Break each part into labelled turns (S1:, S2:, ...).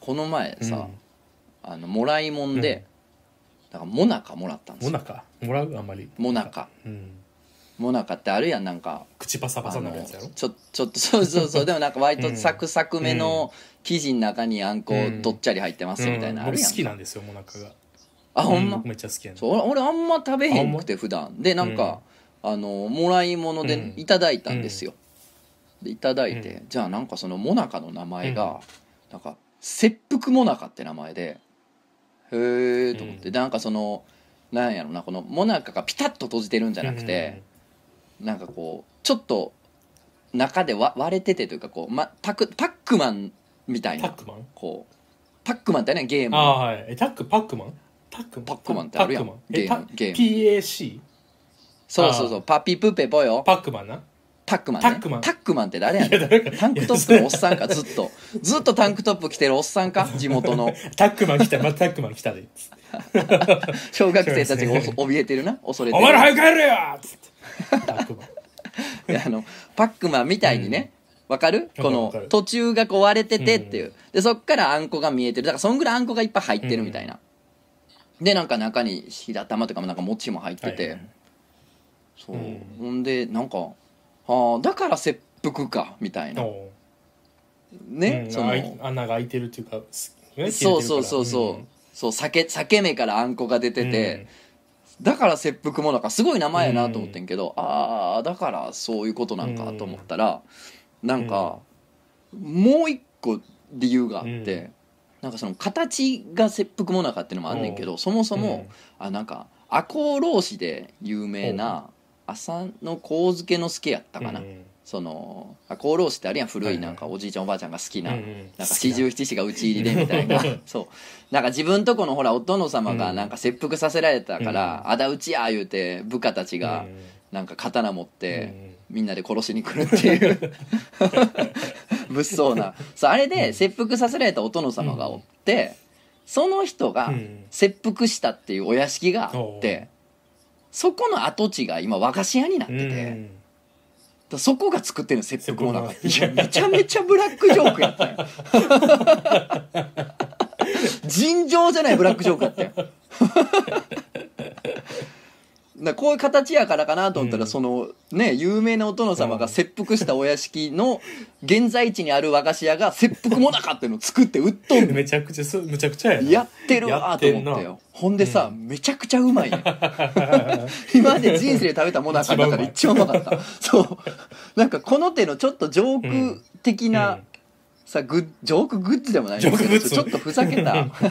S1: この前
S2: うん
S1: さ、あのもらいもんで、なんかモナカもらったんです
S2: も
S1: よ
S2: なかもらうあんまり
S1: モナカ
S2: うん
S1: モナカってあるやんなんか
S2: 口パサパ
S1: あ
S2: サ
S1: の
S2: なやつやろ
S1: ちょちょっとそうそうそうでもなんか割とサクサクめの生地の中にあんこ
S2: うん
S1: どっちゃり入ってますみたいな
S2: う
S1: の
S2: ん
S1: ある
S2: 僕
S1: や
S2: 好き
S1: ん
S2: なんですよもなかが
S1: あほん
S2: う
S1: ま
S2: 僕めっちゃ好きやね
S1: そう俺俺あんま食べへんくて普段でなんか、あのもらい物で
S2: うん
S1: いただいたんですよ、でいただいて、
S2: う
S1: じゃあなんかそのモナカの名前が、
S2: うん
S1: なんか切腹モナカって名前でへえと思って、
S2: うん
S1: でなんかそのなんやろなこのモナカがピタッと閉じてるんじゃなくて、なんかこうちょっと中でわ割れててというかこう、ま、パクパックマンみた
S2: う
S1: い
S2: んパッ
S1: な
S2: クマン
S1: こうパックマンってねゲーム
S2: ああはいえタックパックマンタック
S1: パックマンってあるやん
S2: パックマン
S1: ゲーム
S2: えパ
S1: ゲーム
S2: PAC
S1: そうそうそうパピプペポよ
S2: パックマンな
S1: タックマン、ね、
S2: タックマン
S1: って誰や
S2: いや
S1: ね
S2: 誰か
S1: んタンクトップのおっさんかずっとずっとタンクトップ着てるおっさんか地元 の
S2: タックマン来たまたタックマン来たでつ って
S1: 小学生たちがおそ怯えてるな恐れて
S2: お
S1: る
S2: 前ら早く帰れよつってタッ クマン
S1: であのパックマンみたいにね、わかる
S2: る
S1: こ
S2: わ
S1: の
S2: かる
S1: 途中がこう割れててっていう、でそっからあんこが見えてるだからそんぐらいあんこがいっぱい入ってるみたいな、でなんか中に白玉とかもなんか餅も入ってて、
S2: はい
S1: そう、
S2: うん
S1: ほんでなんかあーだから切腹かみたいな
S2: おう
S1: ね、
S2: うん
S1: そ
S2: あ
S1: の
S2: い穴が開いてるっていうかすね
S1: そう
S2: 切れてるか
S1: そう
S2: ら
S1: そうそう、そう裂け裂け目からあんこが出てて、だから切腹もなんかすごい名前やなと思ってんけど、ああだからそういうことなんかと思ったら、なんか、もう一個理由があって、
S2: うん
S1: なんかその形が切腹もなかっていうのもあんねんけどそもそも、あなんか赤穂浪士で有名な浅野幸助之助やった
S2: だ
S1: かな、
S2: うん
S1: その赤穂浪士ってあるやん古いなんか
S2: はい
S1: おじいちゃんおばあちゃんが好きな。
S2: うんうん
S1: なんか四十七士が討ち入りでみたいなそうなんか自分とこのほらお殿様がなんか切腹させられたから「あだ討ちや」言うて部下たちが
S2: うん
S1: なんか刀持って
S2: うん
S1: みんなで殺しに来るっていう 物騒なそうあれで切腹させられたお殿様がおってその人が
S2: うん
S1: 切腹したっていうお屋敷があってそこの跡地が今和菓子屋になっ
S2: う
S1: て
S2: ん
S1: て。
S2: うん
S1: だからそこが作ってるの切腹もなかったい
S2: 切腹
S1: やめちゃめちゃブラックジョークやったよ尋常じゃないブラックジョークやったよだからこういう形やからかなと思ったら、
S2: うん
S1: そのね有名なお殿様が切腹したお屋敷の現在地にある和菓子屋が切腹もなかっていうのを作って売っとんの
S2: めちゃくちゃそうむちゃくちゃやな
S1: やってるわーと
S2: や
S1: 思っ
S2: っててんな
S1: よほんでさ、めちゃくちゃうま いねん今まで人生で食べたものの中で一番うまかったそうなんかこの手のちょっとジョーク的な、
S2: うん
S1: さグッジョークグッズでもないんですけ
S2: ジョークグ
S1: ど
S2: ッズ
S1: ちょっとふざけた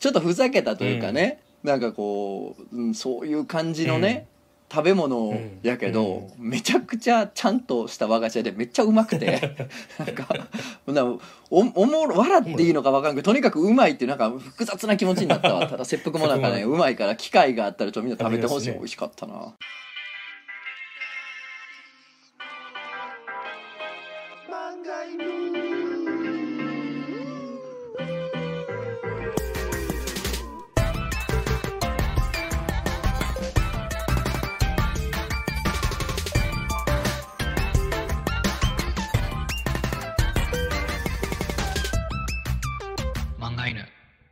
S1: ちょっとふざけたというかね、なんかこう、うん、そういう感じのね、食べ物やけど、めちゃくちゃちゃんとした和菓子屋でめっちゃうまく てなんかなんかおおもろ笑っていいのか分からんけどとにかくうまいっていうなんか複雑な気持ちになったわただ切腹もなんかね
S2: 切
S1: うまいから機会があったらちょっとみんな食べてほしい
S2: 食べますね
S1: 美味しかったな。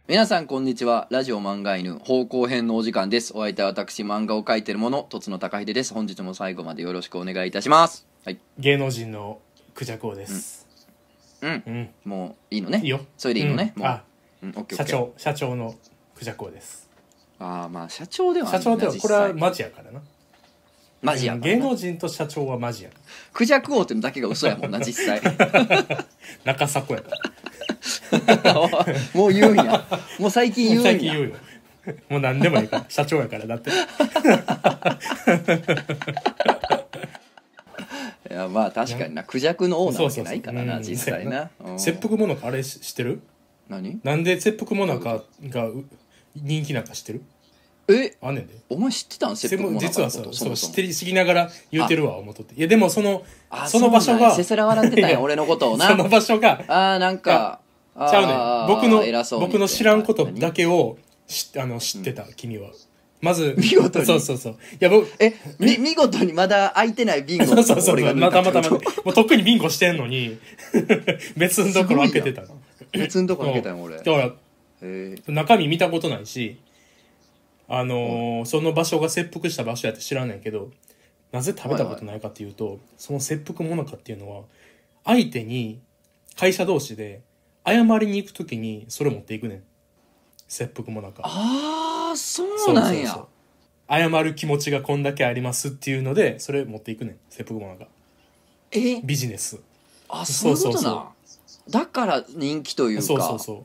S1: 皆さんこんにちはラジオ漫画犬方向編のお時間ですお相手は私漫画を描いてる者とつの高秀です本日も最後までよろしくお願いいたしますはい
S2: 芸能人のクジャコウです
S1: うん
S2: うん
S1: もういいのね
S2: いいよ
S1: それでいいのね、
S2: うん
S1: もう
S2: あ
S1: うんオッケーオッケー
S2: 社長社長のクジャコウです
S1: ああまあ社長ではある
S2: 社
S1: な
S2: 長では
S1: 実
S2: こ
S1: 際
S2: れはマジやからな
S1: マジや
S2: うん
S1: から
S2: 芸
S1: な
S2: 能人と社長はマジやから
S1: クジャク王ってのだけが嘘やも んな実際
S2: 中迫やから
S1: もう言うんやもう最近言う
S2: 最
S1: ん
S2: 近
S1: や
S2: 言うよもう何でもい いから社長やからだって
S1: いやまあ確かになクジャクの王な
S2: そう
S1: わ
S2: そ
S1: け
S2: う
S1: な
S2: そう
S1: いからな
S2: うん
S1: 実際な
S2: そうや
S1: う
S2: なん切腹もなかあれし知ってる
S1: 何
S2: なんで切腹もなかがう人気なんか知ってる
S1: え
S2: あんねんで
S1: お前知ってたん切腹もなかった
S2: 実
S1: こ
S2: は
S1: と
S2: そう
S1: そ
S2: そう
S1: も
S2: 知
S1: そ
S2: っ
S1: も
S2: てり知りながら言うてるわ思っとっていやでもその
S1: あ
S2: その場
S1: そ
S2: 所が
S1: うなんやせせら笑ってたん や
S2: いや
S1: 俺のことをな
S2: その場所が
S1: ああなんかあー
S2: ちゃうねん僕の
S1: 偉そうに
S2: 僕の知らんことだ
S1: 何
S2: けを知あの知ってた、君はまず
S1: 見事に
S2: そうそうそういや僕
S1: えみ見事にまだ開いてないビンゴ
S2: そうそうそう
S1: 俺が
S2: またまたま
S1: 抜いって
S2: たも
S1: こ
S2: うとっくにビンゴしてんのに別のところ開けてたの
S1: 別のとこ開けたよ俺
S2: だから
S1: え
S2: 中身見たことないし、あのーその場所が切腹した場所やって知らないけどなぜ食べたことないかっていうと、その切腹もなかっていうのは相手に会社同士で謝りに行くときにそれ持っていくねん切腹もなか
S1: ああそうなんや
S2: 謝る気持ちがこんだけありますっていうのでそれ持っていくねん切腹もなか
S1: え
S2: ビジネス
S1: あそういう
S2: そ
S1: こ
S2: うそう
S1: と
S2: そう
S1: なだから人気という
S2: そうそ
S1: か
S2: うそう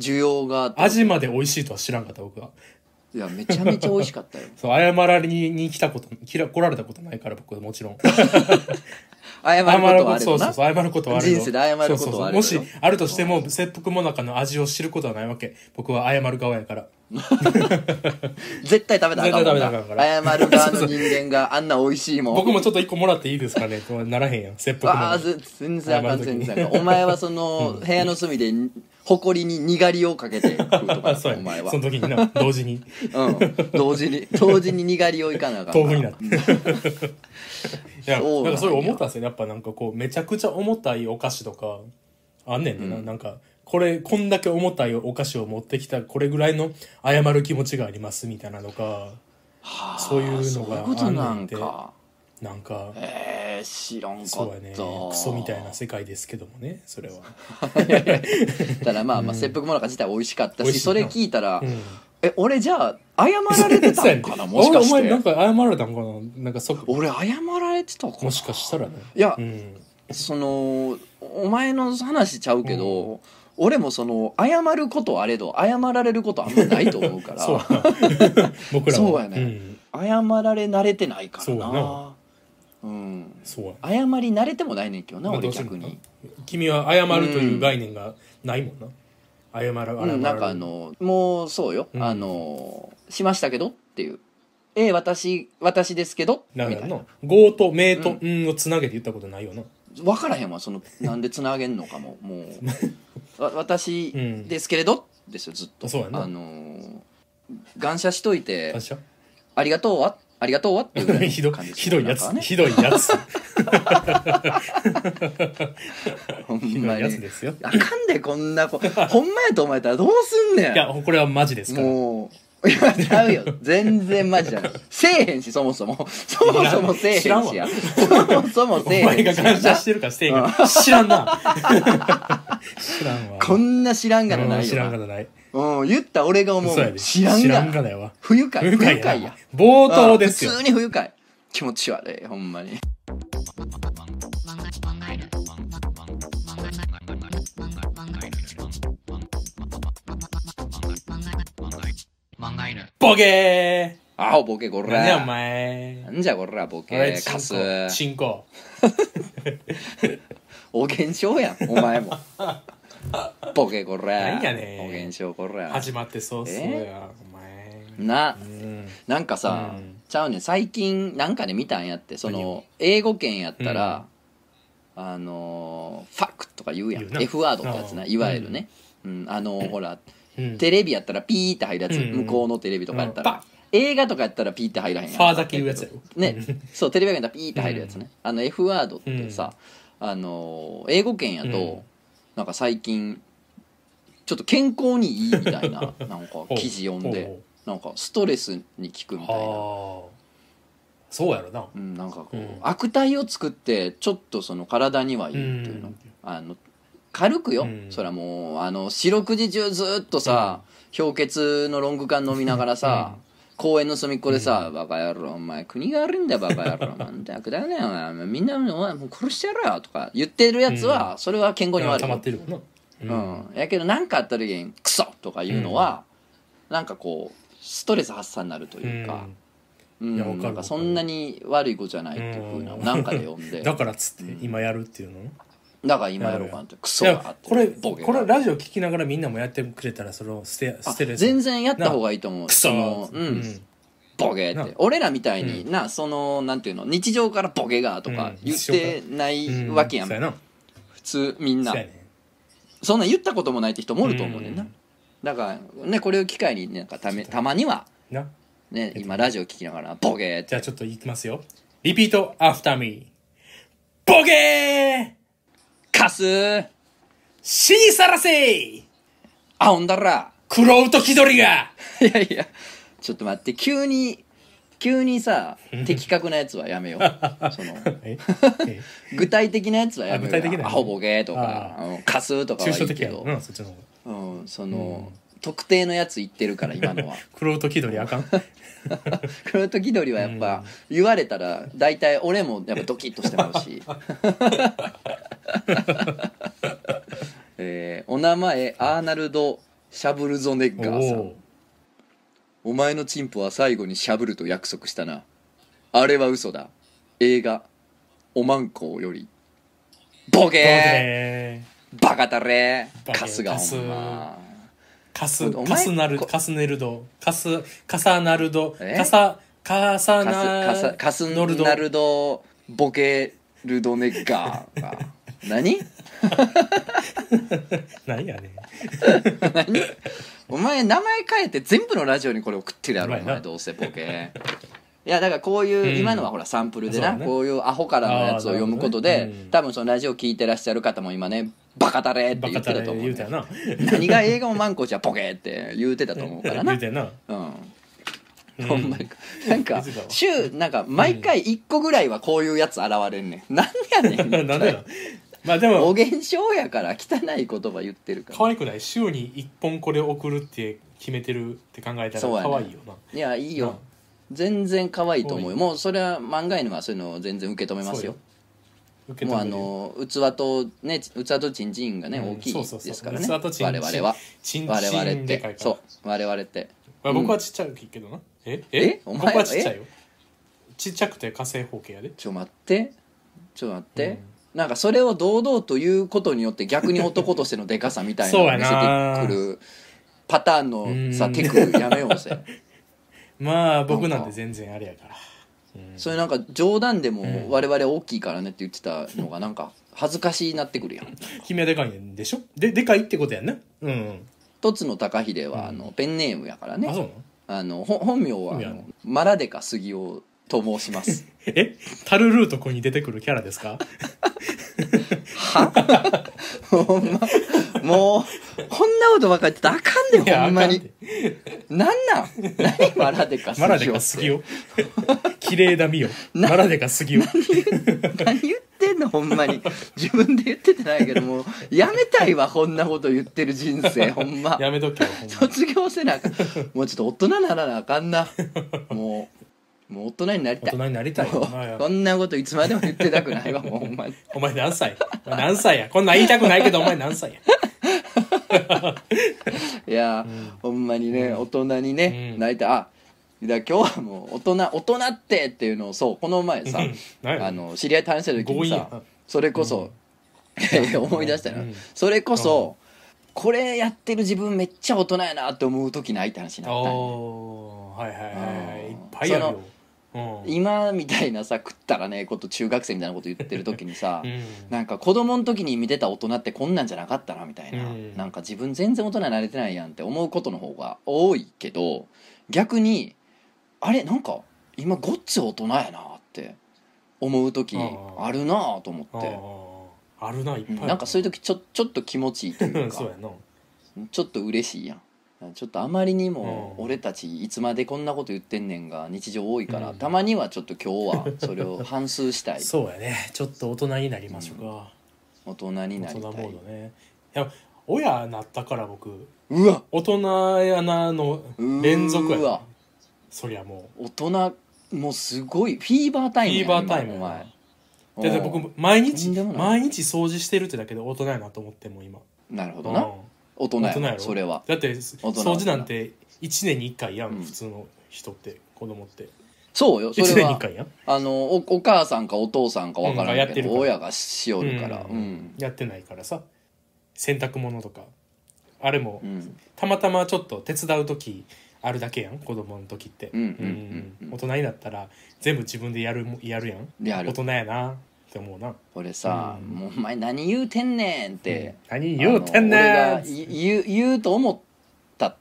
S1: 需要があって
S2: 味まで美味しいとは知らんかった僕はい
S1: やめちゃめちゃ美味しかったよ
S2: そう謝られに来たこときら来られたことないから僕はもちろん
S1: 謝ることはあ
S2: 謝ること
S1: れ
S2: そ
S1: ど
S2: うそ
S1: な
S2: うそう謝ることはあるよ
S1: 人生で謝ることはあるよ
S2: そうそうそうもしあるとしても切腹もなかの味を知ることはないわけ僕は謝る側やから
S1: 絶対食べたらあかんもんな
S2: 絶対食べたらあかん
S1: 謝る側の人間があんな美味しいもん
S2: 僕もちょっと一個もらっていいですかねとはならへんやん切腹
S1: あ
S2: も
S1: あぜ全然あかん
S2: 謝る時
S1: 全
S2: に
S1: 然あかんお前はその部屋の隅で埃ににがりをかけて食うとか
S2: あそう
S1: お
S2: や
S1: 前は
S2: その時にな同時に
S1: うん同時 に同時ににがりをいかなあかんから
S2: 豆腐になって。いや、
S1: そうなんや
S2: なんかそれ思ったんですよね。やっぱなんかこう、めちゃくちゃ重たいお菓子とか、あんねんねな。なんか、これ、こんだけ重たいお菓子を持ってきた、これぐらいの謝る気持ちがあります、みたいなのが、
S1: はあ
S2: そういうのが
S1: そういうことな
S2: あんね
S1: ん
S2: んて
S1: か
S2: なんか、
S1: えー、知らんかった
S2: そうやね。クソみたいな世界ですけどもね、それは。
S1: ただまあ、まあ、切腹もなか自体美味しかった
S2: 美
S1: し
S2: 味しいな
S1: それ聞いたら、
S2: うん。
S1: え俺じゃあ謝られてたん かなもしかし
S2: お前なん
S1: て
S2: か謝られたんかななんかそ、
S1: 俺謝られてたかな
S2: もしかしたらね。
S1: いや、
S2: うん。
S1: そのお前の話ちゃうけど、俺もその謝ることあれど謝られることあんまないと思うから
S2: そうやな。 僕らは
S1: そうやね
S2: ん
S1: 謝られ慣れてないから
S2: そう
S1: な
S2: やな
S1: うん
S2: そうやな
S1: 謝り慣れてもないねんけどな
S2: まあ
S1: 俺
S2: どうする
S1: 逆に、
S2: 君は謝るという概念がないもんな、謝る謝
S1: う
S2: る、
S1: ん、なんかあのもうそうよ、
S2: うん
S1: あのしましたけどっていう「ええ私私ですけど」
S2: な
S1: み
S2: ん
S1: た
S2: か
S1: いな
S2: の「ご」と「名」と「ん」をつなげて言ったことないよな
S1: 分からへんわそのなんでつなげんのかももう わ私
S2: うん
S1: ですけれどですよずっと
S2: そうやな
S1: あのー感謝しといて
S2: 感謝
S1: ありがとうはありがとうはっていうぐらい
S2: ひど
S1: の感じです
S2: ひどいや
S1: な
S2: つ、
S1: んかね
S2: ひどいや つ
S1: ほん
S2: ひど
S1: ま
S2: いやつ
S1: に
S2: ですよ
S1: あかんでこんな子ほんまやと思えたらどうすん ねん
S2: いやこれはマジですから
S1: もういやちゃうよ全然マジじゃないせえへんしそもそもそもそもせえへんしや
S2: 知らん
S1: そもそも
S2: お
S1: せえへんし
S2: 前が感謝してるからせえへんが知らんな 知らんわ
S1: こんな知らんがなな
S2: うん
S1: い
S2: 知
S1: よ
S2: らん
S1: な
S2: がなない
S1: うん言った俺が思
S2: そうや
S1: う
S2: で
S1: 知らん
S2: 知らん
S1: が
S2: がないわ
S1: 不愉快
S2: 不愉
S1: 不愉
S2: 快
S1: 快
S2: や
S1: や
S2: 冒頭ですよ
S1: うん普通に不愉快気持ち悪いほんまに
S2: ボケ
S1: あおボケこ
S2: ー何やお
S1: ら
S2: 前
S1: なんじゃこらボ
S2: あれ
S1: ケカス
S2: 進行
S1: お現象やんお前 もボケこら
S2: 何やねん
S1: お現象こら
S2: 始まってそうそうやお前
S1: な
S2: うん
S1: なんかさ、
S2: うん
S1: ちゃうねん最近なんかで見たんやってそ
S2: 何
S1: の
S2: を
S1: 英語圏やったら、あのーファクとか言うやん
S2: 言うな
S1: F ワードってやつな
S2: ああ
S1: いわゆるね、うんあのーほら
S2: うん
S1: テレビやったらピーって入るやつ、
S2: うんうん
S1: 向こうのテレビとかやった
S2: うん
S1: ら
S2: パ、
S1: 映画とかやったらピーって入らへんやん
S2: ファーだけ言うやつやろ
S1: ねそうテレビやったらピーって入るやつね、あの F ワードってさ、あのー英語圏やと、
S2: うん
S1: なんか最近ちょっと健康にいいみたいななんか記事読ん
S2: ほう
S1: で
S2: ほ
S1: なんかストレスに効くみたいな。
S2: はあそうやろな
S1: うん、なんかこう、
S2: うん
S1: 悪態を作ってちょっとその体にはいいっていうの,、
S2: うん
S1: あの軽くよ、
S2: うん
S1: そりゃもうあの四六時中ずっとさ、氷結のロング缶飲みながらさ、公園の隅っこでさ「バカ野郎お前国が悪いんだよバカ野郎なんだくだらねえよお前みんなお前もう殺してやろよ」とか言ってるやつは、それは健康に悪い
S2: 溜まってるもんな
S1: うん、やけど何かあった時に「クソ!」とか言うのは、なんかこうストレス発散になるというか。うん、
S2: いやわかる
S1: なんかそんなに悪い子じゃないっていうふうななんかで読ん
S2: う
S1: で
S2: んだ
S1: だ
S2: からっつって今やるっていうの
S1: から今やろうかなってク
S2: い
S1: ソがあ
S2: や
S1: って
S2: これ
S1: ボケが
S2: これラジオ聞きながらみんなもやってくれたらそれをステ
S1: あ
S2: ステレス
S1: 全然やった方がいいと思う
S2: ク
S1: その
S2: ソ
S1: うん、
S2: うん
S1: ボケっ
S2: な
S1: て俺らみたいに、なそのなんていうの日常からボケがと
S2: う
S1: か
S2: ん
S1: 言ってない
S2: うん
S1: わけやん、
S2: そうやな
S1: 普通みんな
S2: そうやね
S1: そんな言ったこともないって人もおると思うねんな、
S2: うん
S1: だからねこれを機会になんかためたまには
S2: な
S1: ね今ラジオ聞きながらボケっ
S2: じ
S1: て
S2: ゃあちょっといきますよリピートアフターミーボケー
S1: 「カス!」
S2: 死にさらせ
S1: あほんだら
S2: クロウと気取り が
S1: いやいやちょっと待って急に急にさ的確なやつはやめよう その
S2: ええ
S1: 具体的なやつはやめよう
S2: あ具体的な
S1: アホボケとか
S2: あ
S1: うんカスとか
S2: 抽
S1: はい
S2: 象
S1: い
S2: 的
S1: け
S2: や
S1: ど、
S2: なそっちの方が
S1: うん、その、特定のやつ言ってるから今の は
S2: クロウと気取りあかん
S1: 黒時鳥はやっぱ言われたら大体俺もやっぱドキッとしてまう し えーお名前アーナルド・シャブルゾネッ
S2: お
S1: ガーさん
S2: ー
S1: お前のチンポは最後にしゃぶると約束したなあれは嘘だ映画「おまんこ」よりボ
S2: オッ
S1: ケ
S2: ケ
S1: ーバカたれ
S2: バケ
S1: カスが
S2: カ
S1: ほ
S2: ス
S1: んま
S2: ーカス
S1: お前
S2: カスナル
S1: こ
S2: カスネルドカスカサナルド
S1: え
S2: カサカサ
S1: カスカ
S2: ナ
S1: スカス
S2: ノルド
S1: ナルドボケルドネッガーが何
S2: 何やねん
S1: お前名前変えて全部のラジオにこれ送ってるやろ
S2: うま
S1: お
S2: いな
S1: 前どうせボケ いやだからこういう、
S2: うん
S1: 今のはほらサンプルでな、
S2: そうだね
S1: こういうアホからのやつを読むこと
S2: あーな
S1: で、
S2: るほどねうん
S1: 多分そのラジオ聞いてらっしゃる方も今ね「バカたれ」って
S2: バ
S1: 言
S2: カ
S1: ってた
S2: たれ
S1: と思う、
S2: 言うた
S1: ね
S2: よ、な
S1: 何が映画もマンコじゃボケって言うてたと思うからな
S2: 言うたよな
S1: うん
S2: うん
S1: ほんまになんか
S2: 言うてたわ
S1: 週なんか毎回一個ぐらいはこういうやつ現れんねんなんやね
S2: なんんでだまあでも
S1: お現象やから汚い言葉言ってるから
S2: 可愛くない週に一本これ送るって決めてるって考えた
S1: そうや
S2: ら
S1: ね
S2: 可愛いよない
S1: やいいよ、全然可愛いと思うよもうそれは漫画犬はそういうのを全然受け止めますよ
S2: そうよ受け
S1: もう
S2: 止
S1: あ
S2: めるよ
S1: の器とね器とチンチンがね、
S2: うん
S1: 大きい
S2: そうそうそう
S1: ですからね
S2: 器とチンチン
S1: 我々は
S2: チンチン
S1: 我々っ
S2: でかい
S1: て
S2: から
S1: そう我々って
S2: まあ、僕はちっちゃいけどな、え
S1: えお前は
S2: 僕はちっちゃいよちっちゃくて火星方形やで
S1: ちょ待ってちょ待って、なんかそれを堂々と言うことによって逆に男としてのでかさみたいなのを見せてくるパターンのさ
S2: うん
S1: テクやめようぜ
S2: まあ僕
S1: な
S2: なんん
S1: か
S2: て全然あれやからうん
S1: それなんか冗談でも
S2: ん
S1: 我々大きいからねって言ってたのがなんか恥ずかしいなってくるやん
S2: 君はでかいんでしょででかいってことやんなうん、
S1: とつの高秀はあのペンネームやからね、
S2: あそうなの
S1: あのほ本名はあ
S2: 本名や
S1: の
S2: の
S1: マラデカ杉雄と申します
S2: えタルルート君に出てくるキャラですか
S1: ほんまもうこんなことばっかり言ってたらあかん
S2: い
S1: で
S2: や
S1: ほんま
S2: あかん
S1: に
S2: て
S1: なんなん何マラデカ
S2: マラ
S1: 杉
S2: デ
S1: 雄
S2: カ
S1: っ
S2: す
S1: て
S2: ぎよ綺麗だみよ
S1: な
S2: マラデカすぎよ
S1: 何言ってんのほんまに自分で言っててないけどもうやめたいわこんなこと言ってる人 生ほん ま
S2: やめとけよほんま
S1: 卒業せなあかんもうちょっと大人にならなあかんなもうもう大人になり
S2: 大
S1: たい
S2: 人になりたいよ
S1: もう
S2: まあや
S1: こんなこといつまでも言ってたくないわもうほんまに
S2: お前何歳お前何歳やこんなん言いたくないけどお前何歳や
S1: いやー、ほんまにね大人にね、
S2: うん
S1: なりたいあだから今日はもう大人大人ってっていうのをそうこの前さ
S2: うん何 や
S1: あの知り合いと話した時
S2: 強
S1: に
S2: 引
S1: さ
S2: や
S1: それこそ、 思い出したな、
S2: うん
S1: それこそ、これやってる自分めっちゃ大人やなって思う時ないって話になったんよ
S2: おーはいはいはいはい
S1: うん
S2: いっぱいあるようん
S1: 今みたいなさ食ったらねえこと中学生みたいなこと言ってる時にさ、
S2: うん
S1: なんか子供の時に見てた大人ってこんなんじゃなかったなみたいな、
S2: うん
S1: なんか自分全然大人になれてないやんって思うことの方が多いけど逆にあれなんか今ごっつ大人やなって思う時あるなと思
S2: あ
S1: って、
S2: ーあるないっぱいある
S1: なんかそういう時ちょちょっと気持ちいいというか
S2: そうやな
S1: ちょっと嬉しいやんちょっとあまりにも
S2: うん
S1: 俺たちいつまでこんなこと言ってんねんが日常多いから、
S2: うん
S1: たまにはちょっと今日はそれを反芻したい
S2: そうやねちょっと大人になりましょうか、
S1: 大人にな
S2: 大
S1: りた
S2: 人モ
S1: い
S2: ードねいや親なったから僕
S1: うわ
S2: 大人やなの連続や
S1: うーわ
S2: ねそりゃも
S1: 大人もうすごいフィーバータ
S2: う
S1: イム
S2: フィ
S1: や
S2: ー
S1: ん
S2: バータイム
S1: 今
S2: や
S1: お
S2: な
S1: 前
S2: だって
S1: うん
S2: 僕毎日
S1: とんでもない
S2: 毎日掃除してるってだけで大人やなと思ってもう今
S1: なるほどな
S2: うん
S1: 大人や
S2: 大人やろ
S1: それは
S2: だって
S1: 大人
S2: 掃除なんて1年に1回やん、
S1: うん
S2: 普通の人って子供って
S1: そうよそ
S2: 1年
S1: れ
S2: に1
S1: は
S2: 回やん
S1: あのおお母さんかお父さんかわか
S2: うん
S1: ら
S2: や
S1: ん
S2: っ
S1: け
S2: て
S1: ど、
S2: るから
S1: 親がしよるから
S2: うん
S1: うん、
S2: やってないからさ洗濯物とかあれも、
S1: うん
S2: たまたまちょっと手伝う時あるだけやん子供の時って、
S1: うんうんうん
S2: うん大人になったら全部自分でやるもやるやん
S1: であ
S2: 大
S1: る
S2: 人やなって思うな、
S1: 俺さ、
S2: うん
S1: もうお前何言うてんねんって、
S2: 何言うてんねん
S1: あの俺がい言う言うと思った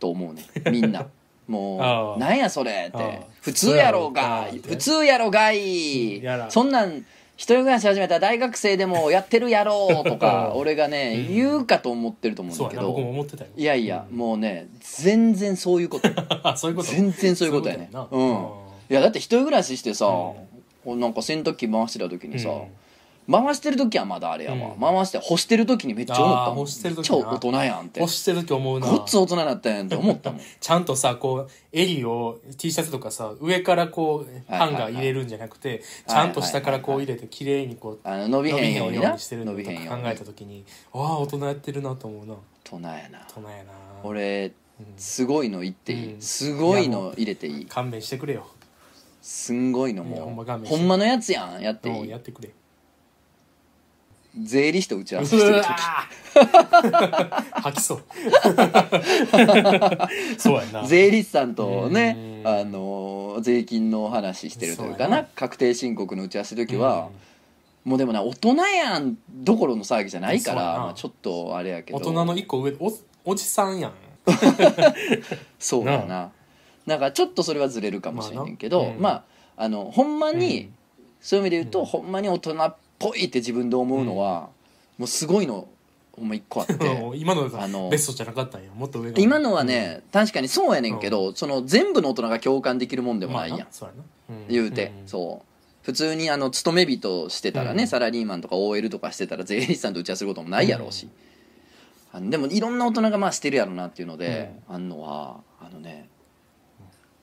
S1: と思うね みんなも
S2: あ
S1: う「
S2: あ
S1: なんやそれ」っ
S2: ああ
S1: て「普通やろう
S2: そうや
S1: が
S2: ろうが
S1: 普通やろがい
S2: やら
S1: そんなん一人暮らし始めた大学生でもやってるやろ うとか俺がね、
S2: うん
S1: 言うかと思ってると思うん
S2: そう
S1: だ
S2: や
S1: け
S2: な僕も
S1: ど
S2: 思ってたよ
S1: いやいや
S2: うん
S1: もうね全然そういうこと
S2: あ そういうこと
S1: 全然そういうことやね
S2: そういう
S1: うんいやだって一人暮らししてさ、
S2: う
S1: なんか洗濯機回してた時に
S2: や
S1: さ、
S2: なうん
S1: 回してる時はまだあれやわ、
S2: うん
S1: 回して干してる時にめっちゃ思った
S2: あー
S1: もん
S2: 干してる時な
S1: 超大人やんって
S2: 押してる時思うな
S1: ごっつ大人になったやんって思った もん
S2: ちゃんとさこう襟を T シャツとかさ上からこう
S1: はいは
S2: ハ
S1: い
S2: ン
S1: はい
S2: ガー入れるんじゃなくてち
S1: はいはい
S2: ゃんと下からこう入れて綺麗にこう
S1: あの伸び
S2: 伸
S1: へ
S2: び
S1: んよ
S2: へ
S1: うんに
S2: よう
S1: な
S2: にしてる
S1: 伸
S2: のと
S1: び
S2: か
S1: へんよう
S2: 考
S1: に
S2: えた時にああ大人やってるなと思うな
S1: 大人やな
S2: 大人やな
S1: 俺
S2: うん
S1: すごいの言っていい、
S2: うん
S1: すごいの入れていい
S2: 勘弁してくれよ
S1: すんごいのも
S2: いやほんま勘
S1: う
S2: 弁し
S1: ほ
S2: て
S1: んまのやつやんやって
S2: どう
S1: いい
S2: やってくれ
S1: 税理士と打ち合わせして
S2: う
S1: る
S2: わ
S1: 時
S2: ー吐きそうそうやな
S1: 税理士さんとね、
S2: うん
S1: あのー税金のお話してるというか
S2: そう
S1: な
S2: やな
S1: 確定申告の打ち合わせの時は、もうでもな大人やんどころの騒ぎじゃないから
S2: そうやな
S1: まあ、ちょっとあれやけ
S2: うん
S1: ど
S2: 大人の一個上おおじさんやん
S1: そうやななんかちょっとそれはずれるかもしれんけど、ま
S2: ま
S1: あ
S2: あなう
S1: あ
S2: ん
S1: のほんまに、
S2: うん
S1: そういう意味で言うと、
S2: うん
S1: ほんまに大人っぽいって自分で思うのは、もうすごいのほんま一個あ って
S2: もう今のが
S1: あの
S2: ベストじゃなかったんやもっと上が
S1: 今のはね、確かにそうやねんけど、その全部の大人が共感できるもんで
S2: で
S1: もないやん、
S2: そうやな、ん
S1: 言うて、
S2: ん
S1: そう普通にあの勤め人してたらね、
S2: うん
S1: サラリーマンとか OL とかしてたら税理士さんと打ち合わせることもないやろうし、あのでもいろんな大人がまあしてるやろうなっていうので、あんのはあのね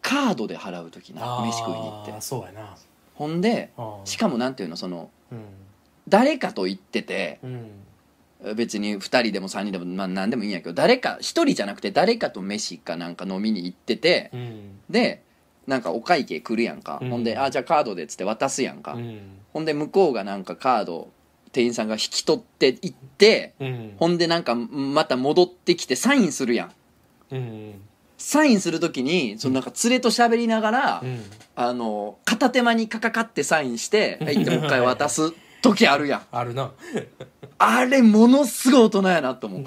S1: カードで払う時な
S2: あー
S1: 飯食いに行って
S2: そうやな
S1: ほんで
S2: あー
S1: しかもなんていうのその
S2: う
S1: 誰かと行ってて
S2: んうん
S1: 別に2人でも3人でも、まあ、何でもいいんやけど誰か1人じゃなくて誰かと飯かなんか飲みに行ってて
S2: うん
S1: でなんかお会計来るやんか、
S2: うん
S1: ほんで「あじゃあカードで」っつって渡すやんか、
S2: うん
S1: ほんで向こうがなんかカード店員さんが引き取っていって
S2: うん
S1: ほんでなんかまた戻ってきてサインするやん
S2: うん
S1: サインする時にそのなんか連れと喋りながら、
S2: うん
S1: あの片手間にかかかってサインして「
S2: うん
S1: はい」ってもう一回渡す時あるやん
S2: あるな
S1: あれものすごい大人やなと 思う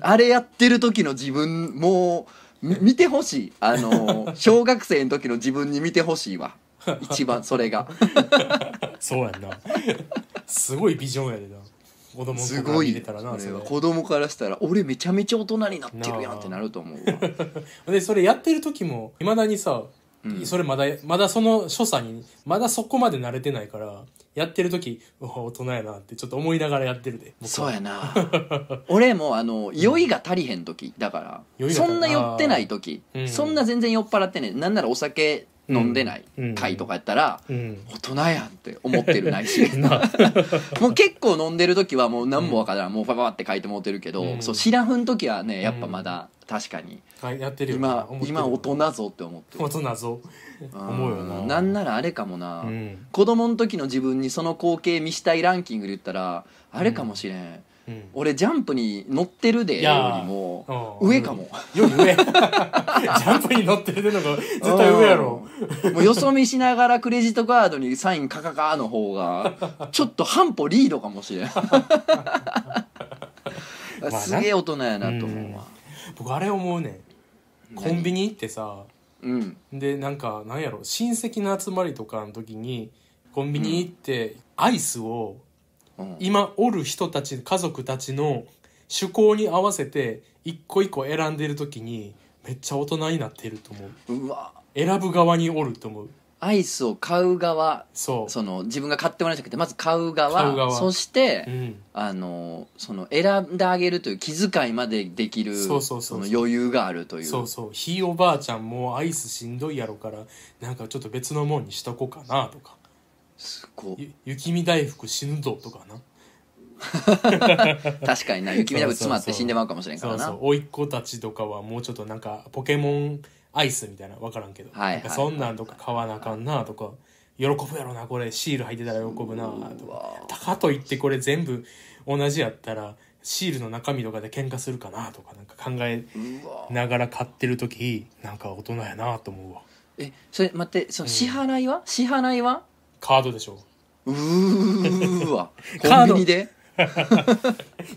S1: あれやってる時の自分もうみ見てほしいあの小学生の時の自分に見てほしいわ一番それが
S2: そうやんなすごいビジョンやでな子供の
S1: す
S2: 頃か
S1: ご
S2: ら
S1: い
S2: 見れたらな
S1: そ
S2: そ
S1: れは
S2: れ
S1: 子供からしたら俺めちゃめちゃ大人になってるやん
S2: なあ
S1: ってなると 思うわ
S2: でそれやってる時もいまだにさ、
S1: うん
S2: それまだまだその所作にまだそこまで慣れてないからやってる時うわ大人やなってちょっと思いながらやってるで僕
S1: そう
S2: は
S1: やな俺もあの酔いが足りへん時だから
S2: 酔いが
S1: そ
S2: 足り
S1: んな酔ってない時
S2: うん
S1: そんな全然酔っ払ってねなんならお酒飲んでない
S2: うん
S1: 回とかやったら
S2: うん
S1: 大人やんって思ってるないし
S2: な
S1: もう結構飲んでる時はもう何もわからんもうパパパって書いてもうてるけ
S2: う
S1: ど
S2: ん
S1: そう知らふん時はねやっぱまだ確かに
S2: はいやってるよな
S1: 今
S2: 思ってる
S1: 今大人ぞって思ってる
S2: 大人ぞ思うよなん
S1: なんならあれかもな
S2: うん
S1: 子供の時の自分にその光景見したいランキングで言ったらあれかもしれん、
S2: うん
S1: 俺ジャンプに乗ってるで
S2: い
S1: よ
S2: やー
S1: りも
S2: うん
S1: 上かも
S2: より上 ジャンプに乗ってるのが絶対上やろ
S1: うんもうよそ見しながらクレジットカードにサインカカカの方 がちょっと半歩リードかもしれん
S2: な
S1: すげえ大人やなと思うわ
S2: 僕あれ思うねんコンビニ行ってさ
S1: うん
S2: でなんかなんやろ親戚の集まりとかの時にコンビニ行ってアイスを
S1: うん
S2: 今おる人たち家族たちの趣向に合わせて一個一個選んでる時にめっちゃ大人になってると思う
S1: うわ
S2: 選ぶ側におると思う
S1: アイスを買う側
S2: そう
S1: その自分が買ってもらうんじゃなくてまず買う側
S2: 買う側
S1: そして、
S2: うん
S1: あのその選んであげるという気遣いまでできる
S2: そうそうそうそう
S1: その余裕があるという
S2: そうそうひいおばあちゃんもアイスしんどいやろからなんかちょっと別のもんにしとこうかなとか
S1: すごい
S2: ゆ雪見大福死ぬぞとかな
S1: 確かにな雪見だぶ詰まっ
S2: そ
S1: て
S2: うそうそう
S1: 死んでまうかもしれんか
S2: そ
S1: ら
S2: う
S1: な
S2: そう甥っ子たちとかはもうちょっとなんかポケモンアイスみたいな分からんけど、
S1: はい
S2: なんかそんなんとか買わなあかんなとか喜ぶやろなこれシール入ってたら喜ぶなと
S1: う
S2: か
S1: わ
S2: たかといってこれ全部同じやったらシールの中身とかで喧嘩するかなとかなんか考え
S1: うわ
S2: ながら買ってる時なんか大人やなと思うわ
S1: えそれ待ってその支払いは、支払いは
S2: カードでしょ
S1: うーわ
S2: カー
S1: コンビ
S2: ド
S1: ニで
S2: い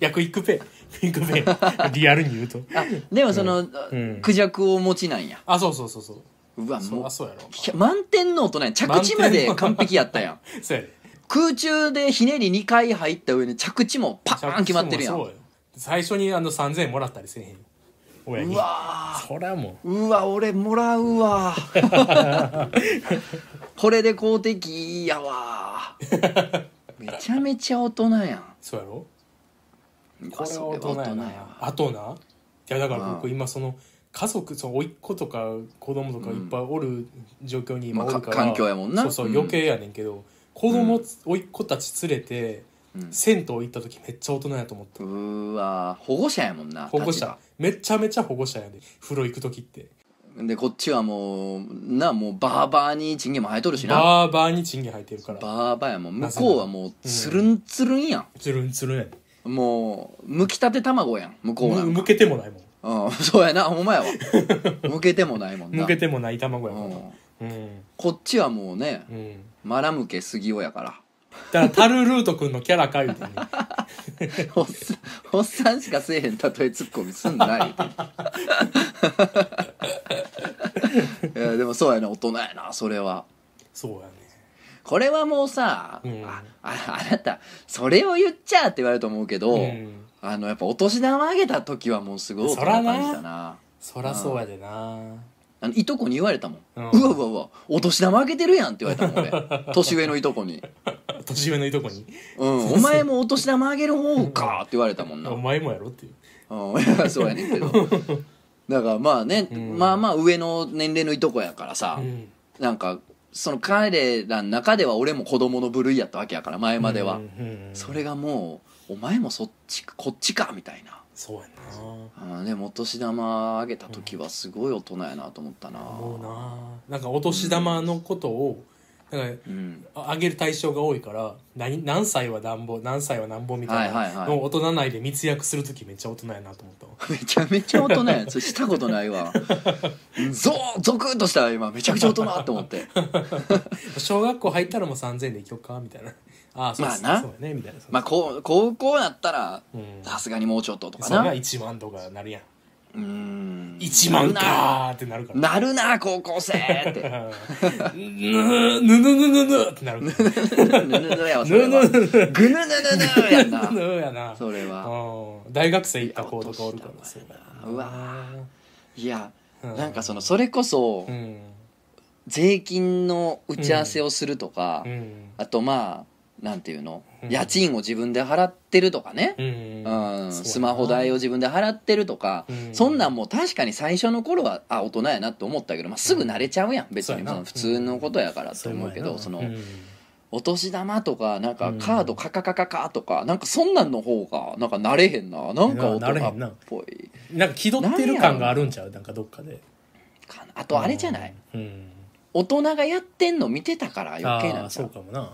S2: やクイックペイクイック ペイリアルに言うと
S1: あでもその、
S2: うん
S1: クジャクを持ちなんや
S2: あそうそうそうそう
S1: うわ
S2: そ
S1: も
S2: あ
S1: う
S2: そうやろ
S1: ひゃ満点の音なんや着地まで完璧やったやん
S2: そうやで
S1: 空中でひねり2回入った上に着地もパーン決まってるやん
S2: そううよ最初にあの3000円もらったりせえへんよ親に
S1: わ
S2: そりゃも
S1: ーうわ俺もらう わこれで公的やわめちゃめちゃ大人やん
S2: うそうやろ
S1: いや
S2: これは
S1: そ
S2: 大
S1: れは
S2: 人やなあとないやだから僕
S1: うん
S2: 今その家族その甥っ子とか子供とかいっぱいおる状況に今お
S1: まあ
S2: るから、
S1: か環境やもんな
S2: そうそう
S1: うん
S2: 余計やねんけど、子供つ甥っ子たち連れて
S1: うん
S2: 銭湯行った時めっちゃ大人やと思った、
S1: うーわ保護者やもんな
S2: 保護者
S1: 立
S2: めちゃめちゃ保護者やで風呂行く時って
S1: 場でこっちはもうなもうバーバーにチンゲンも生えとるしな
S2: バーバーにチンゲン入ってるから
S1: バーバーやもん向こうはもうつるんつるんやん、
S2: つるんつるんやで
S1: もうむきたて卵やん向こうなん
S2: む
S1: か
S2: 向けてもないもん
S1: うん、 そうやなほんまやわ向けてもないもんな
S2: 向けてもない卵
S1: う
S2: やから
S1: ん、
S2: うん
S1: こっちはもうね
S2: うん
S1: マラムケ杉尾やから
S2: だからタルルート君のキャラかいてね
S1: おっさんおっさんしかせえへん例えツッコミすんな言うていやでもそうやな大人やなそれは
S2: そうやね
S1: これはもうさ、
S2: うん
S1: あああなたそれを言っちゃって言われると思うけど、
S2: うん
S1: あのやっぱお年玉あげた時はもうすごい大人感じ
S2: そ
S1: た
S2: ら
S1: な
S2: そらそうやでな
S1: あのいとこに言われたもん、う
S2: うん
S1: わうわうわお年玉あげてるやんって言われたもん俺年上のいとこに
S2: 年上のいとこに
S1: 「 うん、お前もお年玉あげる方か」って言われたもんな、
S2: お前もやろっていう
S1: うん、い やそうやねんけどだからまあね、
S2: うん
S1: まあまあ上の年齢のいとこやからさ、
S2: うん
S1: なんかその彼らの中では俺も子供の部類やったわけやから前までは、
S2: うんうんうん
S1: それがもう「お前もそっちかこっちか」みたいな
S2: そうやな
S1: あーでもお年玉あげた時はすごい大人やなと思ったな
S2: 思うななんかお年玉のことをなんか
S1: うん
S2: ああげる対象が多いから何何歳はなんぼ何歳はなんぼみたい
S1: はいはいは
S2: ないのを大人内で密約する時めっちゃ大人やなと思ったわ
S1: めちゃめちゃ大人やんそれしたことない わゾーゾクッとしたわ今めちゃくちゃ大人って思って
S2: 小学校入ったらもう3000円で行きよっかみたいなああそうっすね
S1: まあな
S2: そうやねみたいな
S1: まあこう高校なったら
S2: うん
S1: さすがにもうちょっととか
S2: それが
S1: な
S2: 1万とかなるやん
S1: うーん
S2: 1万かーってなるから
S1: なるな高校生って
S2: ぬぬぬぬぬぬってなるか
S1: ぬぬぬやわそれは
S2: ぬ
S1: ぐぬぬぬぬやん
S2: ら
S1: な
S2: ぬぬやな
S1: それは
S2: うん大学生行った子とかおるからそう
S1: うわいや
S2: うん
S1: なんかそのそれこそ、
S2: うん
S1: 税金の打ち合わせをするとか、
S2: うん
S1: あとまあなんていうの、
S2: うん
S1: 家賃を自分で払ってるとかね、
S2: う
S1: うん
S2: んそうやな
S1: スマホ代を自分で払ってるとか、
S2: うん
S1: そんなんもう確かに最初の頃はあ大人やなって思ったけど、まあ、すぐ慣れちゃうやん別
S2: そう
S1: に
S2: や
S1: そ
S2: な
S1: の普通のことやからって思うけど、そ
S2: そうや
S1: の
S2: な
S1: お年玉とかなんか
S2: うん
S1: カードカカカカカとかなんかそんなんの方がなんか慣れへんななんか大人っぽい
S2: うんなんか気取ってる感があるんちゃうなんかどっかで
S1: かなあとあれじゃない、
S2: うん
S1: 大人がやってんの見てたから余計な
S2: あ
S1: ん
S2: ー
S1: ちゃ
S2: そう
S1: う
S2: かもな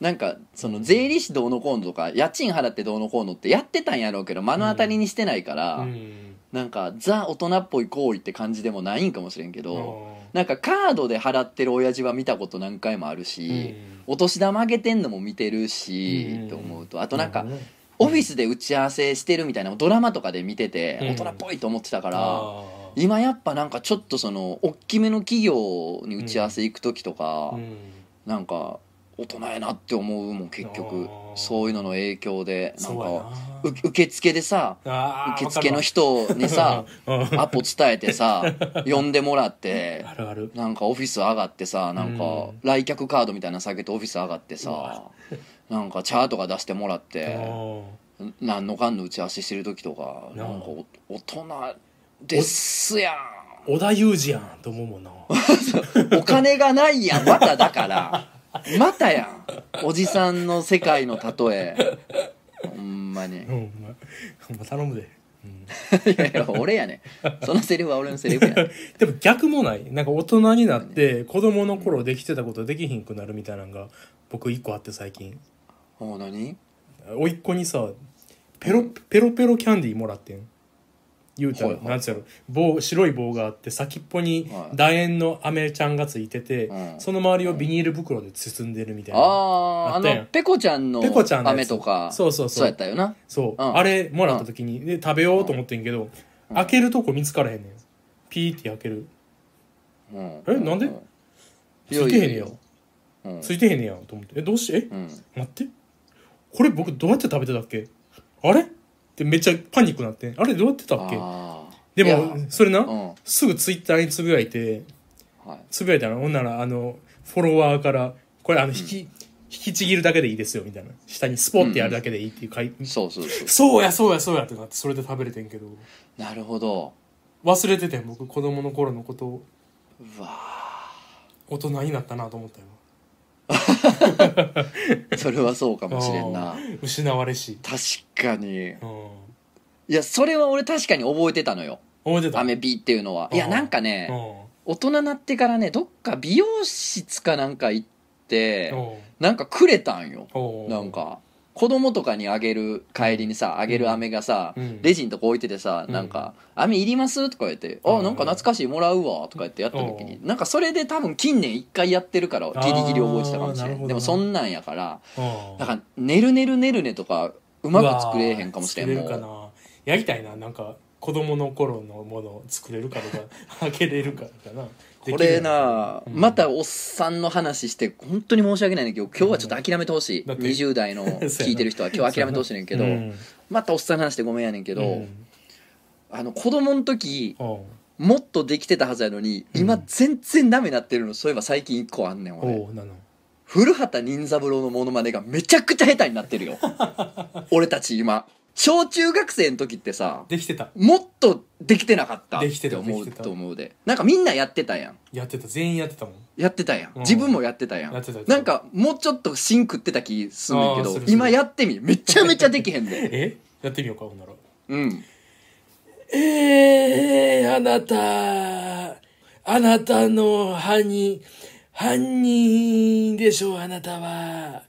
S1: なんかその税理士どうのこうのとか家賃払ってどうのこうのってやってたんやろうけど目の当たりにしてないから、
S2: うん
S1: なんかザ大人っぽい行為って感じでもないんかもしれんけど、
S2: う
S1: なんかカードで払ってる親父は見たこと何回もある
S2: ん
S1: し、お年玉あげてんのも見てるし、
S2: うん
S1: と思うとあとなんか、
S2: うるほどね
S1: オフィスで打ち合わせしてるみたいなのをドラマとかで見てて
S2: うん
S1: 大人っぽいと思ってたから、
S2: あー
S1: 今やっぱなんかちょっとその大きめの企業に打ち合わせ行く時とか、
S2: うん
S1: なんか大人やなって思うもん結局
S2: あー
S1: そういうのの影響でなん
S2: そうや
S1: か
S2: な
S1: う受付でさ
S2: あー
S1: 受付の人にさ
S2: うん うん
S1: アポ伝えてさ 呼んでもらって
S2: あるある
S1: なんかオフィス上がってさなんか
S2: うん
S1: 来客カードみたいなの下げてオフィス上がって
S2: う
S1: さ
S2: わ
S1: なんかチャートが出してもらって
S2: うん
S1: 何のかんの打ち合わせしてる時とか
S2: な
S1: な
S2: あ
S1: んかお大人ですやん
S2: 織田裕二やんと思うも んな
S1: お金がないやんまただ からまたやんおじさんの世界の例えほんまにい
S2: うんお前お前頼むで、うん
S1: やいや俺やねんそのセリフは俺のセリフやねん
S2: でも逆もないなんか大人になって子供の頃できてたことできひんくなるみたいなのが僕一個あって最近
S1: おう何
S2: 甥っ子にさペロペロペロキャンディーもらってん言うた
S1: は
S2: ら
S1: いはい
S2: なんつうやろ棒白い棒があって先っぽに
S1: はい
S2: 楕円のアメちゃんがついてて、
S1: うん
S2: その周りをビニール袋で包んでるみたいな
S1: あーあ
S2: あったやん
S1: のペコちゃんの
S2: ペコちゃんのやつ
S1: 雨とか
S2: そうそうそ
S1: そ
S2: う
S1: うやったよな
S2: そう、
S1: うん
S2: あれもらった時に、で食べようと思ってんけど、開けるとこ見つからへんねんピーって開ける
S1: うん、
S2: えなんで
S1: う
S2: ついてへんねや
S1: いやいやいやうん
S2: ついてへんねやと思ってえどうして
S1: うん
S2: え待ってこれ僕どうやって食べてたっけあれってめっちゃパニックなってあれどうやってたっけ
S1: あ
S2: で
S1: いや
S2: もそれな、
S1: ーうん
S2: すぐツイッターにつぶやいて
S1: はい
S2: つぶやいたらほんならあのフォロワーからこれあの引き、引きちぎるだけでいいですよみたいな下にスポってやるだけでいいっていう書いて、
S1: そうそうそう
S2: そうやそうやそうやってなってそれで食べれてんけど
S1: なるほど
S2: 忘れててん僕子供の頃のことを
S1: うわ
S2: 大人になったなと思ったよ
S1: ー それはそうかもしれんな
S2: 失われし
S1: 確かに
S2: うん
S1: いやそれは俺確かに覚えてたのよ
S2: 覚えてた
S1: アメピーっていうのは
S2: あー
S1: いやなんか
S2: う
S1: ね
S2: ん
S1: 大人になってからねどっか美容室かなんか行って
S2: うん
S1: なんかくれたんよ
S2: うん
S1: なんか子供とかにあげる帰りにさあげる飴がさ、
S2: うん
S1: レジンとこ置いててさ「
S2: うん
S1: なんか飴いります?」とか言って「
S2: うん
S1: あなんか懐かしいもらうわ」とか言ってやった時に
S2: う
S1: なんかそれで多分近年一回やってるからギリギリ覚えてたかもし
S2: あーな
S1: れ
S2: る
S1: ん
S2: ほどな
S1: でもそんなんやから
S2: うん
S1: だから「ねるねるねるね」とかうまく作れへんかもしれん
S2: うわ
S1: も
S2: ー作れるか
S1: う
S2: なやりたいななんか子供の頃のものを作れるかとかあげれるかとかな
S1: これな
S2: できるのか
S1: またおっさんの話して本当に申し訳ないねんだけど今日はちょっと諦めてほしい
S2: だって
S1: 20代 の聞いてる人は今日諦めてほしいねんけど
S2: うん
S1: またおっさんの話してごめんやねんけ
S2: う
S1: ど
S2: ん
S1: あの子供の時
S2: おう
S1: もっとできてたはずやのに今
S2: うん
S1: 全然ダメなってるのそういえば最近一個あんねん俺
S2: おうなの
S1: 古畑任三郎のモノマネがめちゃくちゃ下手になってる よ俺たち今小中学生の時ってさ
S2: できてた
S1: もっとできてなかったっ
S2: できて
S1: て
S2: た
S1: 思
S2: で
S1: う
S2: きてた
S1: と思うでなんかみんなやってたやん
S2: やってた全員やってたもん
S1: やってたやん
S2: うん
S1: 自分もやってたや
S2: や
S1: ん
S2: ってたやってた
S1: なんかもうちょっと芯食ってた気すんねんけ
S2: あーす
S1: ど
S2: るする
S1: 今やってみめちゃめちゃできへんで
S2: えやってみようかほんなら
S1: うん
S2: えー、あなた、あなたの犯人、犯人でしょう、あなたは。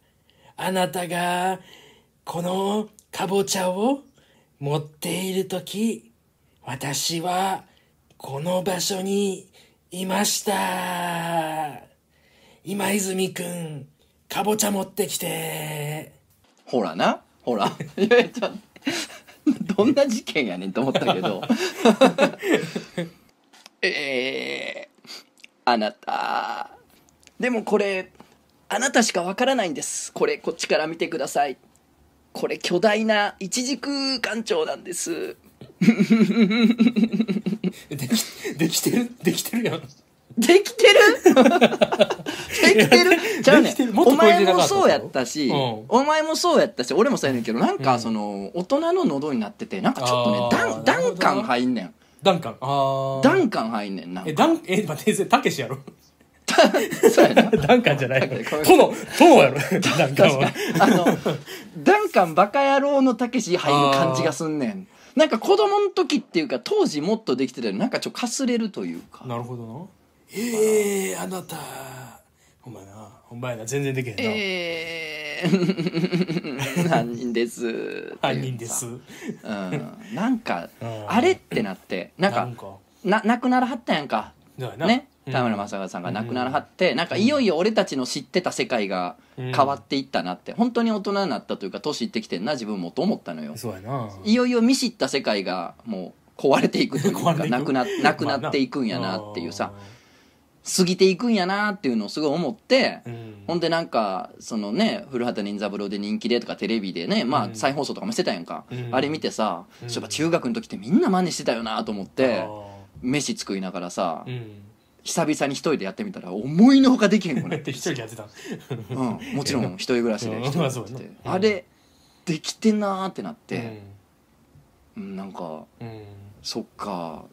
S2: あなたが、このかぼちゃを持っているとき、私は、この場所にいました。今泉くん、かぼちゃ持ってきて。
S1: ほらなほらいやいやちょっとどんな事件やねんと思ったけどえー、あなたでもこれあなたしかわからないんですこれこっちから見てくださいこれ巨大な一軸眼鏡なんです
S2: でき、できてる、 できてるやん。
S1: できて るできてるじゃうね
S2: できてる
S1: ん
S2: もっと
S1: お
S2: 超えて
S1: 前
S2: なかった
S1: もそうやったし、
S2: うん
S1: お前もそうやったし俺もそうやねんけどなん
S2: う
S1: か
S2: ん
S1: その大人の喉になっててなんかちょっとね
S2: あ
S1: ダ
S2: ー
S1: ン
S2: なる
S1: ダ
S2: ほど
S1: ン
S2: な
S1: 感入んねん
S2: ダンカン。あ
S1: ダン感入んねんなん
S2: え、
S1: か
S2: ダン、え、待って、たけしや ろ。
S1: そうや な
S2: ダンカンじゃないの。
S1: ごめんごめん
S2: 殿、殿やろ。ダンカンは。
S1: あのダンカンバカ野郎のたけし入る感じがすんねんなんか子供の時っていうか当時もっとできてたよりなんかちょっとかすれるというか
S2: なるほどな。ええー、あなた。ほんまやな。ほんまやな。全然できへんな。
S1: えー、犯人ですっていうさ
S2: 犯人です。
S1: うんなんか
S2: うん
S1: あれってなってなん
S2: な
S1: か
S2: んか。
S1: な亡くならはったやんか
S2: だよな。
S1: ね
S2: うん
S1: 田村正和さんが亡くならはってなんかいよいよ俺たちの知ってた世界が変わっていったなって本当に大人になったというか年いってきてんな自分もと思ったのよ
S2: そうやな。
S1: いよいよ見知った世界がもう壊れていくというか
S2: 壊れていく
S1: なくななくなっていくんやなっていうさ
S2: まあな。
S1: 過ぎていくんやなっていうのをすごい思って
S2: あーうん
S1: ほんでなんかそのね古畑任三郎で人気でとかテレビでねま
S2: う
S1: あ
S2: ん
S1: 再放送とかもしてたやんか
S2: うん
S1: あれ見てさ
S2: うん
S1: そういえば中学の時ってみんな真似してたよなと思っ
S2: あ
S1: て
S2: ー
S1: 飯作りながらさ
S2: うん。
S1: 久々に一人でやってみたら思いのほかできへんくな
S2: だ
S1: っ
S2: って
S1: て
S2: 一人 でやってた。
S1: うんもちろん一人暮らしで一人でやっ
S2: うんまあそうや
S1: て
S2: な
S1: あれできてんなーってなって
S2: うん
S1: うんなんか
S2: うん。
S1: そっか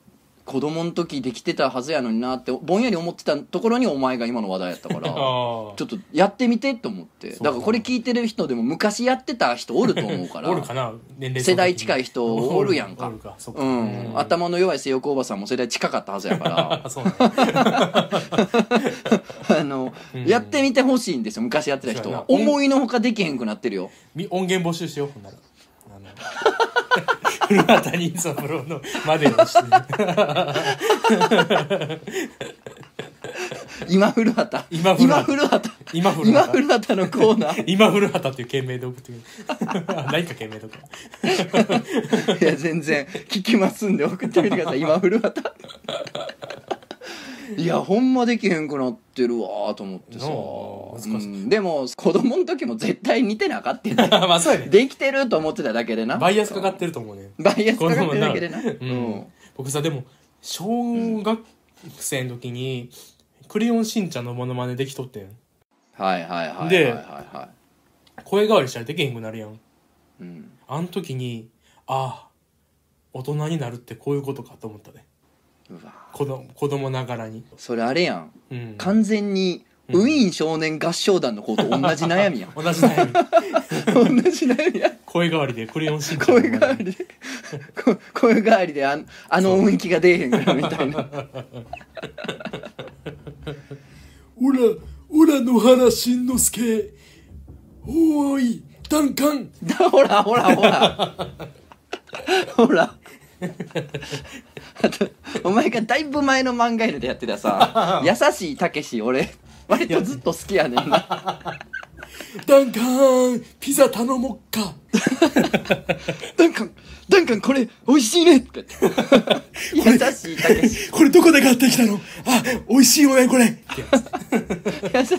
S1: 子供の時できてたはずやのになってぼんやり思ってたところにお前が今の話題やったから
S2: ああ。
S1: ちょっとやってみてと思って
S2: そうか
S1: だからこれ聞いてる人でも昔やってた人おると思うから
S2: おるかな年齢
S1: 世代近い人おるやんか
S2: おるかそっか
S1: うん、頭の弱い性欲おばさんも世代近かったはずやか
S2: あそうなんや
S1: らあの、
S2: うん
S1: やってみてほしいんですよ昔やってた人は
S2: そうやな
S1: 思いのほかできへんくなってるよ
S2: み音源募集しようほんならあの 古畑任三郎のまでをして
S1: 今古畑
S2: 今古畑
S1: 今古畑
S2: 今古
S1: 今
S2: 畑
S1: 古畑のコーナ ー
S2: 今古畑っていう件名で送ってくるあ 何か件名とか
S1: いや全然聞きますんで送ってみてください今古畑いやほんまできへんくなってるわと思ってさ、
S2: なあ難し
S1: うんでも子供の時も絶対似てなかったよね
S2: まあそうやね
S1: できてると思ってただけでな
S2: バイアスかかってると思うね
S1: バイアスかかってるだけでな
S2: うん僕さでも小学生の時に「クレヨンしんちゃん」のモノマネできとってん
S1: はいはいはいはい
S2: で
S1: はいは
S2: 声変わりしたらできへんくなるやん
S1: い、うん、
S2: あの時にああ大人になるってこういうことかと思ったね
S1: うわ
S2: 子供子供ながらに、
S1: それあれやん
S2: うん、
S1: 完全に
S2: うん
S1: ウィーン少年合唱団の子と同じ悩みや ん
S2: 同じ悩み
S1: 同じ悩みやん
S2: 声変わりでクレヨンしんちゃんの
S1: 声
S2: モノ
S1: 変
S2: マ
S1: わ
S2: ネ
S1: り でこ声変わりであんあの雰囲気が出えへんからみたいな
S2: オラ、オラ野原しんのすけ。おーい、ダンカン。
S1: だ ほらほらほらほら あとお前がだいぶ前の漫画犬でやってた さ「優しいたけし」俺割とずっと好きやねんな
S2: ダンカン、ピザ頼もっか。
S1: 「ダンカンダンカンこれ美味しいね」って 優しいたけし
S2: これどこで買ってきたのあ、美味しいよね、これ。い
S1: 優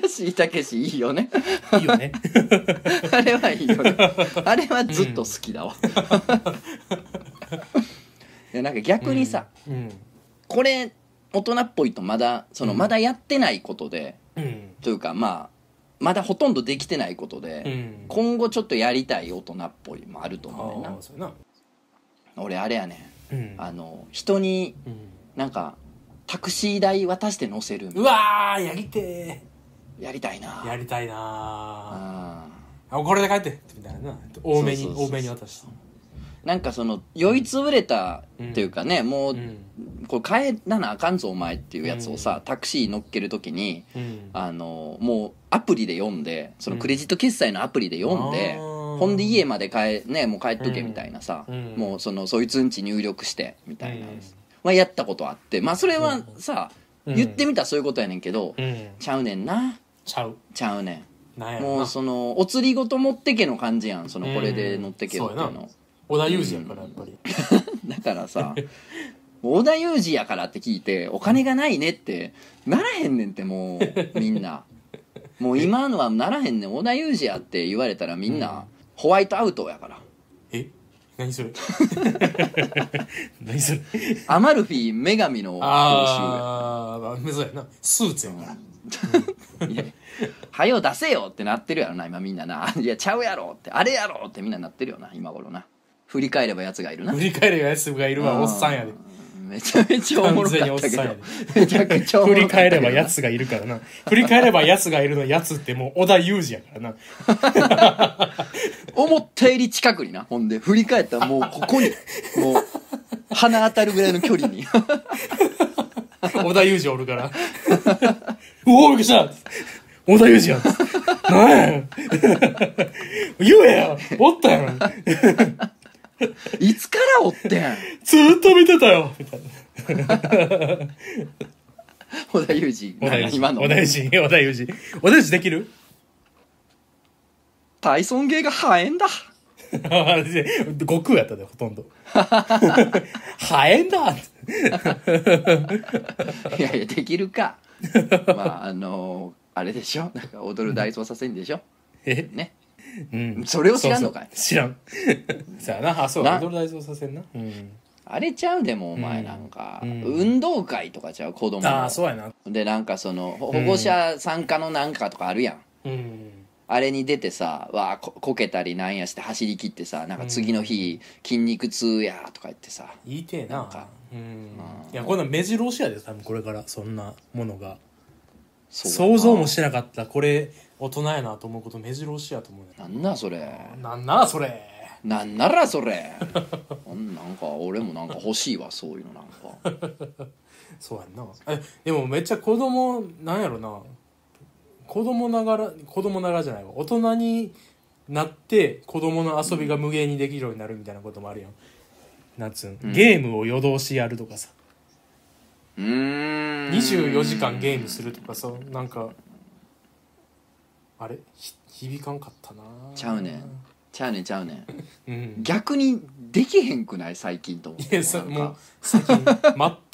S1: しいたけしいいよね
S2: いよね。
S1: あれはいいよねあれはずっと好きだわ、 いやなんか逆にさ、
S2: うん。
S1: これ大人っぽいとまだその、
S2: うん
S1: まだやってないことで
S2: うん。
S1: というかまあまだほとんどできてないことで、
S2: うん。
S1: 今後ちょっとやりたい大人っぽいもあると思うねん
S2: あ
S1: な
S2: あ、そうやな。
S1: 俺あれやね
S2: うん
S1: ん。あの人に
S2: うん
S1: なんかタクシー代渡して乗せる
S2: うわー、やりて
S1: やりたいな
S2: ー。やりたいな
S1: あー
S2: ー。あ、これで帰って。みたいな。多めに、
S1: そうそうそうそう
S2: 多めに渡した。
S1: なんかその酔いつぶれたっていうかね、もう、
S2: ん。
S1: これ帰らなあかんぞお前っていうやつをさ、タクシー乗っける時に
S2: うん。
S1: あのもうアプリで読んでそのクレジット決済のアプリで読んで、
S2: あー
S1: ほんで家まで帰,、ね、もう帰っとけみたいなさ、
S2: うん
S1: もうそのそいつんち入力してみたいな、
S2: うん
S1: まあ、やったことあってまあそれはさ、
S2: うん
S1: 言ってみたらそういうことやねんけど、
S2: うん。
S1: ちゃうねんな
S2: ちゃう。
S1: ちゃうね
S2: なんや
S1: ん
S2: ろ
S1: も
S2: な
S1: うそのお釣りごと持ってけの感じやんそのこれで乗ってけよっていう
S2: うんそうや
S1: の、
S2: 織田裕二やからやっぱり、
S1: だからさ織田裕二やからって聞いてお金がないねってならへんねんってもうみん なもう今のはならへんねん織田裕二やって言われたらみんな、
S2: うん
S1: ホワイトアウトやから
S2: え何それ何それ
S1: アマルフィ女神の報
S2: あーあそうやなスーツやから
S1: 酬やいやはよ出せよってなってるやろな今みんなないやちゃうやろってあれやろってみんななってるよな今頃な振り返ればやつがいるな
S2: 振り返ればやつがいるわおっさんやで
S1: めちゃめちゃおもろかったけど
S2: 完全におっ
S1: めちゃくちゃおも
S2: 振
S1: ろか
S2: り
S1: ったけ
S2: 返
S1: ど
S2: ればやつがいるからな振り返ればやつがいるのやつってもう織田裕二やからな
S1: 思ったより近くになほんで振り返ったらもうここ にもう鼻当たるぐらいの距離に
S2: 織田裕二おるから うおびっくりした織田裕二や何や言えやおったやん
S1: いつからおってん
S2: ずーっと見てたよみたいな
S1: 織田裕
S2: 織田
S1: 二
S2: 裕
S1: 今
S2: 二
S1: の
S2: 織田 裕二織田裕二織田裕二できる
S1: 体操芸がハエんだ
S2: あで悟空やったでほと んどハエンだって
S1: いやいやできるかまああのあれでしょなんか踊る大捜査線でしょ
S2: え
S1: ね
S2: うん
S1: それを知らんのかい
S2: そうそう知らん そやなあそう
S1: な
S2: 踊る大捜査線な、うん、
S1: あれちゃうでもお前なんか、
S2: うん
S1: 運動会とかちゃう子供
S2: ああ
S1: の
S2: そうやな
S1: でなんかそのほ保護者参加のなんかとかあるやん
S2: うん
S1: あれに出てさわあここけたりなんやして走り切ってさなんか次の日筋肉痛やとか言ってさ
S2: 言いてえな
S1: なんか
S2: うん
S1: あー
S2: いやこんなん目白押しやで多分これからそんなものが
S1: そうやな
S2: 想像もしてなかったこれ大人やなと思うこと目白押しやと思うね
S1: なんなそれ
S2: なんなあそれ
S1: なんならそ れなんなんか俺もなんか欲しいわそういうの なんか
S2: そうやんなえでもめっちゃ子供なんやろな子供ながら子供ながらじゃないわ大人になって子供の遊びが無限にできるようになるみたいなこともあるやんなんつうん、ゲームを夜通しやるとかさ
S1: うーん
S2: 24時間ゲームするとかさなんかあれひ響かんかったな
S1: ちゃうねんちゃうねんちゃうねん
S2: うん、
S1: 逆にできへんくない最近と思っ
S2: い
S1: て
S2: やそ
S1: なん
S2: もう
S1: か
S2: 最近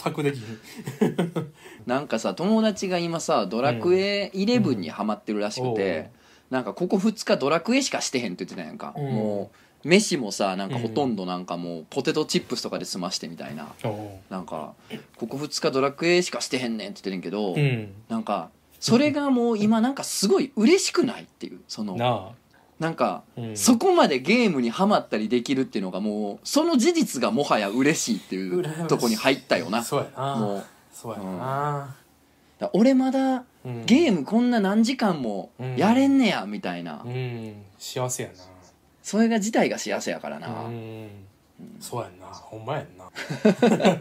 S2: 全くできひん
S1: なんかさ友達が今さ「ドラクエ11」にハマってるらしく
S2: うんおう
S1: て、なんかここ2日ドラクエしかしてへんって言ってたやんか、
S2: うん
S1: もう飯もさなんかほとんどなんかもうポテトチップスとかで済ましてみたいな、
S2: お
S1: なんかここ2日ドラクエしかしてへんねんって言ってるんけど、
S2: ううん
S1: なんかそれがもう今なんかすごい嬉しくないっていうその
S2: なあ、
S1: なんか
S2: うん、
S1: そこまでゲームにはまったりできるっていうのがもうその事実がもはや嬉しいっていう
S2: 羨ましい
S1: とこに入ったよな
S2: そうやな
S1: もう
S2: そうやな、
S1: だ俺まだ
S2: うん
S1: ゲームこんな何時間もやれんねやみたいな
S2: うん幸せや
S1: それが自体が幸せやから
S2: なう
S1: なん
S2: そうやんなほんまやんな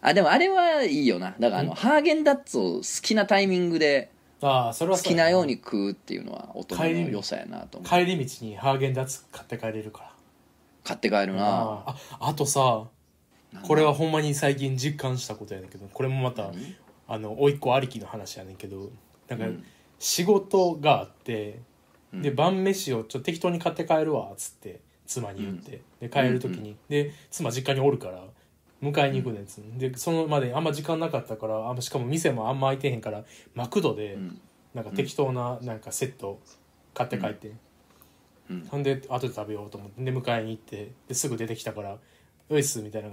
S1: あでもあれはいいよなだからあ
S2: う
S1: のハーゲンダッツを好きなタイミングで
S2: ああそれ
S1: 好
S2: はそ
S1: き
S2: や
S1: なように食うっていうのは大人の良さやなと思う
S2: 帰り道にハーゲンダッツ買って帰れるから
S1: 買って帰るな
S2: あああとさこれはほんまに最近実感したことやねんけどこれもまた
S1: 何
S2: あの甥っ子ありきの話やねんけどなんか
S1: うん
S2: 仕事があって、
S1: うん
S2: で晩飯をちょっと適当に買って帰るわっつって妻に言って、で帰る時に、
S1: うん
S2: で妻実家におるから迎えに行くねんつ、でそのまであんま時間なかったからあんましかも店もあんま空いてへんからマクドで
S1: うん
S2: なんか適当ななんかセット買って帰って、
S1: うん
S2: ほんで後で食べようと思ってで迎えに行ってですぐ出てきたから「ういっす」みたいな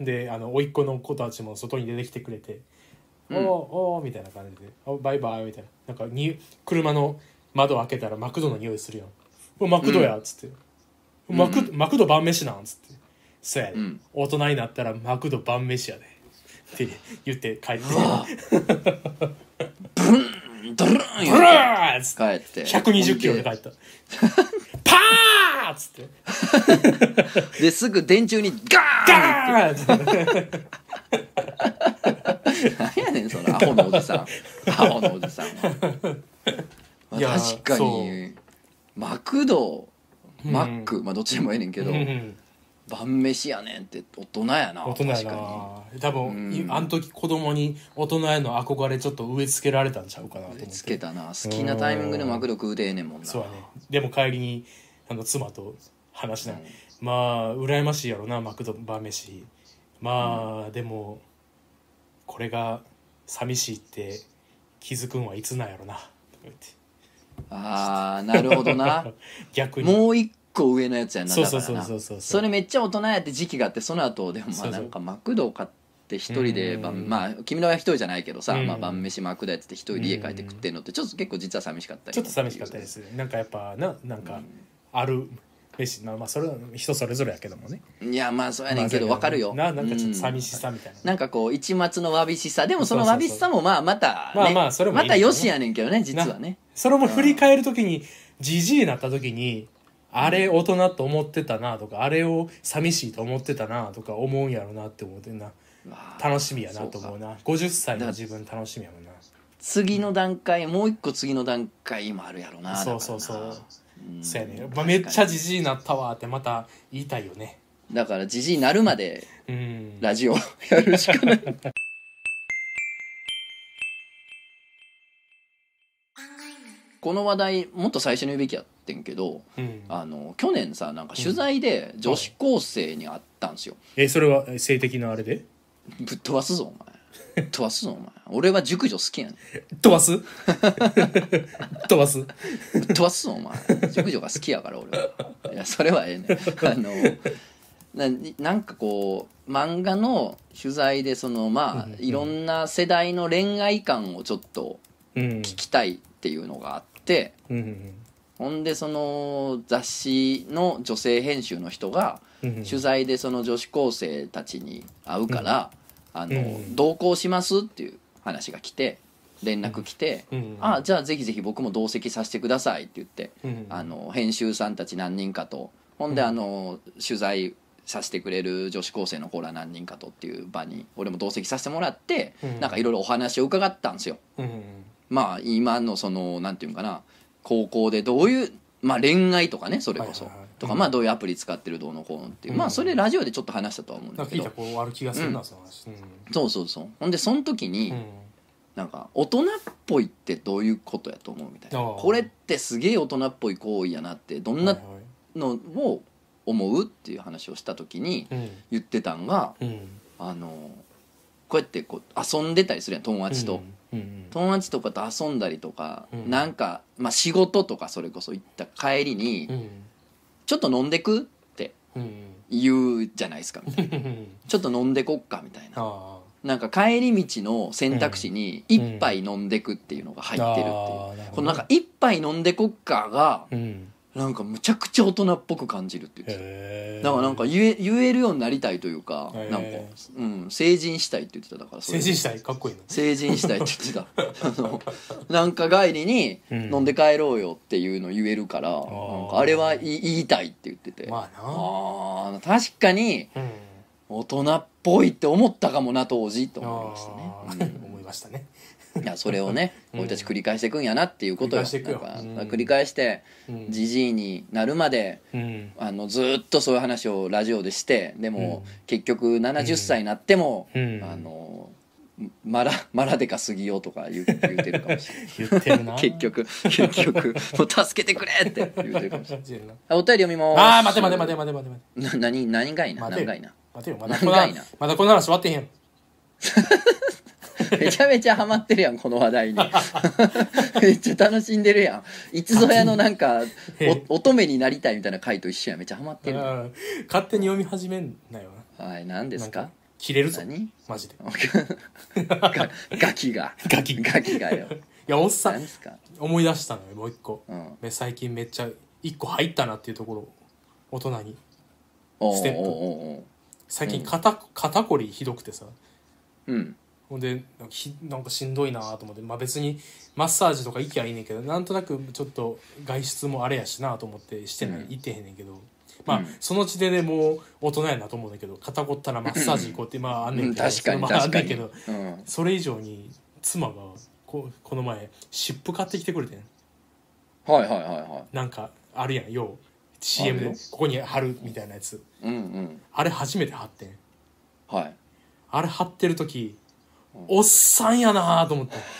S2: であの甥っ子の子たちも外に出てきてくれて「
S1: うん
S2: おーおーみたいな感じで「おバイバイ」みたいななんかに車の窓開けたらマクドの匂いするやん「うわマクドや」っつって、
S1: うん
S2: マク「マクド晩飯なん」っつって「そうやで、
S1: うん
S2: 大人になったらマクド晩飯やで」って言って帰って「
S1: ドルーン
S2: ブラー!」っつっ
S1: 帰
S2: て
S1: って
S2: 120キロで帰った パーッつって
S1: ですぐ電柱にガーン
S2: ガーッつって
S1: 何やねんそのアホのおじさん アホのおじさんは、まあ
S2: いや
S1: 確かにマクド
S2: うん
S1: マック、まあどっちでもええねんけど、
S2: うん
S1: 晩飯やねんって大人やな
S2: 大人や
S1: 確か
S2: な多分、
S1: うん
S2: あの時子供に大人への憧れちょっと植え付けられたんちゃうかなと思っ
S1: に
S2: て
S1: つけたな好きなタイミングでマクド食うてええねんもんな
S2: そうやねでも帰りにあの妻と話しながら、まあ羨ましいやろなマクド晩飯まあ、でもこれが寂しいって気づくんはいつなんやろなとか言って
S1: あーなるほど な
S2: 逆に
S1: もう一個上のやつやな
S2: そう
S1: だか
S2: そう
S1: ら
S2: そう
S1: な
S2: そうそう
S1: それめっちゃ大人やって時期があってその後でもま
S2: そうそ
S1: あ
S2: う
S1: なんかマクドを買って一人で
S2: うん
S1: 晩まあ君のは一人じゃないけどさ、
S2: うん
S1: まあ、晩飯マクドやってて一人で家帰って食ってんのってちょっと結構実は寂しかったり
S2: ちょっと寂しかったでするなんかやっぱななんかある飯まあまあそれは人それぞれやけどもね
S1: いやまあそうやねんけど
S2: まあ
S1: わかるよ
S2: ななんかちょっと寂し
S1: うん
S2: さみたいな、
S1: なんかこう一抹のわびしさでもその
S2: そうそうそう
S1: わびしさもまあまた、ね、
S2: まあまあそれもいい
S1: またよしやねんけどね実はね
S2: それも振り返る時にじじいになった時にあれ大人と思ってたなとかあれを寂しいと思ってたなとか思うんやろなって思ってんな楽しみやなと思うな50歳の自分楽しみやもんな
S1: 次の段階もう一個次の段階もあるやろな
S2: そうそうそう
S1: だからなうん
S2: そうやね、まあ、めっちゃじじいになったわってまた言いたいよね
S1: だからじじいになるまで
S2: うん
S1: ラジオ やるしかないこの話題もっと最初に言うべきやってんけど
S2: うん
S1: あの去年さなんか取材で女子高生に会ったんですよ、
S2: えそれはえ性的なあれで
S1: ぶっ飛ばすぞお前ぶっ飛ばすぞお前俺は熟女好きやねん
S2: 飛ばす飛ばす
S1: ぶっ飛ばすぞお前熟女が好きやから俺はいやそれはええね んあのななんかこう漫画の取材でそのまあ
S2: うんうん
S1: いろんな世代の恋愛観をちょっと
S2: うん
S1: 聞きたいっていうのがあって
S2: うん
S1: ほんでその雑誌の女性編集の人が
S2: うんうん
S1: 取材でその女子高生たちに会うから、あの
S2: うん
S1: 同行しますっていう話が来て連絡来て「
S2: うん
S1: あじゃあぜひぜひ僕も同席させてください」って言って
S2: うん
S1: あの編集さんたち何人かとほんで
S2: うん
S1: あの取材させてくれる女子高生の子ら何人かとっていう場に俺も同席させてもらって
S2: うん
S1: なんかいろいろお話を伺ったんですよ。
S2: うんうん
S1: まあ今のそのなんていうんかな高校でどういう、まあ、恋愛とかねそれこそ、
S2: はいはいはい
S1: と
S2: う
S1: か
S2: ん
S1: まあどういうアプリ使ってるどうのこうのっていう、
S2: うん
S1: まあそれラジオでちょっと話したとは思うんだ
S2: なんか
S1: け
S2: 聞い
S1: ど
S2: たことある気がするな、
S1: うん
S2: その話。
S1: そうそうそうほんでその時に、
S2: うん。うん
S1: なんか大人っぽいってどういうことやと思うみたいな
S2: あー
S1: これってすげえ大人っぽい行為やなってどん
S2: は
S1: ない
S2: はい
S1: のを思うっていう話をした時に
S2: うん
S1: 言ってたんが
S2: うん
S1: あのこうやってこう遊んでたりするやん友達と。
S2: うんうん
S1: 友達とかと遊んだりとか、
S2: うん
S1: なんか、まあ、仕事とかそれこそ行った帰りに、
S2: うん
S1: ちょっと飲んでくって
S2: うん
S1: 言うじゃないですかみたいな
S2: うんうん
S1: ちょっと飲んでこっかみたいな
S2: あ
S1: なんか帰り道の選択肢に一杯飲んでくっていうのが入ってるっていう、
S2: あーなるほど
S1: このなんか一杯飲んでこっかが
S2: ーうん
S1: なんかむちゃくちゃ大人っぽく感じるって言って
S2: へ
S1: ただ
S2: ー
S1: からなんか言え言えるようになりたいというか、
S2: へー
S1: なんか、うん、成人したいって言ってただからそれ
S2: 成人したいかっこいいな
S1: 成人したいって言ってた あのなんか帰りに
S2: うん
S1: 飲んで帰ろうよっていうの言えるから、
S2: ー
S1: なんかあれは言い言いたいって言ってて、
S2: まあ
S1: あー確かに
S2: なうん
S1: 大人っぽいって思ったかもな当時と思いま
S2: あ
S1: したね
S2: ー思いましたね
S1: うん。いやそれをね
S2: うん
S1: 俺たち繰り返していくんやなっていうこと
S2: 繰り返していくよ
S1: なんか
S2: うん
S1: 繰り返して
S2: うん
S1: じじいになるまで
S2: うん
S1: あのずーっとそういう話をラジオでしてでも、
S2: うん
S1: 結局70歳になっても、
S2: うん
S1: あのマ ラマラデカ杉よとか言う言うてるかも しれない
S2: 言ってるな
S1: 結局結局 もう助けてくれって言うてる かもしれない
S2: 言ってるな
S1: あお便り読みます
S2: あー待て待て待て待て待て待て
S1: な何何がいな
S2: 待て
S1: 何が
S2: よ
S1: いな
S2: 待てよまだこんな
S1: 長いな
S2: まだこんな話終わってへんやん
S1: めちゃめちゃハマってるやんこの話 題にめっちゃ楽しんでるやんいつぞやのなんかお乙女になりたいみたいな回と一緒やんめっちゃハマってる
S2: うん勝手に読み始めんなよな
S1: はい何です
S2: なん
S1: か
S2: 切れるぞ
S1: 何
S2: マジでい
S1: ガガキが
S2: ガキ
S1: ガキがよ
S2: やおっさ
S1: 何
S2: ん
S1: ですか
S2: 思い出したのよもう一個
S1: うん
S2: め最近めっちゃ一個入ったなっていうところ大人に
S1: おう
S2: ステップ
S1: おうおうおう
S2: 最近
S1: うん
S2: 肩,、肩こりひどくてさ
S1: うん
S2: ほんでなんかひなんかしんどいなと思って、まあ、別にマッサージとか行きゃいいねんけどなんとなくちょっと外出もあれやしなと思ってしてない、
S1: うん
S2: 行ってへんねんけどまあ、
S1: うん
S2: そのうちでねもう大人やなと思うんだけど肩こったらマッサージ行こうってまああんね
S1: うんん
S2: けど
S1: 確かに
S2: それもあ
S1: 確
S2: ん
S1: か
S2: ねん
S1: に
S2: け
S1: う
S2: ど
S1: ん
S2: それ以上に妻がここの前湿布買ってきてくれてん
S1: はいはいはいは
S2: なんかあるやんよう CM
S1: あ
S2: の
S1: れ
S2: ここに貼るみたいなやつ
S1: いうんうん
S2: あれ初めて貼ってん
S1: はい
S2: あれ貼ってる時おっさんやなと思って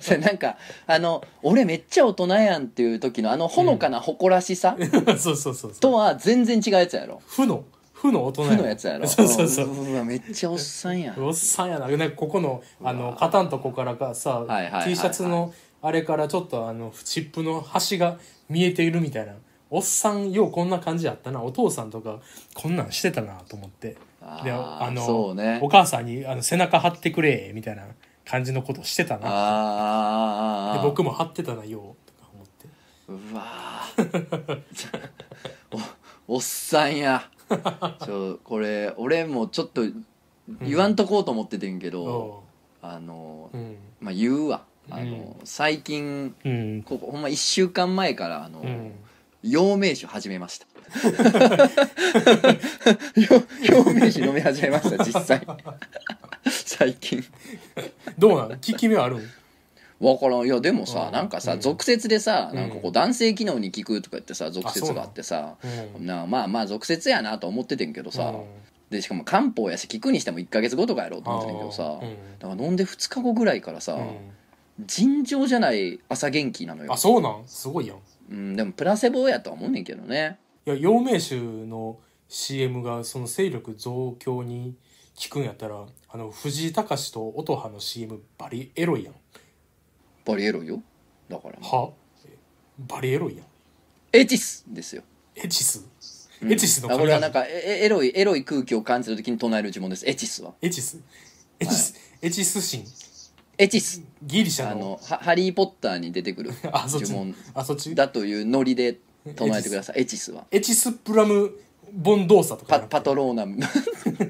S1: それなんかあの俺めっちゃ大人やんっていう時のあのほのかな誇らしさ
S2: そうそうそうそう
S1: とは全然違うやつやろ
S2: 負の負の大人
S1: 負のやつやろ
S2: そうそうそう
S1: うわめっちゃおっさんやん
S2: おっさんやななんかここのあ
S1: う
S2: の
S1: わ
S2: 肩のとこからがさ、
S1: いはいはいはい
S2: T シャツのあれからちょっとあのチップの端が見えているみたいなおっさんようこんな感じやったなお父さんとかこんなんしてたなと思ってで
S1: あー
S2: あの
S1: そうね
S2: お母さんにあの背中張ってくれみたいな感じのことしてた
S1: あ
S2: な
S1: ーあーあー
S2: で
S1: あー
S2: 僕も張ってたなようとか思って
S1: うわー おおっさん やちょこれ俺もちょっと言わんとこうと思っててんけど、
S2: お
S1: あの
S2: ううん
S1: まあ言うわあの、最近
S2: うん
S1: ここほんま1週間前からあの、
S2: うん
S1: 陽明酒始めました 陽陽明酒飲み始めました実際 最近
S2: どうなん効き目は あるん
S1: わからんいやでもさ、
S2: うん
S1: なんかさ、
S2: うん
S1: 俗説でさなんかこ
S2: う
S1: う男性機能に効くとか言ってさ俗説があってさ
S2: うん
S1: なまあまあ俗説やなと思っててんけどさ、
S2: う
S1: でしかも漢方やし効くにしても1か月後とかやろうと思っててんけど
S2: あ
S1: さ、
S2: ー
S1: だから飲んで2日後ぐらいからさ、
S2: んうん
S1: 尋常じゃない朝元気なのよ
S2: あ、そうなんすごいやんい
S1: うん、でもプラセボやとは思うねんけどね
S2: や陽明酒の CM がその勢力増強に効くんやったらあの藤井隆と音羽の CM バリエロいやん
S1: バリエロいよだから
S2: はバリエロいやん
S1: エチスですよ
S2: エチス
S1: うん
S2: エチスの
S1: あこ
S2: 神
S1: れは
S2: 々
S1: なんかええエロいエロい空気を感じる時に唱える呪文ですエチスは
S2: エチスエチスエチス神
S1: エチス
S2: ギリシ
S1: あ
S2: ャの
S1: のハハリー・ポッターに出てくる
S2: あそっ
S1: 呪
S2: ち
S1: 文
S2: あそっち
S1: だというノリで唱えてくださいエチスは
S2: エチスプラムボンドーサと
S1: パ
S2: かじゃなくて
S1: パトローナム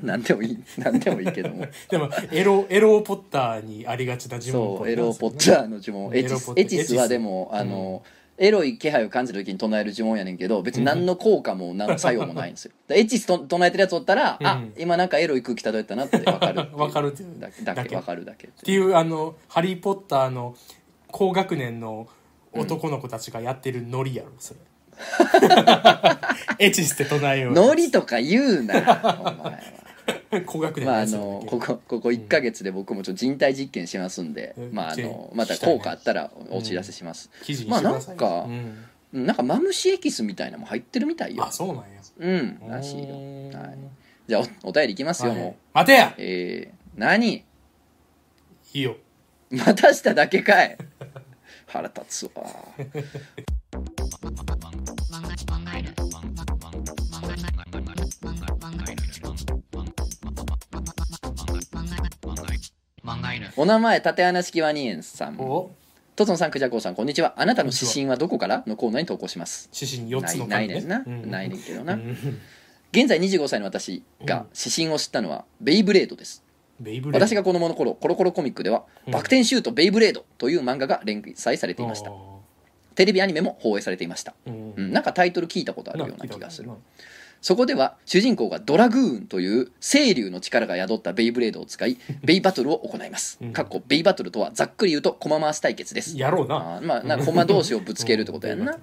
S1: なんでもいいなんでもいいけども
S2: でもエロエローポッターにありがちな呪文っ
S1: そ
S2: ぽ
S1: う
S2: い
S1: エ
S2: な
S1: ロポッターの呪文
S2: エ
S1: エ
S2: ロ
S1: チ
S2: ポ
S1: ス
S2: ッター
S1: エチスはでもあの、エロい気配を感じる時に唱える呪文やねんけど別に何の効果も何の作用もないんで すよだエチスと唱えてるやつおったら、
S2: う
S1: あ
S2: ん
S1: 今なんかエロい空気漂ったなって分かるっていう
S2: わかるっていう
S1: だけだ
S2: だけ
S1: け分かるだけ
S2: っていうあの「ハリー・ポッター」の高学年の男の子たちがやってるノリやろそれ、エチスって唱えよう
S1: ノリとか言うなお前 は
S2: 高学年
S1: まああ
S2: やつや
S1: の
S2: けど
S1: ここここ1か月で僕もちょっと人体実験しますんで、
S2: うん
S1: まああ
S2: ぜ
S1: のまた
S2: したいね
S1: 効果あったらお知らせします、
S2: 記事にしてください
S1: まあなんか
S2: うん
S1: うんなんかマムシエキスみたいなのも入ってるみたいよ
S2: あ、そうなんや。
S1: うんらしいよ
S2: よ
S1: はいじゃあおお便りいきますよ、もう
S2: 待てや
S1: えー、何
S2: いいよ。
S1: またしただけかい腹立つわお名前立穴式ワニエンさん
S2: お
S1: とつのさんくじゃこうさんこんにちはあなたの指針はどこからのコーナーに投稿します
S2: 指針4つの
S1: ないないねんな、
S2: うん
S1: ないねんけどな、
S2: うん
S1: 現在25歳の私が指針を知ったのはベイブレードです
S2: ベイブレード
S1: 私が子供の頃コロコロコミックでは「
S2: うん
S1: バク転シュートベイブレード」という漫画が連載されていました
S2: あ
S1: テレビアニメも放映されていました、
S2: ーうん
S1: うん、なんかタイトル聞いたことある
S2: な
S1: よ
S2: ん
S1: う
S2: か
S1: な
S2: 聞
S1: 気
S2: いたこと
S1: が
S2: あ
S1: す
S2: る
S1: る
S2: な
S1: そこでは主人公がドラグーンという清流の力が宿ったベイブレードを使いベイバトルを行います
S2: うん
S1: かっこベイバトルとはざっくり言うと駒回し対決です
S2: やろうな。
S1: あーまあなんか駒同士をぶつけるってことやんな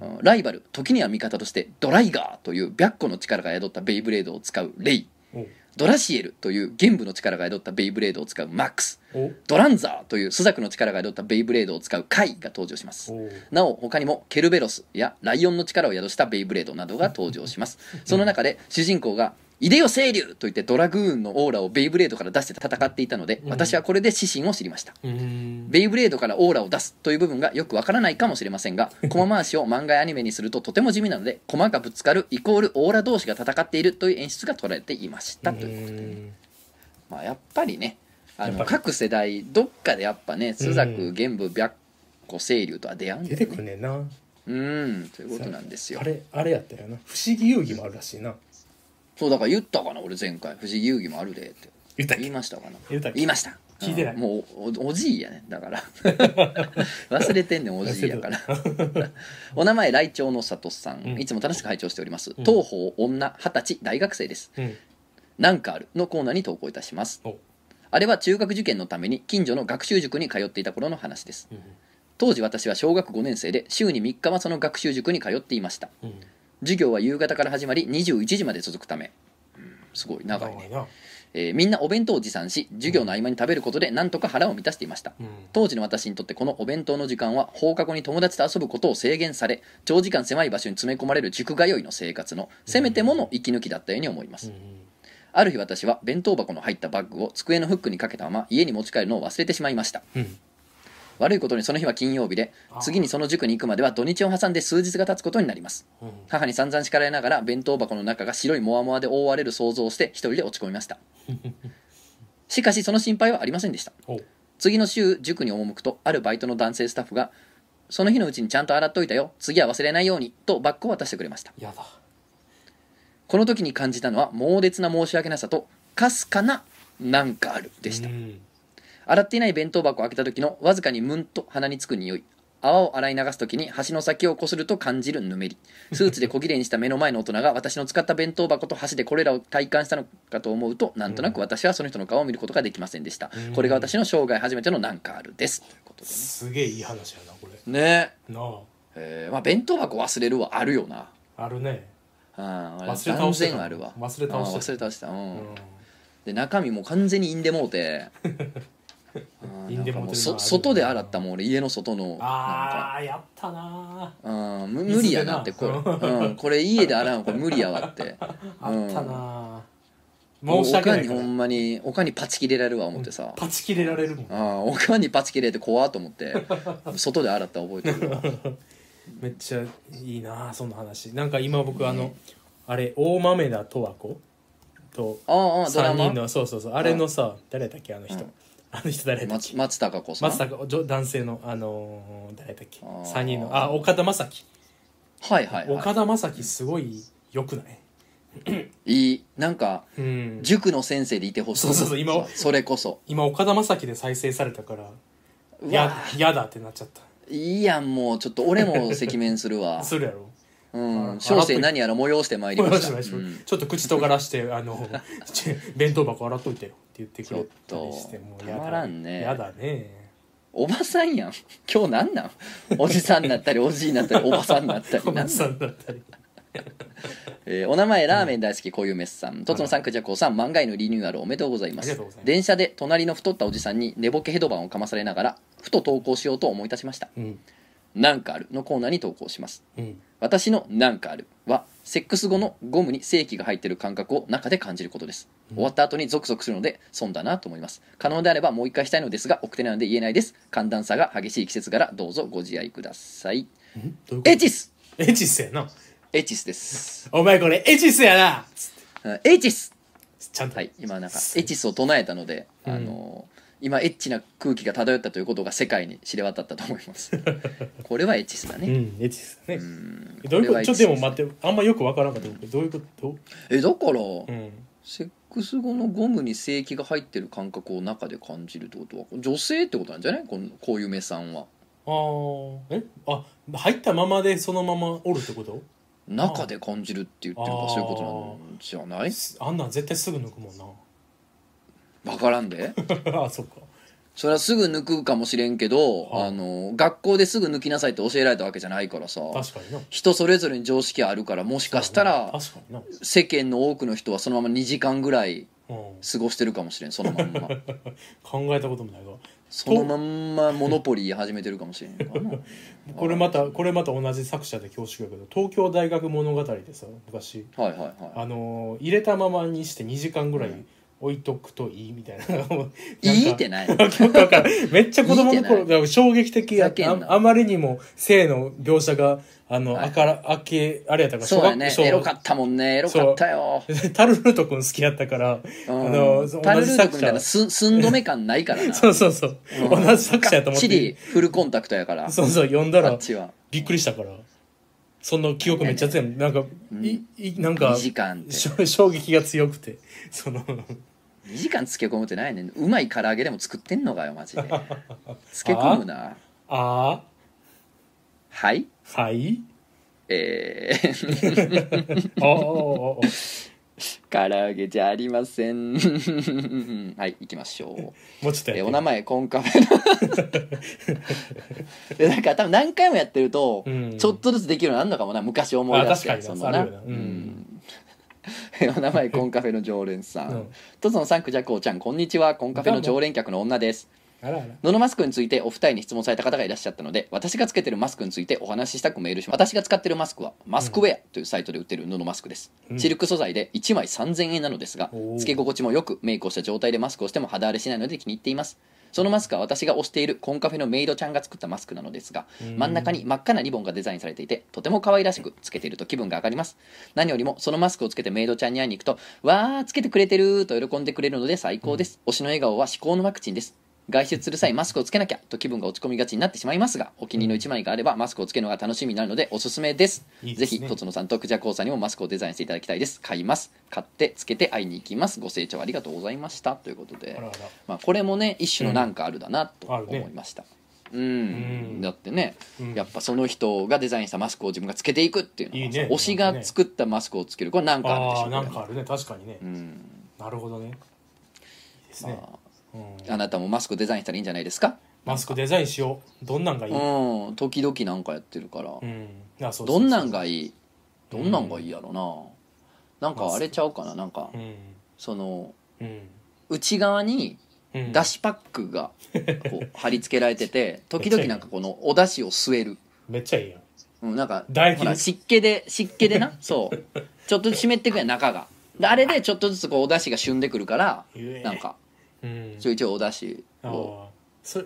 S2: うん
S1: うんライバル時には味方としてドライガーという白虎の力が宿ったベイブレードを使うレイドラシエルという玄武の力が宿ったベイブレードを使うマックス
S2: おお
S1: ドランザーというスザクの力が宿ったベイブレードを使うカイが登場します
S2: お
S1: なお他にもケルベロスやライオンの力を宿したベイブレードなどが登場しますその中で主人公が「イデオ清流!」と言ってドラグーンのオーラをベイブレードから出して戦っていたので
S2: うん
S1: 私はこれで指針を知りました
S2: うん
S1: ベイブレードからオーラを出すという部分がよくわからないかもしれませ んがコマ回しを漫画やアニメにするととても地味なのでコマがぶつかるイコールオーラ同士が戦っているという演出が取られていましたということでねまあ、やっぱりねあ
S2: やっ
S1: の
S2: ぱり
S1: 各世代どっかでやっぱね朱
S2: う
S1: 雀
S2: ん
S1: 玄武白虎清流とは出会うん
S2: 出
S1: だ
S2: て
S1: よね
S2: くんねんな。
S1: うんということなんですよ
S2: あれ、あれやったよな。不思議遊戯もあるらしいな。
S1: そうだから言ったかな俺前回「不思議遊戯もあるで」って
S2: 言ったっ
S1: 言
S2: け
S1: いましたかな
S2: 言ったっけ
S1: 言いました
S2: 聞いてない
S1: うんもうおおおじいやねだから 忘れてんねんおじいやからお名前来鳥の里さん、
S2: うん
S1: いつも楽しく拝聴しております、
S2: うん
S1: 東方女二十歳大学生です
S2: うん。
S1: なんかあるのコーナーに投稿いたします
S2: お
S1: あれは中学受験のために近所の学習塾に通っていた頃の話です
S2: うん
S1: 当時私は小学5年生で週に3日はその学習塾に通っていました
S2: うん。
S1: 授業は夕方から始まり21時まで続くため、うん、すごい長いね、
S2: な。
S1: えーみんなお弁当を持参し授業の合間に食べることでなんとか腹を満たしていました
S2: うん。
S1: 当時の私にとってこのお弁当の時間は放課後に友達と遊ぶことを制限され長時間狭い場所に詰め込まれる塾通いの生活のせめてもの息抜きだったように思います
S2: うん
S1: ある日私は弁当箱の入ったバッグを机のフックにかけたまま家に持ち帰るのを忘れてしまいました
S2: うん。
S1: 悪いことにその日は金曜日で
S2: あ
S1: 次にその塾に行くまでは土日を挟んで数日が経つことになります
S2: うん
S1: 母に散々叱られながら弁当箱の中が白いモワモワで覆われる想像をして一人で落ち込みましたしかしその心配はありませんでした
S2: お
S1: 次の週塾に赴くとあるバイトの男性スタッフが「その日のうちにちゃんと洗っといたよ次は忘れないように」とバッグを渡してくれました
S2: やだ。
S1: この時に感じたのは猛烈な申し訳なさとかすかななんかあるでした
S2: うん
S1: 洗っていない弁当箱を開けた時のわずかにムンと鼻につく匂い泡を洗い流す時に箸の先をこすると感じるぬめりスーツで小綺麗にした目の前の大人が私の使った弁当箱と箸でこれらを体感したのかと思うとなんとなく私はその人の顔を見ることができませんでした
S2: うん
S1: これが私の生涯初めてのなんかあるですということです
S2: げえいい話やな、これ。
S1: ねね
S2: な
S1: えーまあ弁当箱忘れるはあるよな
S2: あ。あるね。
S1: あ
S2: 忘れ倒してた
S1: 断然あるわ
S2: 忘れ倒してた
S1: あー忘れ倒したうん、
S2: うん
S1: で中身もう完全にインデモーテあー
S2: インデ
S1: な
S2: モーテるな
S1: んかもうそ外で洗ったもん俺家の外のなんか
S2: ああ、やったな。
S1: うんむ無理やなって
S2: 水
S1: こ
S2: でな
S1: れ、う ん、これ家で洗うのこれ無理やわって
S2: あったな。
S1: もう
S2: 申し
S1: 他
S2: 訳ない
S1: に
S2: か
S1: ほ
S2: ら。
S1: んまに他にパチ切れられるわ思ってさ、
S2: パチ切れられるもん
S1: あ。あ他にパチ切れて怖っと思って外で洗った覚えて るわ
S2: めっちゃいいなその話なんか今僕あの、あれ大豆田十和子と
S1: ああああドラ
S2: 3人
S1: マ
S2: のそうそうそうあれのさ誰だっけあの人、
S1: うん
S2: あの人誰だっけ
S1: 松松たか子さん
S2: 松坂女男性のあのー誰だっけ
S1: あー
S2: 3人のあ岡田将生、
S1: はいはい、
S2: 岡
S1: は
S2: 田将生すごいよくない
S1: い、いいなんか
S2: うん
S1: 塾の先生でいてほしい
S2: そうそうそう今
S1: そそれこそ
S2: 今岡田将生で再生されたから
S1: う
S2: や
S1: わ
S2: やだってなっちゃっ
S1: いいやんもうちょっと俺も赤面する
S2: た
S1: わ
S2: するやろ
S1: うん小生何やら催してまいりました、うん
S2: ちょっと口尖らして「あのちょ弁当箱洗っといてよ」って言ってくれ
S1: ち
S2: た
S1: ょっと
S2: りしてもう
S1: たまらんね
S2: やだね
S1: おばさんやん今日なんなんおじさんになったりおじいになったりおばさんになったり
S2: お
S1: なん
S2: ばさんだったり
S1: えーお名前ラーメン大好きこういうメスさんとつのさんくじゃこうさん漫画へのリニューアルおめでとうございま
S2: あり
S1: す
S2: がとうございます
S1: 電車で隣の太ったおじさんに寝ぼけヘドバンをかまされながらふと投稿しようと思い出しました
S2: うん
S1: なんかある」のコーナーに投稿します
S2: うん
S1: 私のなんかあるはセックス後のゴムに精液が入っている感覚を中で感じることです
S2: うん
S1: 終わった後にゾクゾクするので損だなと思います可能であればもう一回したいのですが奥手なので言えないです寒暖差が激しい季節柄どうぞご自愛ください
S2: んどういうこと
S1: エチス
S2: エチスやな
S1: エチス です
S2: お前これエチスやなつって
S1: うんエチス
S2: ちゃんと、
S1: はい今なんかエチスを唱えたので、
S2: うん
S1: あの今エッチな空気が漂ったということが世界に知れ渡ったと思います これはエチスだ
S2: う
S1: ね、
S2: んエチスやね
S1: うん
S2: どういう
S1: こ
S2: こ
S1: れは
S2: と
S1: エ
S2: ちょ
S1: チ
S2: っ
S1: ス
S2: とでも待ってあんまよくわからんかったけどどういうこと
S1: えだから、
S2: うん
S1: セックス後のゴムに精液が入ってる感覚を中で感じるってことは女性ってことなんじゃないこのこういう目さんは
S2: あーえあ入ったままでそのままおるってこと
S1: 中で感じるって言ってるか
S2: あ
S1: ら
S2: ー
S1: そういうことなんじゃない
S2: あんなん 絶対すぐ抜くもん
S1: わからんで
S2: なあそっか
S1: それはすぐ抜くかもしれんけど
S2: はい
S1: あの学校ですぐ抜きなさいって教えられたわけじゃないからさ
S2: 確かにな
S1: 人それぞれに常識あるからもしかしたら
S2: 確かにな、
S1: 世間の多くの人はそのまま2時間ぐらい
S2: うん、
S1: 過ごしてるかもしれんそのまん ま
S2: 考えたこともないが
S1: そのまんまモノポリー始めてるかもしれんからな
S2: これまたこれまた同じ作者で恐縮やけど東京大学物語でさ昔
S1: はいはいはい
S2: あのー入れたままにして2時間ぐらい置いとくといいみたいな なんか
S1: いいってない
S2: だからめっちゃ子供の
S1: いい
S2: 頃
S1: っ
S2: だから衝撃的やっ
S1: ふざけんな
S2: ああまりにも性の描写があの、
S1: はい
S2: あからあけあれやったから
S1: そうやね
S2: 小
S1: エロ
S2: 学
S1: かったもんねエロかったよ
S2: 小タルルート君好きやったから
S1: うん
S2: あのそう
S1: タルル
S2: 同
S1: ー
S2: じ
S1: ト
S2: 作
S1: 君
S2: 者
S1: みたいなす寸止め感ないからな
S2: そうそうそう、
S1: うん
S2: 同じ作者やと
S1: が
S2: 思っ
S1: っちり
S2: て
S1: フルコンタクトやから
S2: そうそう読んだ
S1: あ
S2: ら
S1: っちは
S2: びっくりしたからその記憶めっちゃ強いなんか、いいなんか
S1: 2時間って
S2: しょ衝撃が強くてその
S1: 2時間つけ込むってないねんうまい唐揚げでも作ってんのかよマ ジでつけ込むな
S2: あ
S1: はい
S2: ーはい
S1: えー、
S2: あーあーあー
S1: 唐揚げじゃありません はい行きましょう
S2: もうちょっと
S1: え
S2: や
S1: お
S2: って
S1: 名前コンカフェの えなんか多分何回もやってると、
S2: うん
S1: ちょっとずつできるようになるのかもな昔思い出して
S2: あ確かに
S1: のな
S2: あるよなうん
S1: うんえ お名前コンカフェの常連さん、
S2: うん
S1: とぞのさんくじゃこうちゃんこんにちはコンカフェの常連客の女です
S2: あらあら
S1: ノノマスクについてお二人に質問された方がいらっしゃったので私がつけてるマスクについてお話ししたくメールします私が使ってるマスクはマスクウェアというサイトで売ってる布マスクです、
S2: うん
S1: シルク素材で1枚3000円なのですが
S2: おー
S1: つけ心地もよくメイクをした状態でマスクをしても肌荒れしないので気に入っていますそのマスクは私が推しているコンカフェのメイドちゃんが作ったマスクなのですが
S2: うん
S1: 真ん中に真っ赤なリボンがデザインされていてとても可愛らしくつけていると気分が上がります何よりもそのマスクをつけてメイドちゃんに会いに行くと「わーつけてくれてる!」と喜んでくれるので最高です、推しの笑顔は至高のワクチンです外出する際マスクをつけなきゃと気分が落ち込みがちになってしまいますがお気に入りの一枚があればマスクをつけるのが楽しみになるのでおすすめです
S2: いい
S1: ぜ
S2: です
S1: ひ
S2: ね
S1: とつのさんとクジャコウさんにもマスクをデザインしていただきたいです買います買ってつけて会いに行きますご清聴ありがとうございましたということで
S2: あらあら
S1: まあ、これもね一種のなんかあるだなと
S2: うんある
S1: 思
S2: ね
S1: いました、うん
S2: うん
S1: だってね、
S2: うん
S1: やっぱその人がデザインしたマスクを自分がつけていくっていうのはい
S2: いね
S1: 推しが作ったマスクをつけるこれなんかあるでし
S2: あ
S1: ょ
S2: ー
S1: う
S2: なんかあるね確かにね、
S1: うん
S2: なるほどねいいですね、
S1: ま
S2: うん
S1: あ、あなたもマスクデザインしたらいいんじゃないですか
S2: マスクデザインしようどんなんがいい、
S1: うん時々なんかやってるから、
S2: うんあそうそうそう
S1: どんなんがいいどんなんがいいやろな、なんかあれちゃうかななんか、
S2: うん
S1: その
S2: うん
S1: 内側に
S2: うん
S1: だしパックがこ う貼り付けられてて時々なんかこのお出汁を吸える
S2: めっちゃいいやん
S1: うん、なんか
S2: 唾液
S1: ほら
S2: です
S1: 湿気で湿気 でなそうちょっとずつ湿ってくやん中がであれでちょっとずつこうお出汁が旬でくるから
S2: ゆえ
S1: なんか
S2: うん
S1: ちょいちょいお出汁
S2: あ
S1: を
S2: ーそれ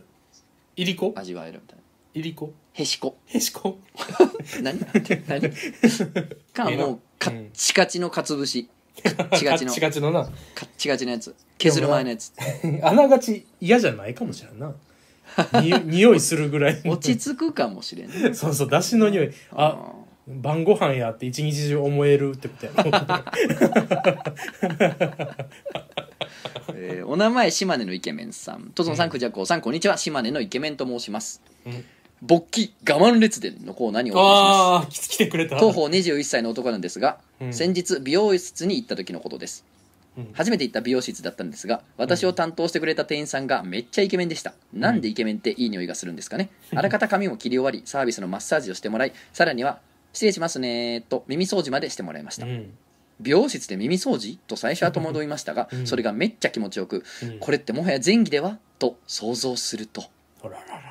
S2: いりこ
S1: 味わえるみたいない
S2: りこ
S1: へしこ
S2: へしこ
S1: 何何か
S2: ええな
S1: もうカ
S2: う
S1: ッ
S2: ん
S1: チカチのかつぶ しカッチガチの
S2: ガチガチのな
S1: カッチガチのやつ削る前のやつ
S2: あながち嫌じゃないかもしれんなに 匂いするぐらいの
S1: 落ち着くかもしれんね
S2: そうそうだしの匂いあ
S1: あ
S2: 晩ご飯やって一日中思えるってことやろ
S1: ーえーお名前島根のイケメンさんとぞのさんくじゃこうさんこんにちは島根のイケメンと申します
S2: うん
S1: 勃起我慢列伝のコーナーにお願いします
S2: ああき来てくれた
S1: 当方21歳の男なんですが、
S2: うん
S1: 先日美容室に行った時のことです
S2: うん
S1: 初めて行った美容室だったんですが私を担当してくれた店員さんがめっちゃイケメンでした、なんでイケメンっていい匂いがするんですかねあらかた髪も切り終わりサービスのマッサージをしてもらいさらには「失礼しますね」と耳掃除までしてもらいまし
S2: う
S1: た、
S2: ん
S1: 美容室で耳掃除と最初は戸惑いましたが、
S2: うん
S1: それがめっちゃ気持ちよく、
S2: うん
S1: これってもはや前儀ではと想像すると
S2: ほららら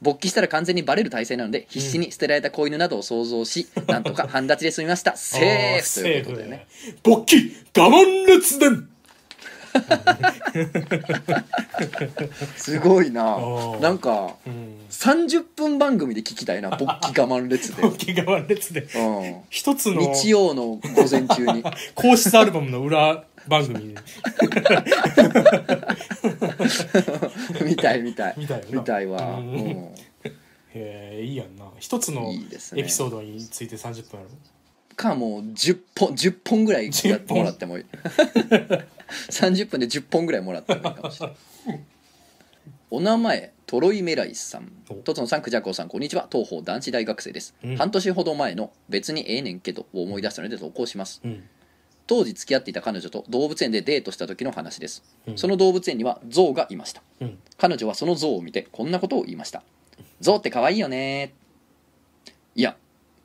S1: 勃起したら完全にバレる体勢なので必死に捨てられた子犬などを想像し、なんとか半立ちで済みま したセーフということでね
S2: セーフ勃起我慢列伝
S1: すごいな
S2: ー
S1: なんか
S2: うん
S1: 30分番組で聞きたいな勃起我慢列で、
S2: 勃起我慢列伝
S1: うん、
S2: 一つの
S1: 日曜の午前中に
S2: 公式アルバムの裏番組
S1: 見たい見 たい
S2: みたいよな
S1: 見たいわ、
S2: うん
S1: うん
S2: へえいいやんな一つの
S1: いいですね
S2: エピソードについて30分やろ
S1: かもう10本10本ぐらい
S2: 10本
S1: もらってもいい30分で10本ぐらいもらってもいいかもしれないお名前トロイメライスさん
S2: お
S1: とつのさんクジャコウさんこんにちは東方男子大学生です、
S2: うん
S1: 半年ほど前の「別にええねんけど」を思い出したので投稿します
S2: うん
S1: 当時付き合っていた彼女と動物園でデートした時の話です、
S2: うん
S1: その動物園には象がいました
S2: うん
S1: 彼女はその象を見てこんなことを言いました「象って可愛いよね」いや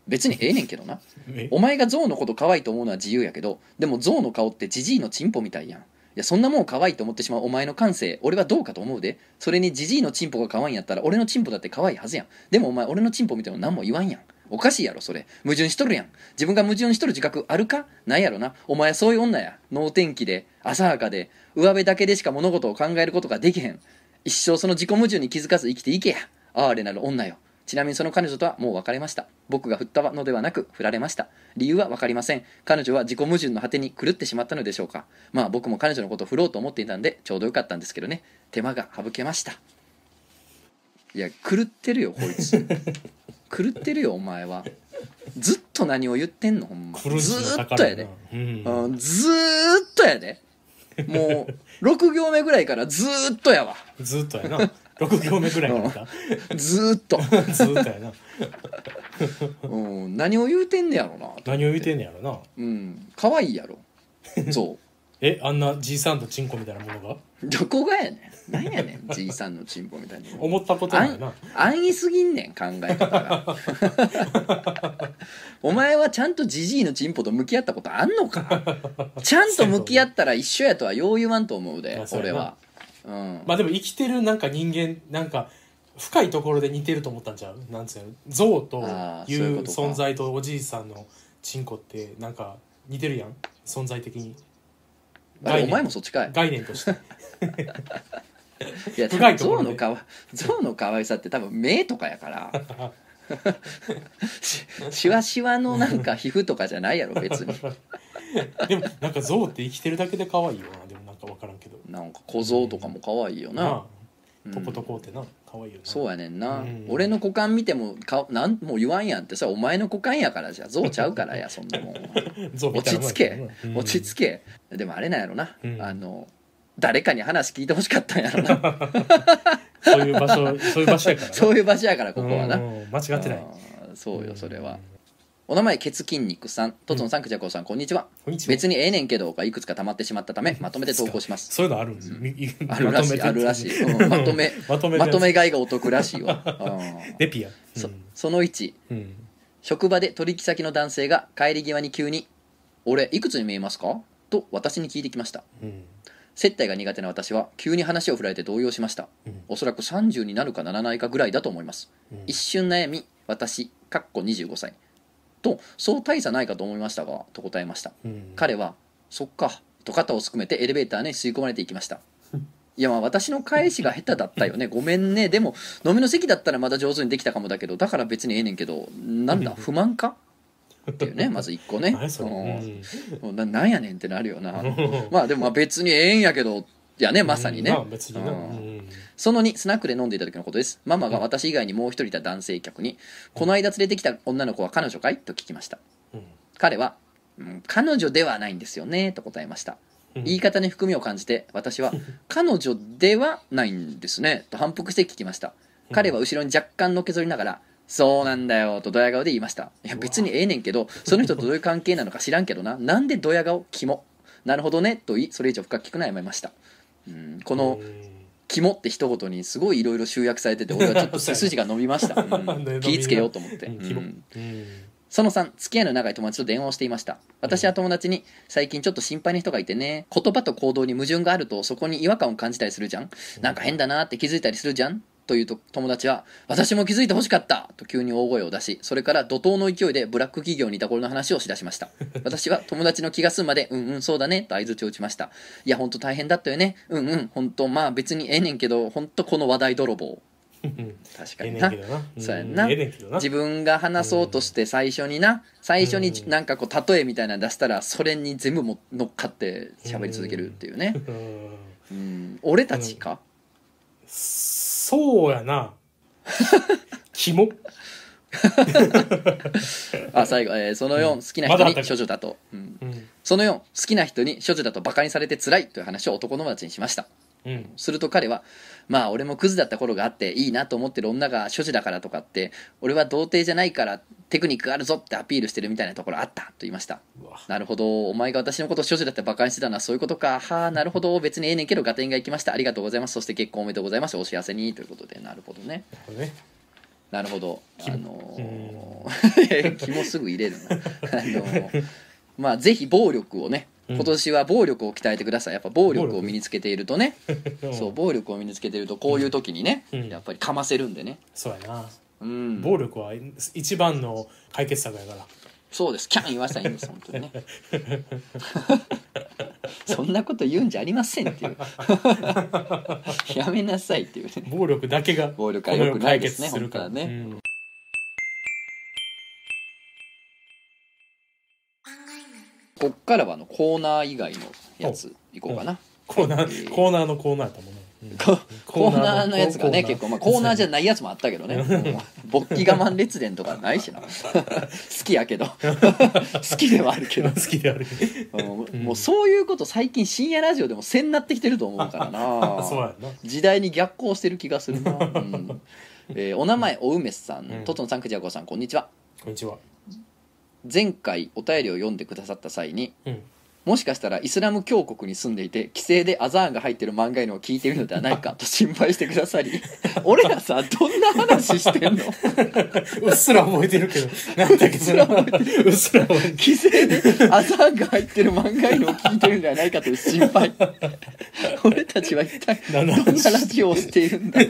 S1: 別にええねんけどな
S2: え
S1: お前が象のこと可愛いと思うのは自由やけどでも象の顔ってジジイのチンポみたいやんいやそんなもん可愛いと思ってしまうお前の感性俺はどうかと思うでそれにジジイのチンポが可愛いんやったら俺のチンポだって可愛いはずやんでもお前俺のチンポ見ても何も言わんやんおかしいやろそれ矛盾しとるやん自分が矛盾しとる自覚あるかないやろなお前そういう女や能天気で浅はかで上辺だけでしか物事を考えることができへん一生その自己矛盾に気づかず生きていけや哀れなる女よちなみにその彼女とはもう別れました僕が振ったのではなく振られました理由は分かりません彼女は自己矛盾の果てに狂ってしまったのでしょうかまあ僕も彼女のことを振ろうと思っていたんでちょうどよかったんですけどね手間が省けましたいや狂ってるよこい つ狂ってるよお前はずっと何を言ってんのほんまず
S2: クルーズの
S1: ーっ
S2: 宝
S1: と
S2: や
S1: や
S2: な
S1: で
S2: うん
S1: うんずーっとやでもう6行目ぐらいからずーっとやわ
S2: ずーっとやな6行目ぐらいからだ
S1: ずーっと、
S2: ずーっとやな
S1: うん、何を言うてんねやろな
S2: 何を言うてんねやろな
S1: うん可愛い やろそう
S2: えあんなじいさんとチンコみたいなものが
S1: どこがやねん何やねんじいさんのチンポみたいに
S2: 思ったことないな
S1: 安易すぎんねん考え方 がお前はちゃんとジジイのチンポと向き合ったことあんのかちゃんと向き合ったら一緒やとはよう言わんと思う
S2: い
S1: で
S2: やそうや
S1: 俺
S2: な
S1: は、うん、
S2: まあでも生きてるなんか人間なんか深いところで似てると思ったんちゃうなんつうの象と
S1: あー
S2: い
S1: そういう
S2: う
S1: ことか
S2: 存在とおじいさんのチンコってなんか似てるやん存在的に
S1: あれお前も
S2: 念
S1: そっちかい
S2: 概念として
S1: いや多
S2: 深い
S1: 分
S2: とこ
S1: 象
S2: ろね
S1: のかわ象の可愛さって多分目とかやから ししわしわのなんか皮膚とかじゃないやろ別に
S2: でもなんか象って生きてるだけで可愛いよなでもなんか分からんけど
S1: なんか小僧とかも可愛いよな、
S2: な
S1: う
S2: あ
S1: ん
S2: トコトコってな可愛いよな
S1: そうやねんな、
S2: うん
S1: 俺の股間見てもかなんも言わんやんってさお前の股間やからじゃ象ちゃうからやそんな もん
S2: 象み
S1: 落
S2: た
S1: ち
S2: いなもん
S1: 着
S2: やから
S1: け
S2: なうん
S1: 落ち着けでもあれなんやろな、
S2: うん
S1: あの誰かに話聞いてほしかったんやろな
S2: そういう場所そういう場所やからな
S1: そういう場所やからここはな、
S2: うん間違ってない
S1: うんそうよそれは、お名前ケツ筋肉さんとつのさんくじゃこうさんこんにちは
S2: こんにちは
S1: 別にええねんけどがいくつか溜まってしまったためまとめて投稿します
S2: そういうのあるんですみ
S1: あるらしいあるらしい、うんまとめ
S2: まとめ
S1: まと
S2: め
S1: め買いがお得らしい わ、うん
S2: レピア
S1: そその1
S2: うんうん
S1: 職場で取引先の男性が帰り際に急に「俺いくつに見えますか?」と私に聞いてきました
S2: うん
S1: 接待が苦手な私は急に話を振られて動揺しました
S2: うん
S1: おそらく30になるかならないかぐらいだと思います
S2: うん
S1: 一瞬悩み私かっこ25歳とそう大差ないかと思いましたがと答えました
S2: うん
S1: 彼は「そっか」と肩をすくめてエレベーターに吸い込まれていきましたいやまあ私の返しが下手だったよねごめんねでも飲みの席だったらまだ上手にできたかもだけどだから別にええねんけどなんだ不満かって いうねまず一個ね
S2: 何それうん
S1: うんななんやねんってなるよな
S2: うん
S1: まあでもまあ別にええんやけどやねまさにね、
S2: うんまあ別にな
S1: う
S2: うんん
S1: その2、スナックで飲んでいた時のことです。ママが私以外にもう一人いた男性客に、この間連れてきた女の子は彼女かいと聞きました。彼は、うん、彼女ではないんですよね、と答えました。
S2: うん
S1: 言い方に含みを感じて、私 は、彼女ではないんですね、と反復して聞きました。彼は後ろに若干のけぞりながら、そうなんだよとドヤ顔で言いましたいや別にええねんけどその人とどういう関係なのか知らんけどななんでドヤ顔キモなるほどねと言いそれ以上深く聞くのはやめましたうんこの
S2: うん
S1: 肝って一言にすごいいろいろ集約されてて俺はちょっと背筋が伸びました、うん
S2: ね
S1: 気ぃつけようと思って、
S2: う
S1: う
S2: んキモうんん
S1: その3付き合いの長い友達と電話をしていました私は友達に「最近ちょっと心配な人がいてね言葉と行動に矛盾があるとそこに違和感を感じたりするじゃんなんか変だなって気づいたりするじゃん」というと友達は「私も気づいてほしかった!」と急に大声を出しそれから怒涛の勢いでブラック企業にいた頃の話をしだしました 私は友達の気が済むまで「うんうんそうだね」と相槌を打ちました「いやほんと大変だったよねうんうんほんとまあ別にええねんけどほんとこの話題泥棒」 確か
S2: ええ
S1: に
S2: ねん
S1: な
S2: けどな。ん
S1: そうやんな
S2: ええねんけどな。
S1: 自分が話そうとして最初にな最初に
S2: うん
S1: なんかこう例えみたいなの出したらそれに全部も乗っかって喋り続けるっていうね、
S2: うん
S1: うん、俺たちか、
S2: そう やな。キモ。
S1: あ最後、えーその4、
S2: うん
S1: 好きな
S2: まだ
S1: 人
S2: あった
S1: に処女だと、うん、
S2: うん。
S1: その4好きな人に処女だとバカにされて辛いという話を男友達にしました
S2: うん。
S1: すると彼は「まあ俺もクズだった頃があっていいなと思ってる女が処女だからとかって俺は童貞じゃないからテクニックがあるぞってアピールしてるみたいなところあった」と言いました
S2: うわ
S1: なるほどお前が私のことを処女だってバカにしてたのはそういうことかはあなるほど別にええねんけど合点がいきましたありがとうございますそして結婚おめでとうございますお幸せにということでなるほどね
S2: なるほどね。
S1: なるほどあ
S2: キモ
S1: のー 気もすぐ入れるなあのーまあぜひ暴力をね
S2: うん
S1: 今年は暴力を鍛えてくださいやっぱ暴力を身につけているとねそう
S2: そう。
S1: 暴力を身につけているとこういう時にね、
S2: うん
S1: やっぱりかませるんでね、
S2: そうやな。
S1: うん、
S2: 暴力は一番の解決策やから。
S1: そうですキャン言わせたらいいんです本当に ねそんなこと言うんじゃありませんっていう やめなさいっていうね
S2: 暴力だけが
S1: 暴力は
S2: この
S1: 良
S2: 世
S1: く
S2: を
S1: ない
S2: 解
S1: です
S2: 決
S1: ね
S2: するから
S1: 本当はね
S2: うん
S1: こっからはあのコーナー以外のやついこうかな
S2: コーナ
S1: え
S2: ー
S1: ー
S2: コーナーのコーナーだもんね。うん
S1: ココーナーのやつがね
S2: コ
S1: 結構、まあ、コーナーじゃないやつもあったけどねもう勃起我慢列伝とか ないしな好きやけど 好きではあるけど
S2: 好きである。
S1: もう
S2: うん
S1: もうそういうこと最近深夜ラジオでもせんなってきてると思うからな
S2: そうやな。
S1: 時代に逆行してる気がするな、うんえーお名前お梅さん、
S2: うん
S1: トトンさんくじゃこさんこんにちは
S2: こんにちは。
S1: 前回お便りを読んでくださった際に
S2: うん。
S1: もしかしたらイスラム教国に住んでいて規制でアザーンが入ってる漫画いうのを聞いているのではないかと心配してくださり俺らさどんな話してんの
S2: うっすら覚えてるけど、なんだっけ、それは。うっすら覚えてる。
S1: 規制でアザーンが入ってる漫画いうのを聞いているのではないかという心 配俺たちは一体
S2: 何の
S1: どんなラ
S2: 話
S1: ジオをしているんだ、え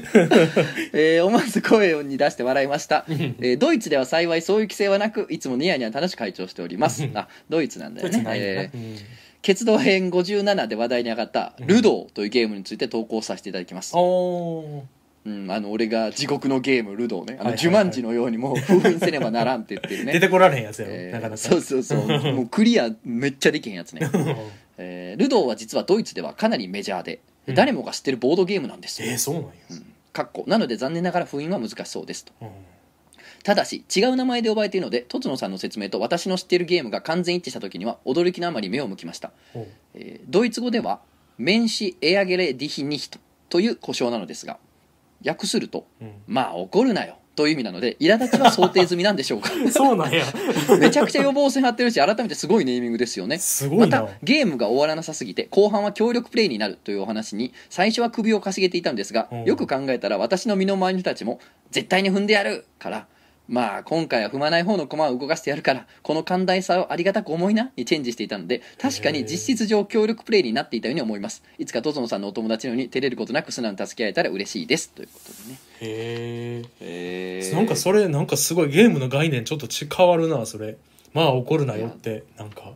S1: ー思わず声に出して笑いました、えードイツでは幸いそういう規制はなくいつもニヤニヤ楽しく会長しておりますあドイツなんだよ
S2: こいつ
S1: ね
S2: ないよな
S1: えー鉄道編57で話題に上がった「ルドー」というゲームについて投稿させていただきます
S2: うん、お
S1: うん、あの俺が地獄のゲーム「ルドーね」あ
S2: は
S1: の
S2: いはいはい
S1: ジュマンジのようにもう封印せねばならんって言ってる
S2: ー
S1: ね
S2: 出てこられへんやつやろ、
S1: えー
S2: なかなか。
S1: そうそうそう もうクリアめっちゃできへんやつね、え
S2: え
S1: ールドーは実はドイツではかなりメジャーで
S2: うん
S1: 誰もが知ってるボードゲームなんですよ、
S2: ー、そうなんや。
S1: かっこなので残念ながら封印は難しそうですと
S2: うん
S1: ただし違う名前で呼ばれているのでとつのさんの説明と私の知っているゲームが完全一致した時には驚きのあまり目を向きました、
S2: おう
S1: えードイツ語では「メンシエアゲレディヒニヒト」という呼称なのですが訳すると
S2: うん
S1: 「まあ怒るなよ」という意味なので苛立ちは想定済みなんでし ょうか
S2: そうなん や。
S1: めちゃくちゃ予防線張ってるし改めてすごいネーミングですよね
S2: すご
S1: ま
S2: いな。
S1: たゲームが終わらなさすぎて後半は協力プレイになるというお話に最初は首をかしげていたんですが、
S2: うん
S1: よく考えたら私の身の回りの人たちも「絶対に踏んでやる!」から「まあ今回は踏まない方の駒を動かしてやるからこの寛大さをありがたく思いな」にチェンジしていたので確かに実質上協力プレイになっていたように思いますいつかトゾノさんのお友達のように照れることなく素直に助け合えたら嬉しいですということでね
S2: へー
S1: へ
S2: なんかそれ、なんかすごいゲームの概念ちょっとち変わるな、それ。まあ怒るなよって、なんか。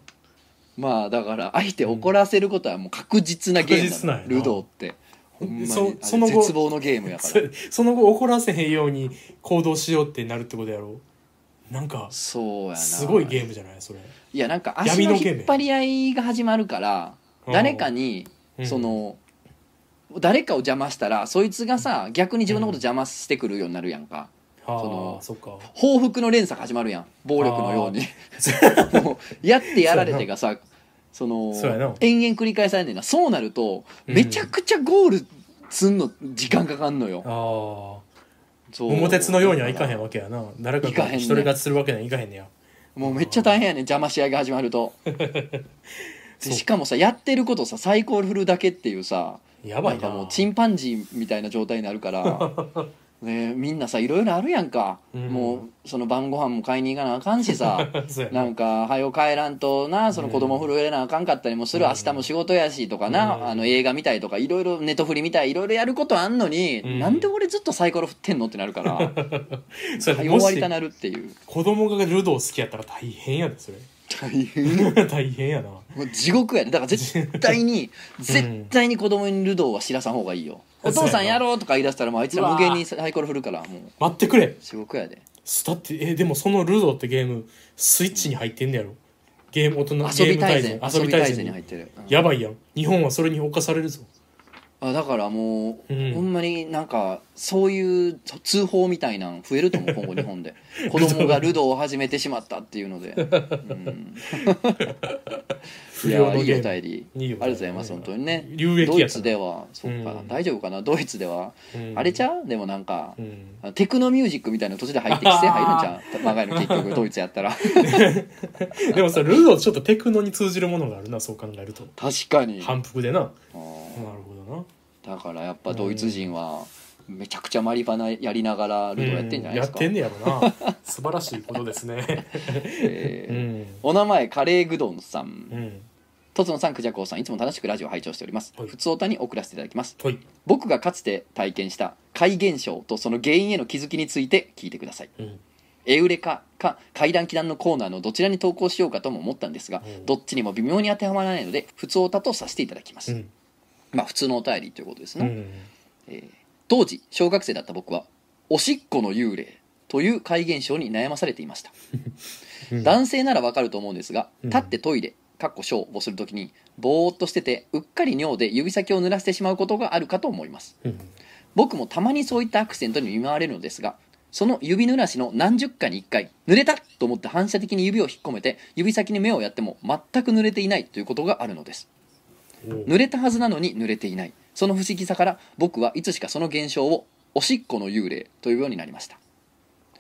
S1: まあだから相手を怒らせることはもう確実なゲーム
S2: 確実なん
S1: な
S2: や
S1: の
S2: な
S1: ルドーってほんまにあ
S2: そ
S1: れ
S2: その後
S1: 絶望のゲームやから
S2: そその後怒らせへんように行動しようってなるってことやろ。なんか、
S1: そうやな
S2: すごいゲームじゃないそれ。
S1: いやなんか足の引っ張り合いが始まるから
S2: うん
S1: 誰かに
S2: うん
S1: その、誰かを邪魔したらそいつがさ逆に自分のこと邪魔してくるようになるやんか、
S2: ああ
S1: その
S2: そっか。
S1: 報復の連鎖が始まるやん暴力のように もうやってやられてがさその
S2: そうやな
S1: 延々繰り返されんねんなそうなると
S2: うん
S1: めちゃくちゃゴールすんの時間かかんのよ、
S2: ああ。
S1: そう
S2: 桃鉄のようにはいかへんわけやな誰か
S1: いかへんね
S2: が一人勝ちするわけにはいかへんねや
S1: もうめっちゃ大変やねん邪魔し合いが始まるとでしかもさやってることさサイコロ振るだけっていうさ
S2: やばい
S1: な
S2: なん
S1: かもうチンパンジーみたいな状態になるからねえみんなさいろいろあるやんか、
S2: うん
S1: もうその晩ご飯も買いに行かなあかんし さ
S2: そうやな
S1: なんか早う帰らんとなその子供震えなあかんかったりもする、
S2: うん
S1: 明日も仕事やしとかな、
S2: うん
S1: あの映画見たいとかいろいろネトフリ見たいいろいろやることあんのに、
S2: うん
S1: なんで俺ずっとサイコロ振ってんのってなるから
S2: そ
S1: 早
S2: うやな
S1: う
S2: も
S1: 終わり
S2: した
S1: なるっていう
S2: 子供がルドー好きやったら大変やでそれ
S1: 大変
S2: 大変やな
S1: もう地獄やねだから絶対に絶対に子供にルドーは知らさん方がいいよ、
S2: うん
S1: お父さんやろうとか言い出したらもうあいつら無限にサイコロ振るからもう
S2: 待ってくれ
S1: 地獄やです
S2: だってえでもそのルドーってゲームスイッチに入ってんねやろゲーム大人
S1: 遊び大
S2: ゲ
S1: 全
S2: ーム
S1: 遊
S2: 遊
S1: び
S2: び大
S1: 大
S2: 全
S1: 全
S2: に
S1: に入ってる、うん
S2: やばいやん日本はそれに侵されるぞ
S1: あだからもう、
S2: うん
S1: ほんまになんかそういう通報みたいなん増えると思う今後日 本で子供がルドーを始めてしまったっていうので、うん、
S2: 不良の
S1: い
S2: ゲ
S1: や
S2: ー
S1: いいお便
S2: ム
S1: り
S2: いいよ
S1: ありがとうございます本当にね
S2: 有益
S1: ド
S2: や
S1: イツではそっか、
S2: うん
S1: 大丈夫かなドイツでは、あれち
S2: ゃ
S1: ゃうでもなんか
S2: う、ん、
S1: あのテクノミュージックみたいなの途中で入って規制入るんじゃん 長いの結局ドイツやったら
S2: でもさルドーちょっとテクノに通じるものがあるなそう考えると
S1: 確かに
S2: 反復でなな
S1: あー
S2: るほどな
S1: だからやっぱドイツ人はめちゃくちゃマリファナやりながらルドやってんじゃないですか、
S2: うんやってんねやろな素晴らしいことですね
S1: え
S2: う
S1: ー
S2: ん
S1: お名前カレーグドンさん
S2: うん
S1: とつのさんくじゃこうさんいつも楽しくラジオを拝聴しております
S2: はい
S1: 普通おたに送らせていただきます
S2: とい
S1: 僕がかつて体験した怪現象とその原因への気づきについて聞いてください
S2: うん
S1: エウレカか怪談祈談のコーナーのどちらに投稿しようかとも思ったんですが
S2: うん
S1: どっちにも微妙に当てはまらないので普通おたとさせていただきま
S2: う
S1: す、
S2: ん
S1: まあ普通のお便りということです
S2: う
S1: ね、
S2: ん
S1: えー当時小学生だった僕はおしっこの幽霊という怪現象に悩まされていました
S2: うん
S1: 男性ならわかると思うんですが
S2: うん
S1: 立ってトイレかっこ小をするときにぼーっとしててうっかり尿で指先を濡らしてしまうことがあるかと思います
S2: うん
S1: 僕もたまにそういったアクセントに見舞われるのですがその指濡らしの何十回に1回濡れたと思って反射的に指を引っ込めて指先に目をやっても全く濡れていないということがあるのです
S2: おう
S1: 濡れたはずなのに濡れていないその不思議さから僕はいつしかその現象をおしっこの幽霊というようになりました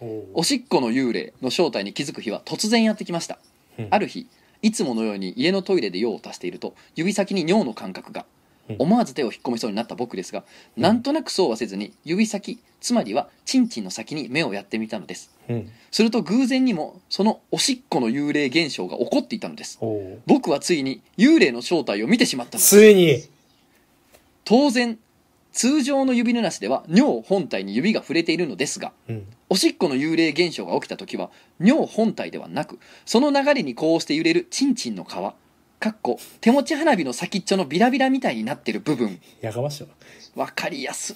S2: おう
S1: おしっこの幽霊の正体に気づく日は突然やってきました
S2: うん
S1: ある日いつものように家のトイレで用を足していると指先に尿の感覚が
S2: うん
S1: 思わず手を引っ込めそうになった僕ですが
S2: うん
S1: なんとなくそうはせずに指先つまりはチンチンの先に目をやってみたのです
S2: うん
S1: すると偶然にもそのおしっこの幽霊現象が起こっていたのです
S2: おう
S1: 僕はついに幽霊の正体を見てしまったのです
S2: ついに
S1: 当然通常の指濡らしでは尿本体に指が触れているのですが
S2: うん
S1: おしっこの幽霊現象が起きた時は尿本体ではなくその流れにこうして揺れるチンチンの皮かっこ手持ち花火の先っちょのビラビラみたいになってる部分
S2: やかましいわ
S1: わかりやす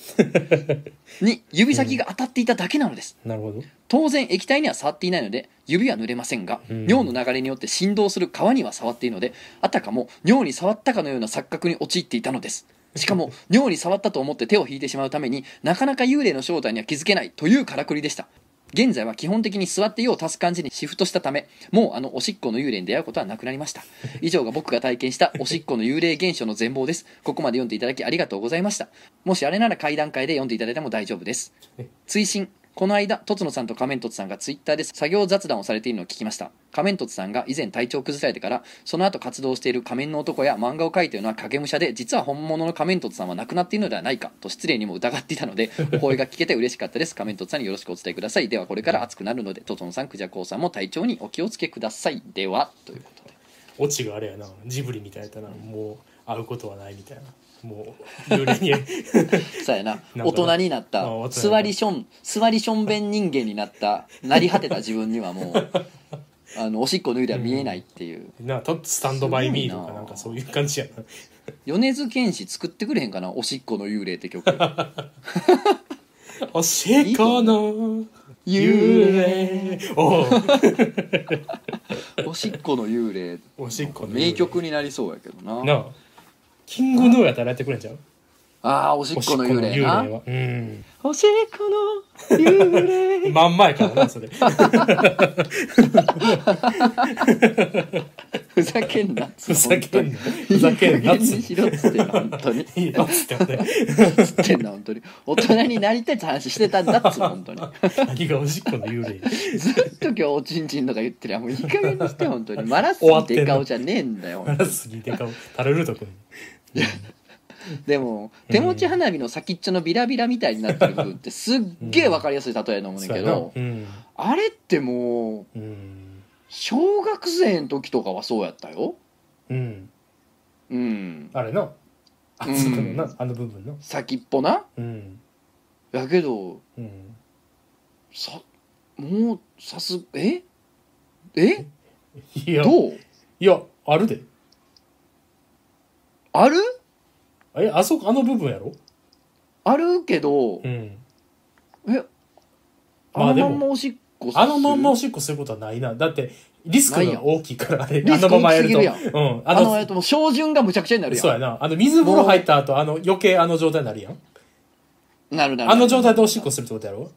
S1: に指先が当たっていただけなのです
S2: なるほど
S1: 当然液体には触っていないので指は濡れませんが、
S2: うん
S1: 尿の流れによって振動する皮には触っているのであたかも尿に触ったかのような錯覚に陥っていたのですしかも 尿に触ったと思って手を引いてしまうためになかなか幽霊の正体には気づけないというからくりでした現在は基本的に座って用を足す感じにシフトしたためもうあのおしっこの幽霊に出会うことはなくなりました以上が僕が体験したおしっこの幽霊現象の全貌ですここまで読んでいただきありがとうございましたもしあれなら会談会で読んでいただいても大丈夫です追伸この間とつのさんと仮面とつさんがツイッターで作業雑談をされているのを聞きました仮面とつさんが以前体調を崩されてからその後活動している仮面の男や漫画を描いているのは影武者で実は本物の仮面とつさんは亡くなっているのではないかと失礼にも疑っていたのでお声が聞けて嬉しかったです仮面とつさんによろしくお伝えくださいではこれから暑くなるのでとつのさんくじゃこうさんも体調にお気をつけくださいではということで
S2: オチがあれやなジブリみたいやったなもう会うことはないみたいなもう幽霊 に
S1: さやな
S2: な
S1: 大人になった
S2: あ大人になった
S1: 座りしょん座りしょんべん人間になったなり果てた自分にはも うあのおしっこ脱いでは見えないっていう、
S2: なとスタンドバイミーと
S1: すごい
S2: か
S1: な
S2: なんかそういう感じやな
S1: 米津玄師作ってくれへんかな「おしっこの幽霊」って曲
S2: おしっこの幽霊おう
S1: おしっこの幽霊
S2: おしっこの幽霊
S1: 名曲になりそうやけどな
S2: なあキングヌーやったらやってくれんちゃう
S1: あーおしっこの幽霊な
S2: はうん
S1: おしっこの幽霊
S2: 真ん前からなそれ
S1: ふざけんな
S2: ふざけんなふ
S1: ふ
S2: ざけんなっ つ
S1: しろっつってんの本当に
S2: いいよっつってね
S1: つってんの本当に大人になりたいって話してたんだっつうの本当に
S2: 何がおしっこの幽霊
S1: ずっと今日おちんちんとか言ってるやんもういい加減にして 本当にマラス
S2: 終わってん
S1: で
S2: の
S1: 顔じゃねえんだよ
S2: マラスにでかタルルート君
S1: でも手持ち花火の先っちょのビラビラみたいになってる部分ってすっげえ分かりやすい例えやと思うねんだけど、
S2: そうやなうん
S1: あれってもう
S2: うん
S1: 小学生の時とかはそうやったよ。
S2: うん
S1: うん、
S2: あれなあ
S1: うん
S2: そこのなあの部分の
S1: 先っぽな
S2: うん
S1: やけど
S2: うん
S1: さもうさすええ
S2: いや
S1: どう
S2: いやあるで
S1: ある
S2: えあそこあの部分やろ
S1: あるけど
S2: うんま
S1: あ
S2: あでも
S1: のまんまおしっこする
S2: あのまんまおしっこすることはないなだってリスクが大きいからあれ
S1: リ
S2: あ
S1: ス
S2: の
S1: ク
S2: まま
S1: 大
S2: や
S1: きす
S2: る
S1: ぎ
S2: と
S1: るやん
S2: うん
S1: あのやるともう照準がむちゃくちゃになる
S2: そう
S1: や
S2: やなあの水風呂入った後あの余計あの状態になるやん
S1: んなるなる
S2: あの状態でおしっこするってことやろ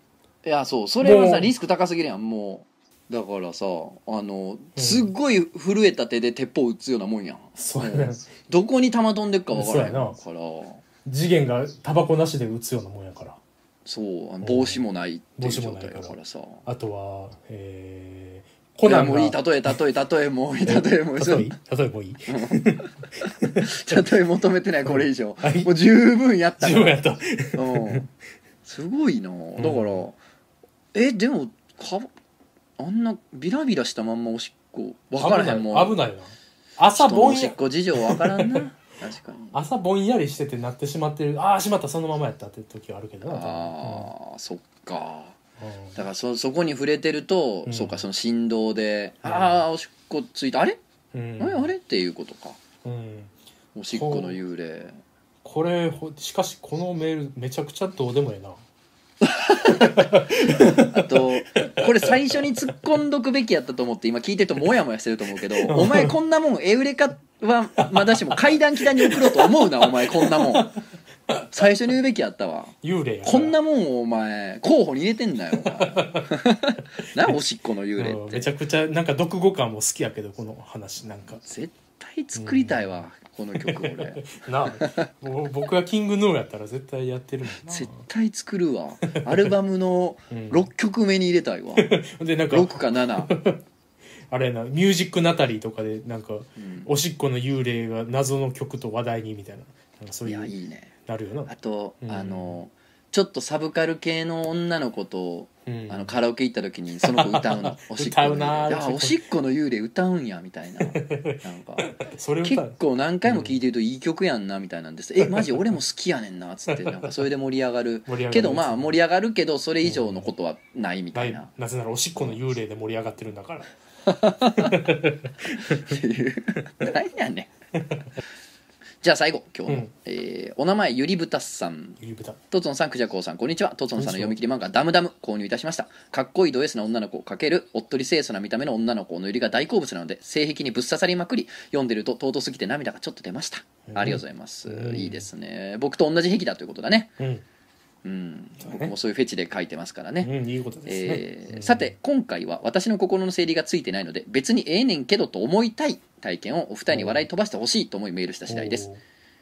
S1: いやそうそれは
S2: も
S1: さ
S2: う
S1: リスク高すぎるやんもうだからさあのすっごい震えた手で鉄砲撃つようなもんやん
S2: そうやな
S1: どこに弾飛んでっか分からへんから
S2: そ次元がタバコなしで打つようなもんやから
S1: そうあの帽子もないっていう
S2: 帽子
S1: 状
S2: もない
S1: 態だ
S2: か
S1: かららさ
S2: あとはえー、
S1: い
S2: コナ
S1: や
S2: ン
S1: も
S2: が
S1: ういい例え例え例えもういい例えもういい
S2: 例え例えもういい
S1: 例え求めてないこれ以上
S2: はい
S1: もう十分や った
S2: 自
S1: か
S2: 分
S1: ら
S2: やった
S1: うんすごいなだからえでもかあんなビラビラしたまんまおしっこ分からへん
S2: 危
S1: も
S2: ない危
S1: ん
S2: ないな朝
S1: 人の
S2: ぼ
S1: お
S2: ん
S1: し
S2: や
S1: っこ事情分から んな確かに
S2: 朝ぼんやりしててなってしまってるああしまったそのままやったって時はあるけどな
S1: あーそっか
S2: うん
S1: だからそそこに触れてると、
S2: うん
S1: そうかその振動で、
S2: うん
S1: ああおしっこついたあれ、
S2: うん
S1: あれあれっていうことか
S2: うん
S1: おしっこの幽霊
S2: これほしかしこのメールめちゃくちゃどうでもええな
S1: あとこれ最初に突っ込んどくべきやったと思って今聞いてるとモヤモヤしてると思うけどお前こんなもんエウレカはまだしも階段階段に送ろうと思うなお前こんなもん最初に言うべきやったわ
S2: 幽霊やか
S1: こ
S2: ら
S1: んなもんをお前候補に入れてんなよお前 なおしっこの幽霊
S2: うん
S1: って
S2: めちゃくちゃなんか読語感も好きやけどこの話なんか
S1: 絶対作りたいわ、この曲俺
S2: な あもう僕がキングヌーやったら絶対やってるもんな
S1: 絶対作るわアルバムの
S2: うん
S1: 6曲目に入れたい わ6
S2: でなんか
S1: か7、
S2: あれやな「ミュージックナタリー」とかでなんか
S1: うん
S2: おしっこの幽霊が謎の曲と話題にみたいななんかそう
S1: い
S2: い
S1: や
S2: う
S1: いいね
S2: なるよな
S1: あと、
S2: うん
S1: あのちょっとサブカル系の女の子と、
S2: うん
S1: あのカラオケ行った時にその子歌うのおしっこ
S2: 歌
S1: の
S2: うな
S1: 幽
S2: ー
S1: 霊あおしっこの幽霊歌うんやみたい ななんか
S2: それ歌
S1: 結
S2: う
S1: 構何回も聴いてるといい曲やんなみたいなんですえマジ俺も好きやねんなっつ ってなんかそれで盛り上がる
S2: 盛り上がる
S1: けどまあ盛り上がるけどそれ以上のことはないみた
S2: ないい
S1: な
S2: なぜならおしっこの幽霊で盛り上がってるんだから
S1: っていう 何やねん じゃあ最後今日の、
S2: うん
S1: えーお名前ゆりぶたさん
S2: ゆり豚
S1: トツノさん、クジャコウさん、こんにちは。トツノさんの
S2: こんにち
S1: 読
S2: は
S1: み切り漫画、ダムダム、購入いたしました。かっこいいド S な女の子×おっとり清楚な見た目の女の子の入りが大好物なので、性癖にぶっ刺さりまくり、読んでると尊すぎて涙がちょっと出ました。
S2: うん
S1: ありがとうございます。
S2: うん
S1: いいですね。僕と同じ癖だということだね。
S2: うん、
S1: うん
S2: そう。ね
S1: 僕もそういうフェチで書いてますからね。
S2: うん、いいことですね、
S1: えー
S2: うん
S1: さて今回は私の心の整理がついてないので別にええねんけどと思いたい体験をお二人に笑い飛ばしてほしいと思いメールした次第です
S2: おー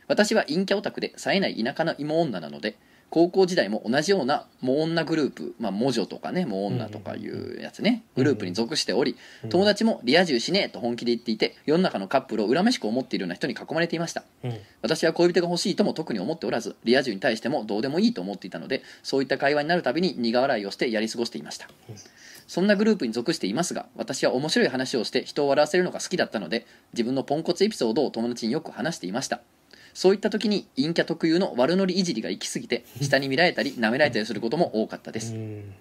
S1: 私は陰キャオタクで冴えない田舎の芋女なので高校時代も同じようなモ女グループまあモジョとかねモ女とかいうやつね
S2: うん
S1: グループに属しており
S2: うん
S1: 友達もリア充しねえと本気で言っていて世の中のカップルを恨めしく思っているような人に囲まれていました
S2: うん
S1: 私は恋人が欲しいとも特に思っておらずリア充に対してもどうでもいいと思っていたのでそういった会話になるたびに苦笑いをしてやり過ごしていました
S2: うん
S1: そんなグループに属していますが私は面白い話をして人を笑わせるのが好きだったので自分のポンコツエピソードを友達によく話していましたそういった時に陰キャ特有の悪ノリいじりが行き過ぎて下に見られたり舐められたりすることも多かったです
S2: うん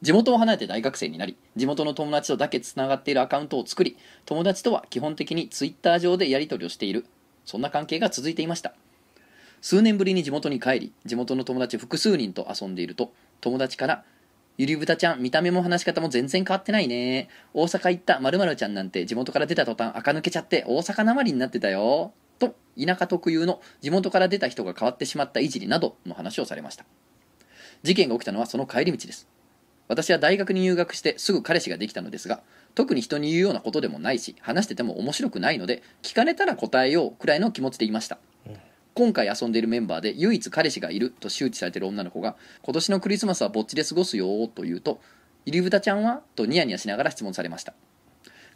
S1: 地元を離れて大学生になり地元の友達とだけつながっているアカウントを作り友達とは基本的にツイッター上でやり取りをしているそんな関係が続いていました数年ぶりに地元に帰り地元の友達複数人と遊んでいると友達から「ゆりぶたちゃん見た目も話し方も全然変わってないね大阪行ったまるちゃんなんて地元から出た途端垢抜けちゃって大阪なまりになってたよ」と田舎特有の地元から出た人が変わってしまったいじりなどの話をされました事件が起きたのはその帰り道です私は大学に入学してすぐ彼氏ができたのですが特に人に言うようなことでもないし話してても面白くないので聞かれたら答えようくらいの気持ちでいました
S2: うん
S1: 今回遊んでいるメンバーで唯一彼氏がいると周知されている女の子が今年のクリスマスはぼっちで過ごすよと言うと「入り豚ちゃんは?」とニヤニヤしながら質問されました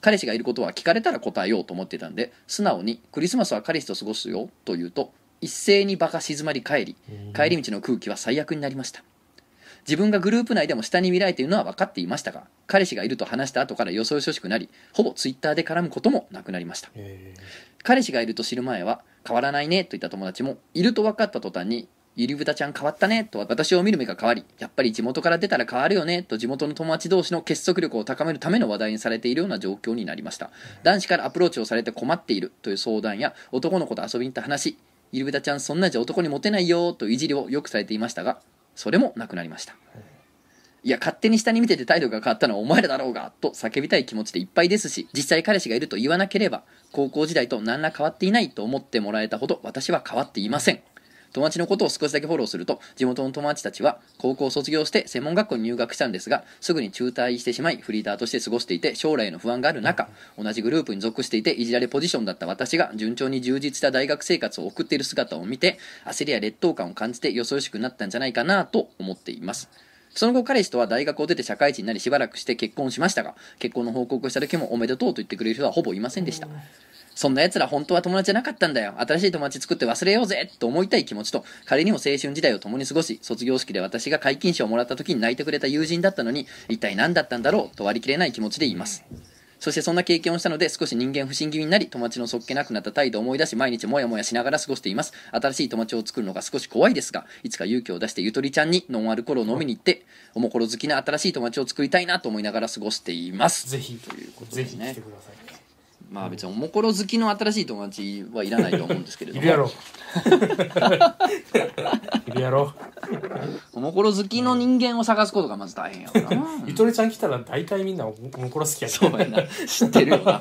S1: 彼氏がいることは聞かれたら答えようと思っていたんで素直に「クリスマスは彼氏と過ごすよ」と言うと一斉に場が静まり返り帰り道の空気は最悪になりました自分がグループ内でも下に見られているのは分かっていましたが彼氏がいると話した後からよそよそしくなりほぼツイッターで絡むこともなくなりました
S2: え
S1: 彼氏がいると知る前は変わらないねと言った友達もいると分かった途端にゆりぶたちゃん変わったねと私を見る目が変わりやっぱり地元から出たら変わるよねと地元の友達同士の結束力を高めるための話題にされているような状況になりました男子からアプローチをされて困っているという相談や男の子と遊びに行った話ゆりぶたちゃんそんなんじゃ男にモテないよといじりをよくされていましたがそれもなくなりましたいや勝手に下に見てて態度が変わったのはお前らだろうがと叫びたい気持ちでいっぱいですし実際彼氏がいると言わなければ高校時代と何ら変わっていないと思ってもらえたほど私は変わっていません友達のことを少しだけフォローすると地元の友達たちは高校を卒業して専門学校に入学したんですがすぐに中退してしまいフリーターとして過ごしていて将来への不安がある中同じグループに属していていじられポジションだった私が順調に充実した大学生活を送っている姿を見て焦りや劣等感を感じてよそよしくなったんじゃないかなと思っていますその後彼氏とは大学を出て社会人になりしばらくして結婚しましたが結婚の報告をした時もおめでとうと言ってくれる人はほぼいませんでしたそんな奴ら本当は友達じゃなかったんだよ。新しい友達作って忘れようぜと思いたい気持ちと、仮にも青春時代を共に過ごし、卒業式で私が解禁賞をもらった時に泣いてくれた友人だったのに、一体何だったんだろうと割り切れない気持ちでいます。そしてそんな経験をしたので少し人間不信気味になり友達のそっけなくなった態度を思い出し毎日モヤモヤしながら過ごしています新しい友達を作るのが少し怖いですがいつか勇気を出してゆとりちゃんにノンアルコールを飲みに行っておもころ好きな新しい友達を作りたいなと思いながら過ごしています
S2: ぜひ
S1: ということで
S2: ぜ
S1: ね
S2: ひ来てください
S1: まあ別におもころ好きの新しい友達はいらないと思うんですけれど
S2: い
S1: も
S2: るやろいるやろ
S1: おもころ好きの人間を探すことがまず大変やからな
S2: ゆとりちゃん来たら大体みんなおもころ好き や
S1: そう
S2: ね
S1: やな知ってるよな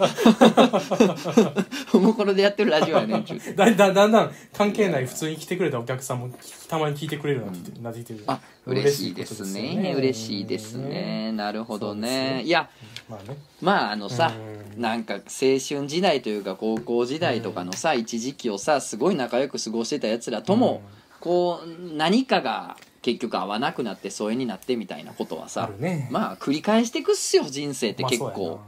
S1: おもころでやってるラジオやねんちゅうて
S2: だんだんだんだん関係ない普通に来てくれたお客さんもたまに聞いてくれるようになってきてなってきてる
S1: あ嬉しいです
S2: 嬉
S1: ね嬉しいですねなるほどねいや
S2: まあね
S1: まああのさ
S2: うん
S1: なんか青春時代というか高校時代とかのさ一時期をさすごい仲良く過ごしてたやつらともこう何かが結局合わなくなって疎遠になってみたいなことは
S2: あ
S1: さ
S2: るね
S1: まあ繰り返してくっすよ人生って結
S2: まあそうや
S1: 構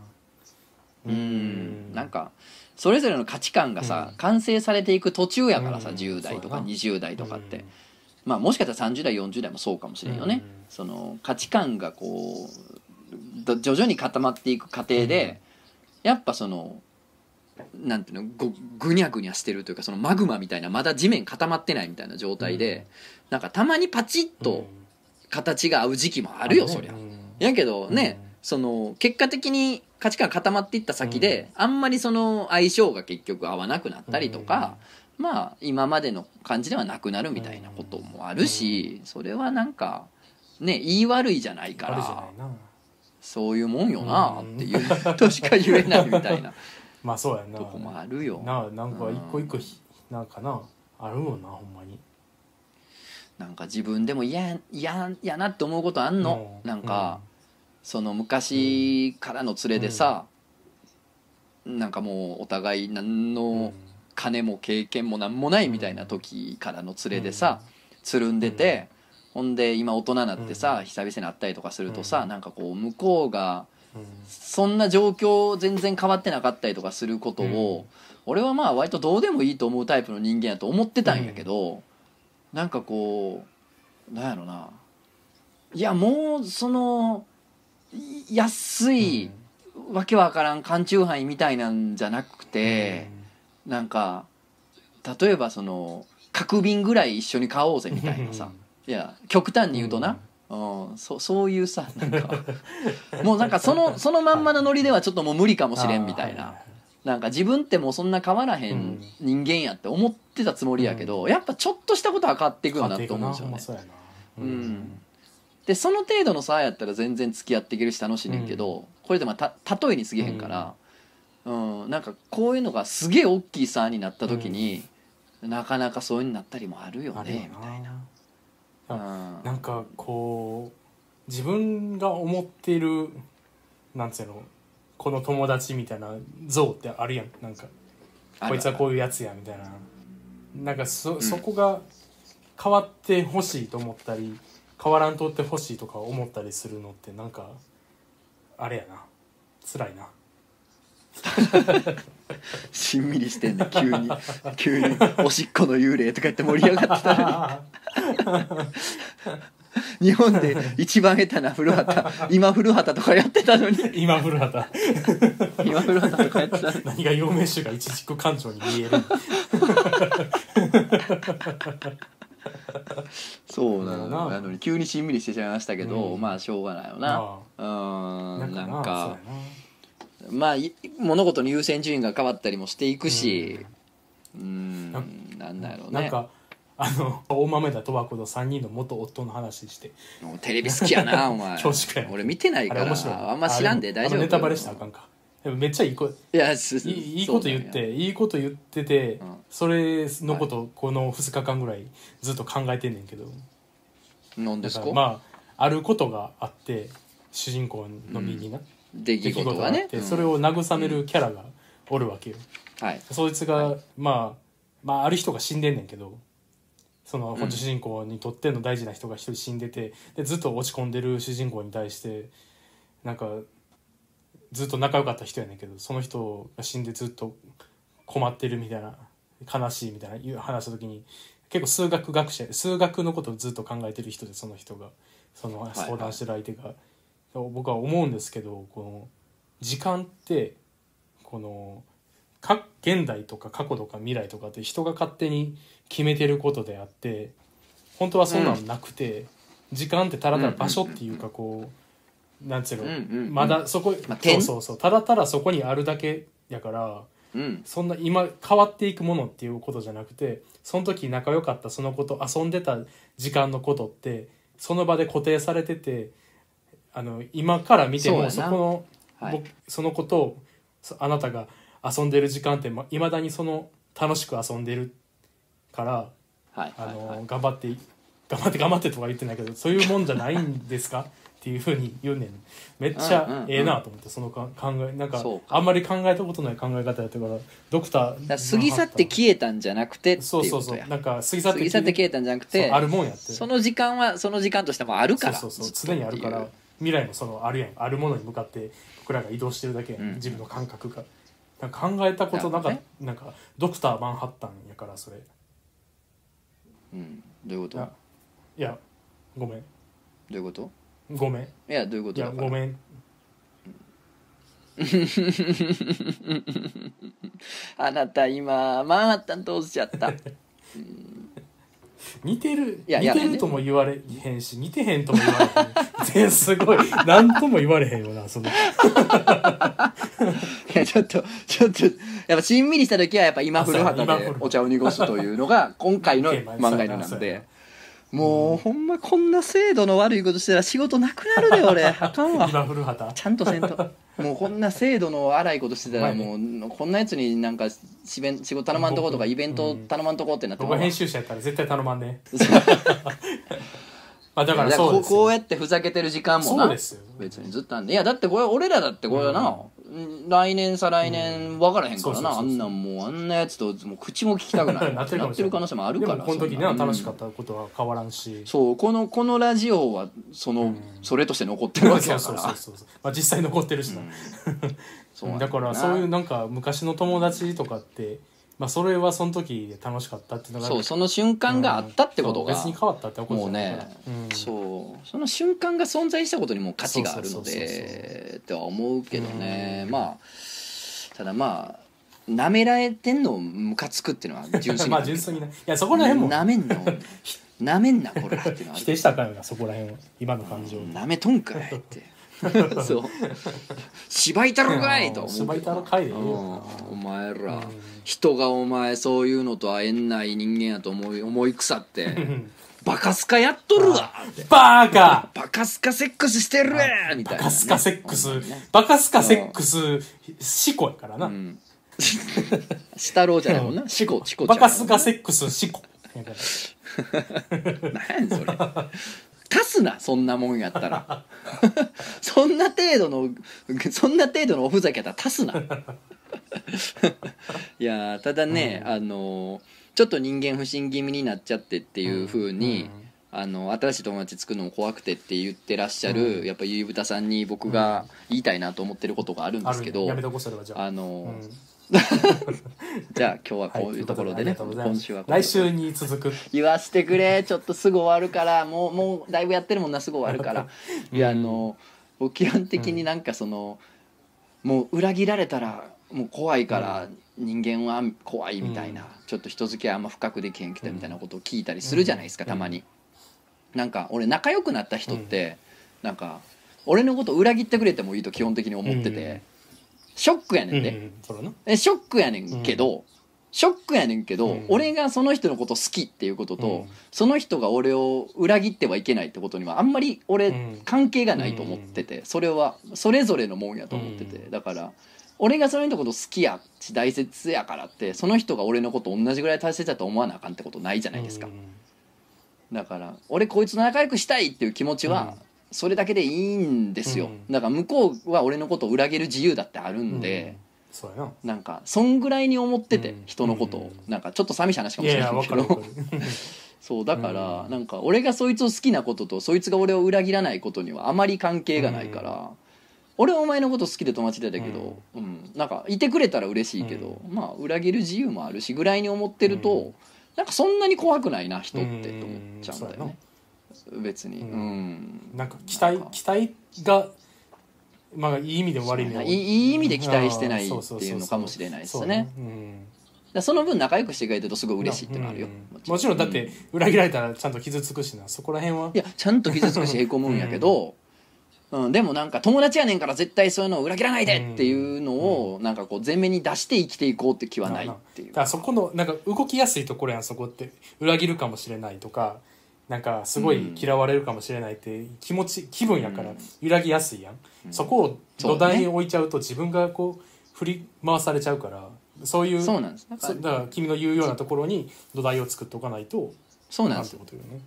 S2: な
S1: うーんなんかそれぞれの価値観がさ完成されていく途中やからさ
S2: うん
S1: 10代とか
S2: そうやな
S1: 20代とかって
S2: うん
S1: まあもしかしたら30代40代もそうかもしれんよね
S2: うん
S1: その価値観がこうど徐々に固まっていく過程でやっぱそのなんていうのごぐにゃぐにゃしてるというかそのマグマみたいなまだ地面固まってないみたいな状態でなんかたまにパチッ
S2: うん
S1: と形が合う時期もあるよ
S2: ね
S1: そりゃ
S2: う。ん
S1: やけどね、
S2: うん
S1: その結果的に価値観固まっていった先で、あんまりその相性が結局合わなくなったりとか、まあ今までの感じではなくなるみたいなこともあるし、それはなんかね言い悪いじゃないか
S2: あるじゃな
S1: ら
S2: いな
S1: そういうもんよなっていう としか言えないみた いな
S2: まあそうやんな
S1: とこもあるよ。
S2: ななんか一個一個ひなんかなあるもんなほんまに
S1: なんか自分でも嫌や嫌やなって思うことあんの、
S2: う
S1: なんか、その昔からの連れでさ、なんかもうお互い何の、
S2: うん
S1: 金も経験も何もないみたいな時からの連れでさ、つるんでて、ほんで今大人になってさ、
S2: うん
S1: 久々に会ったりとかすると
S2: う
S1: さ、
S2: ん
S1: なんかこう向こうが
S2: うんうん
S1: そんな状況全然変わってなかったりとかすることを、
S2: うん
S1: 俺はまあ割とどうでもいいと思うタイプの人間やと思ってたんやけど、なんかこうなんやろないやもうそのい安い、わけわからん缶チューハイみたいなんじゃなくて。なんか例えばその角瓶ぐらい一緒に買おうぜみたいなさいや極端に言うとな、うんそそういうさなんかもうなんかそ のそのまんまのノリではちょっともう無理かもしれんみたいな、なんか自分ってもうそんな変わらへ
S2: うんん
S1: 人間やって思ってたつもりやけど、やっぱちょっとしたことは変わっていくよ
S2: 買
S1: な
S2: ってい
S1: と
S2: く
S1: 思うん
S2: な
S1: です
S2: ほ
S1: よ
S2: ん
S1: ね
S2: ま。そうやな
S1: うんでその程度の差やったら全然付き合っていけるし楽しいねんけど、これでまあた例えにすぎへんから、うんなんかこういうのがすげえ大きい差になった時に、なかなかそういうになったりもあるよ
S2: あるよ
S1: ねみたいな。
S2: な
S1: う
S2: あ
S1: ん
S2: なんかこう自分が思ってるなんつうのこの友達みたいな像ってあるやんなんかこいつはこういうやつやみたいななんかそ,、
S1: ん
S2: そこが変わってほしいと思ったり変わらんとってほしいとか思ったりするのってなんかあれやな辛いな
S1: しんみりしてんね急に 急におしっこの幽霊とか言って盛り上がってたのに日 本で一番下手な古畑今古畑とかやってたのに
S2: 今 古畑
S1: 今古畑とかやってたのに
S2: 何が陽明酒が一軸館長に見 える
S1: そうなの
S2: な
S1: な
S2: あ
S1: のに急にしんみりしてしまいましたけど、
S2: うん
S1: まあしょうがないよなうーんなんか
S2: そうやな
S1: まあい物事の優先順位が変わったりもしていくしうーん
S2: な
S1: なんだろう
S2: なん
S1: ね
S2: かあの大豆田十和子の3人の元夫の話して
S1: もうテレビ好きや なお前
S2: 恐縮や
S1: 俺見てない
S2: あ
S1: か
S2: れ面白い
S1: らあんま知らんで
S2: あれ
S1: 大丈夫
S2: あのネタバレしたらあかんかでもめっちゃいいこ
S1: いやす
S2: いいいいこと言っ
S1: そうなんや
S2: ていいこと言ってて、
S1: うん
S2: それのことこの2日間ぐらいずっと考えてんねんけど、
S1: なん
S2: だ
S1: です
S2: から
S1: か
S2: まああることがあって主人公の身にな、
S1: 出来事
S2: が
S1: が
S2: あっ
S1: ね
S2: て、それを慰めるキャラがおるわけよ、
S1: うんはい
S2: そいつが、まあまあある人が死んでんねんけどその
S1: ん
S2: 本当主人公にとっての大事な人が一人死んでてでずっと落ち込んでる主人公に対してなんかずっと仲良かった人やねんけどその人が死んでずっと困ってるみたいな悲しいみたいないう話した時に結構数学学者数学のことをずっと考えてる人でその人がその
S1: い
S2: 相談してる相手が、僕は思うんですけどこの時間ってこのか現代とか過去とか未来とかって人が勝手に決めてることであって本当はそんなのなくて、時間ってただただ場所っていうかこうなんつうの、
S1: うんうんうん
S2: まだそこ、
S1: まあ
S2: そう
S1: 点
S2: そうそうただただそこにあるだけやから
S1: うん
S2: そんな今変わっていくものっていうことじゃなくてその時仲良かったその子と遊んでた時間のことってその場で固定されててあの今から見て
S1: そ
S2: もそう
S1: やな
S2: この
S1: はい
S2: 僕その子とそあなたが遊んでる時間っていまだにその楽しく遊んでるから
S1: はい
S2: あ
S1: はい
S2: の、
S1: はい
S2: 頑張って頑張って頑張ってとか言ってないけどそういうもんじゃないんですか っていうふうに言うねんめっち
S1: うんうんうん
S2: ゃええなと思ってそのか考えなんか
S1: そう
S2: あんまり考えたことない考え方やったからドクタ
S1: だから
S2: ー
S1: 過ぎ去って消えたんじゃなくてって
S2: そう
S1: いう
S2: そう
S1: こ
S2: そ
S1: と
S2: う
S1: や
S2: なんか過ぎ去っ
S1: 過
S2: て
S1: ぎ去って消えたんじゃなく
S2: そう
S1: て
S2: あるもんやって
S1: その時間はその時間としてもあるから
S2: そうそうそ
S1: ず
S2: う
S1: っと
S2: 常にあるか
S1: っ
S2: ら
S1: て
S2: 未来もそのあるやんあるものに向かって僕らが移動してるだけやん、
S1: うん
S2: 自分の感覚がなんか考えたことなか
S1: な
S2: っ
S1: るほ
S2: なんかドクターマンハッタンやからそれ
S1: いううんどういうこと
S2: ない
S1: ど
S2: やごめん
S1: ういうこと
S2: ごめん
S1: いやどういうこ
S2: い
S1: と
S2: や
S1: だから
S2: ごめん
S1: あなた今マンハッタン通しちゃった
S2: 似てる
S1: いや
S2: 似て
S1: いやね
S2: るとも言われへんし似てへんとも言われへん すごい何とも言われへんよな その
S1: いやちょっとちょっとやっぱしんみりした時はやっぱ今古
S2: あそうや
S1: 畑
S2: 今
S1: で
S2: 古
S1: お茶を濁すというのが今回 の
S2: テーマ
S1: 漫画にな
S2: そ
S1: ん
S2: う
S1: で
S2: やな
S1: もうほんまこんな精度の悪いことしたら仕事なくなるで俺あかんわ
S2: 今古畑
S1: ちゃんとせんともうこんな精度の荒いことしてた
S2: まあ
S1: ら
S2: ね
S1: もうこんなやつになんかしべん仕事頼まんとことかイベント頼まんとこってなって
S2: 僕
S1: も
S2: が編集者やったら絶対頼ま んねまあ
S1: だ
S2: だ
S1: か
S2: から
S1: ら
S2: そ
S1: こ
S2: うで
S1: う
S2: すよ
S1: こうやってふざけてる時間もな
S2: そうですよ
S1: 別にずっとあんねんいやだってこれ俺らだってこれな、うん来年再来年分からへんからな、
S2: そうそうそうそう
S1: あんなんもうあんなやつともう口も聞きたくない
S2: なってるか
S1: な
S2: も
S1: っ
S2: して
S1: る
S2: れない
S1: 可能性もあるから
S2: でもこの時ね
S1: そんな
S2: 楽しかったことは変わらんし
S1: そうこのこのラジオはその、それとして残ってる
S2: そう
S1: わけ
S2: そ
S1: や
S2: う
S1: か
S2: そう
S1: ら
S2: そうそうまあ実際残ってるしな、
S1: そうなん
S2: だ
S1: よ
S2: からそういうなんか昔の友達とかってまあそれはその時楽しかったっていうのが
S1: そうその瞬間があったってことが、
S2: そう別に変わったってこと
S1: も
S2: じ
S1: う
S2: ゃないか
S1: ね
S2: ら、うん
S1: そうその瞬間が存在したことにもう価値があるの
S2: そうそうそう
S1: でっては思うけどね、まあただまあなめられてんのをムカつくっていうのは純粋に
S2: まあ純粋にねいやそこら辺も
S1: なめんな なめんなこらっていうのは
S2: 否定したらあかんよなそこら辺は今の感情
S1: なめとんかいって そう芝居太郎かいと思うけど
S2: 芝居太郎かいでいいよ
S1: うんお前ら人がお前そういうのとは縁ない人間やと思い思い腐って
S2: ん
S1: バカスカやっとるわ
S2: バーカ
S1: バカスカセックスしてるわみたいなね、
S2: バカスカセックス
S1: ほんまにね
S2: バカスカセックスシコやからな、
S1: うんしたろうじゃないもんなチコチコちゃ
S2: バ
S1: ん
S2: カスカセックスシコやから
S1: なんやねんそれ足すなそんなもんやった らそんな程度のそんな程度のおふざけやったら足すないやーただね、あのーちょっと人間不信気味になっちゃってっていう風に、あの新しい友達作るのも怖くてって言ってらっしゃる、
S2: うん
S1: やっぱゆいぶたさんに僕が言いたいなと思ってることがあるん
S2: あ
S1: で
S2: る
S1: す
S2: ん
S1: け
S2: や
S1: ど、
S2: やめとこうそれはじゃあ
S1: あのー
S2: うん
S1: じゃあ今日はこういうところでね、
S2: はいということでありがとうございま
S1: 今
S2: す
S1: 週はこういう
S2: 来
S1: ところ
S2: 週に続く。
S1: 言わしてくれちょっとすぐ終わるからもうもうだいぶやってるもんなすぐ終わるから いやあの僕基本的になんかその、もう裏切られたらもう怖いから人間は怖いみたいな、
S2: うん
S1: ちょっと人付き合いあんま深くできへんくてみたいなことを聞いたりするじゃないですか、
S2: うん
S1: たまに。なんか俺仲良くなった人って、なんか俺のこと裏切ってくれてもいいと基本的に思ってて、
S2: うん
S1: ショックやねんね。
S2: うんうん、そうだな。
S1: えショックやねんけど、ショックやねんけど、
S2: うん
S1: 俺がその人のこと好きっていうことと、
S2: うん
S1: その人が俺を裏切ってはいけないってことにはあんまり俺
S2: うん
S1: 関係がないと思ってて、それはそれぞれのもんやと思ってて、
S2: うん
S1: だから俺がその人のこと好きやし大切やからってその人が俺のこと同じぐらい大切だと思わなあかんってことないじゃないですか、
S2: うん
S1: だから俺こいつと仲良くしたいっていう気持ちは
S2: うん
S1: それだけでいいんですよ、
S2: うん
S1: だから向こうは俺のことを裏切る自由だってあるんで。
S2: うんそうやな。
S1: なんかそんぐらいに思ってて、
S2: うん
S1: 人のことを、
S2: うん
S1: なんかちょっと寂しい話か
S2: い
S1: もし
S2: やい
S1: れな
S2: や、
S1: い
S2: わ
S1: け
S2: か
S1: ど
S2: るわかる
S1: そうだから、
S2: うん
S1: なんか俺がそいつを好きなこととそいつが俺を裏切らないことにはあまり関係がないから、俺はお前のこと好きで友達だったけど、うんなんかいてくれたら嬉しいけど、まあ裏切る自由もあるしぐらいに思ってると、
S2: うん
S1: なんかそんなに怖くないな人って
S2: うん
S1: と思っちゃうんだよね、別に。う
S2: うんんなんか期待、期待が、まあ、いい意味でも悪い意味でも
S1: いいいい意味で期待してないっていうのかもしれないですね。
S2: そうねうん
S1: だからその分仲良くしてくれてるとすごい嬉しいってのあるよ、
S2: うんもちろんだって裏切られたらちゃんと傷つくしなそこら辺はい
S1: やちゃんと傷つくしへこむんやけど、うんでもなんか友達やねんから絶対そういうのを裏切らないでっていうのをなんかこう前面に出して生きていこうって気はないっていう
S2: だからそこのなんか動きやすいところやんそこって裏切るかもしれないとかなんかすごい嫌われるかもしれないって気持ち気分やから
S1: うん
S2: 揺らぎやすいやん、
S1: うん
S2: そこを
S1: そう
S2: 土
S1: ね
S2: 台に置いちゃうと自分がこう振り回されちゃうからそういう
S1: そうなんですだか
S2: そ
S1: ら
S2: うだから君の言うようなところに土台を作っておかないと
S1: そうなん
S2: ん
S1: で
S2: て
S1: す
S2: ことよね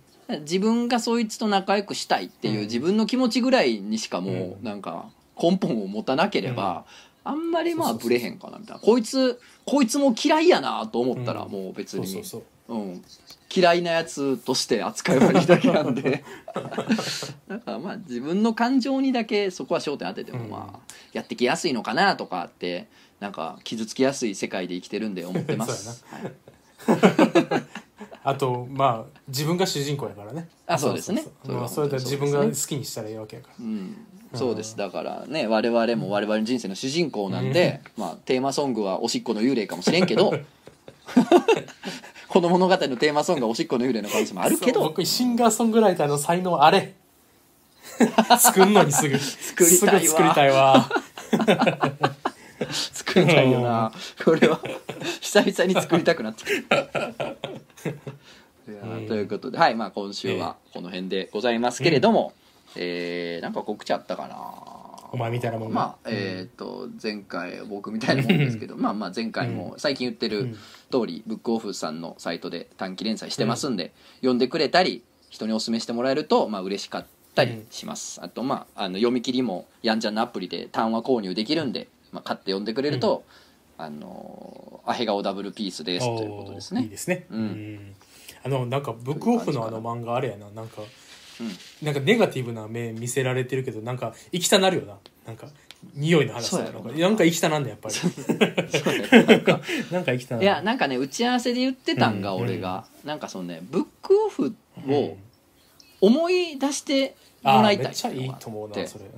S1: 自分がそいつと仲良くしたいっていう
S2: うん
S1: 自分の気持ちぐらいにしかも
S2: う
S1: うんなんか根本を持たなければあんまりまあ
S2: そうそうそ
S1: ブ
S2: う
S1: レへんかなみたいなこいつこいつも嫌いやなと思ったら
S2: うん
S1: もう別
S2: そうそ
S1: に
S2: うそう
S1: うん、嫌いなやつとして扱えばいいだけなんでだからまあ自分の感情にだけそこは焦点当てても
S2: うん
S1: まあやってきやすいのかなとかってなんか傷つきやすい世界で生きてるんで思ってま す。はい
S2: あとまあ自分が主人公やからね
S1: あそうですね
S2: そうそうそうまあ
S1: そ
S2: そ
S1: れ
S2: れ
S1: は
S2: で
S1: 本当にそうですね
S2: 自分が好きにしたらいいわけやから
S1: うんそうですだからね我々も我々の人生の主人公なんで、まあ、テーマソングはおしっこの幽霊かもしれんけ どこの物語のテーマソングはおしっこの幽霊の可能性もあるけ
S2: そう
S1: ど
S2: 僕シンガーソングライターの才能あれ 作んのにすぐ作
S1: りたいわ
S2: すぐ作りたいわ
S1: 作りたいよなこれは久々に作りたくなってきたいやーということで、はいまあ、今週はこの辺でございますけれども、えーなんか告知あったか
S2: お
S1: な
S2: 前みたいなもん
S1: まあ
S2: うん
S1: えっ、と前回僕みたいなもんです けどまあまあ前回も最近言ってる通りブックオフさんのサイトで短期連載してますんで、読んでくれたり人にお勧めしてもらえるとまあ嬉しかったりします、あとまああの読み切りもやんちゃんのアプリで単話購入できるんで、まあ、買って読んでくれると、あのアヘ顔ダブルピースです
S2: おー
S1: ということです
S2: いい
S1: ね
S2: ですね
S1: うん
S2: んあのなんかブックオフのあ
S1: とい
S2: の
S1: う
S2: 漫画あれやななんかなんかネガティブな目見せられてるけどなんか行きたなるよななんか匂いの話
S1: そう
S2: だ
S1: やろ
S2: なんかなんか行きたなんだやっぱり
S1: そうね
S2: なんか行きたな
S1: い
S2: る
S1: やなんかね打ち合わせで言ってたんが
S2: うん
S1: 俺が、なんかそのねブックオフ
S2: うん
S1: を思い出しても
S2: あ
S1: ら
S2: ー
S1: い
S2: め
S1: たい
S2: っちゃいいと思う
S1: って
S2: なそれうん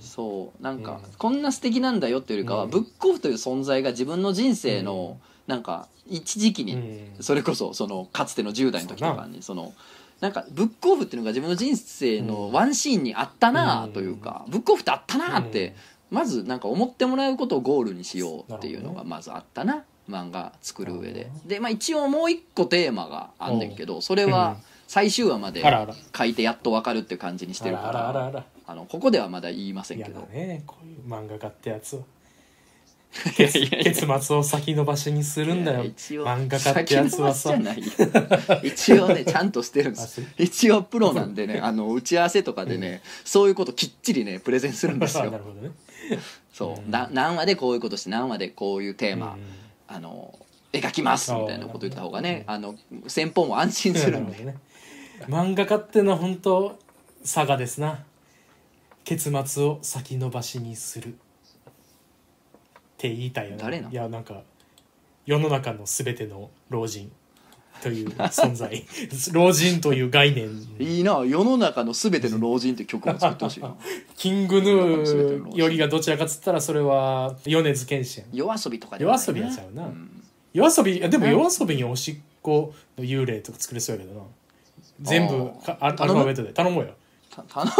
S1: そうなんか、
S2: うん
S1: こんな素敵なんだよっていうよりかは、
S2: うん
S1: ブックオフという存在が自分の人生の、なんか一時期に、
S2: うん
S1: それこそそのかつての10代の時とかにそのなんかブックオフっていうのが自分の人生のワンシーンにあったなあというか、ブックオフってあったなあって、まずなんか思ってもらうことをゴールにしようっていうの
S2: なるほど
S1: が
S2: ね
S1: まずあったな漫画作る上
S2: なる
S1: で
S2: ほど
S1: で、まあ、一応もう一個テーマがあんねんけどそれは
S2: うん
S1: 最終話まで
S2: あらあら
S1: 書いてやっと分かるっていう感じにして
S2: あ
S1: るから
S2: あらあらあら
S1: あのここではまだ言いません
S2: 嫌
S1: け
S2: だ
S1: ど
S2: ねこういう漫画家ってやつは
S1: いやいやいや
S2: 結末を先延ばしにするんだよ
S1: いや一応
S2: 漫画家ってやつはさ
S1: 先延ばしじゃないよ一応ねちゃんとしてるんで
S2: あ
S1: す
S2: そう
S1: 一応プロなんでねあの打ち合わせとかでね、そういうこときっちりねプレゼンするんです
S2: あな
S1: よ
S2: るほどね
S1: そう、
S2: うん
S1: な何話でこういうことして何話でこういうテーマ、
S2: うん
S1: あの描きますみたいなこと言った方がね
S2: あ
S1: あの先方も安心するん
S2: な
S1: で
S2: ほどね漫画家ってのは本当差がですな結末を先延ばしにするって言いたいよね
S1: 誰なん
S2: いやなんか世の中の全ての老人という 存在老人という概念
S1: いいな世の中のすべての老人って曲も作ってほしいな
S2: キングヌーよりがどちらかっつったらそれは米津玄師やん
S1: 夜遊びとかで
S2: 夜
S1: もない
S2: 遊びやちゃうな、
S1: うん
S2: 夜遊びいやでも
S1: うん
S2: 夜遊びにおしっこの幽霊とか作れそうやけどな全部かアルフ
S1: 頼む
S2: ァベットで頼もうよ
S1: た頼む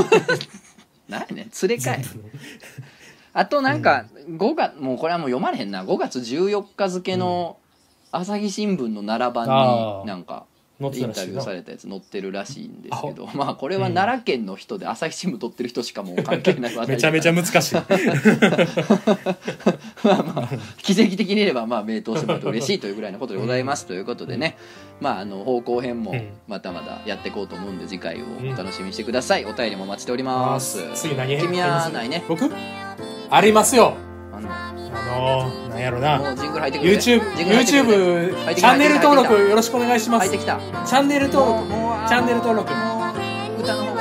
S1: 何やねん連れかいあとなんか5月もうこれはもう読まれへんな5月14日付の朝日新聞の並
S2: あ
S1: ば
S2: ー
S1: んになんか
S2: 乗って
S1: イ
S2: た
S1: ン
S2: ら
S1: タ
S2: し
S1: ビ
S2: い
S1: ュー
S2: な
S1: されたやつ載ってるらしいんですけどまあこれは奈良県の人で朝日新聞撮ってる人しかもう関係ない話
S2: めちゃめちゃ難しい
S1: まあまあ奇跡的に言えばまあ名刀してもらって嬉しいというぐらいのことでございますということでねまああの方向編も
S2: うん
S1: またまたやっていこうと思うんで次回をお楽しみにしてくださいお便りもお待ちしております
S2: 次何
S1: 君はないね
S2: 僕ありますよ
S1: あの
S2: あのー、なんやろな
S1: もうジングル入ってくるで
S2: YouTube
S1: ジングル入ってくるで
S2: YouTube
S1: 入ってきた
S2: チャンネル登録
S1: 入ってき
S2: よろしくお願いしま
S1: 入
S2: す
S1: ってきた
S2: チャンネル登録
S1: もうもうあー
S2: チャンネル登録
S1: もう歌の方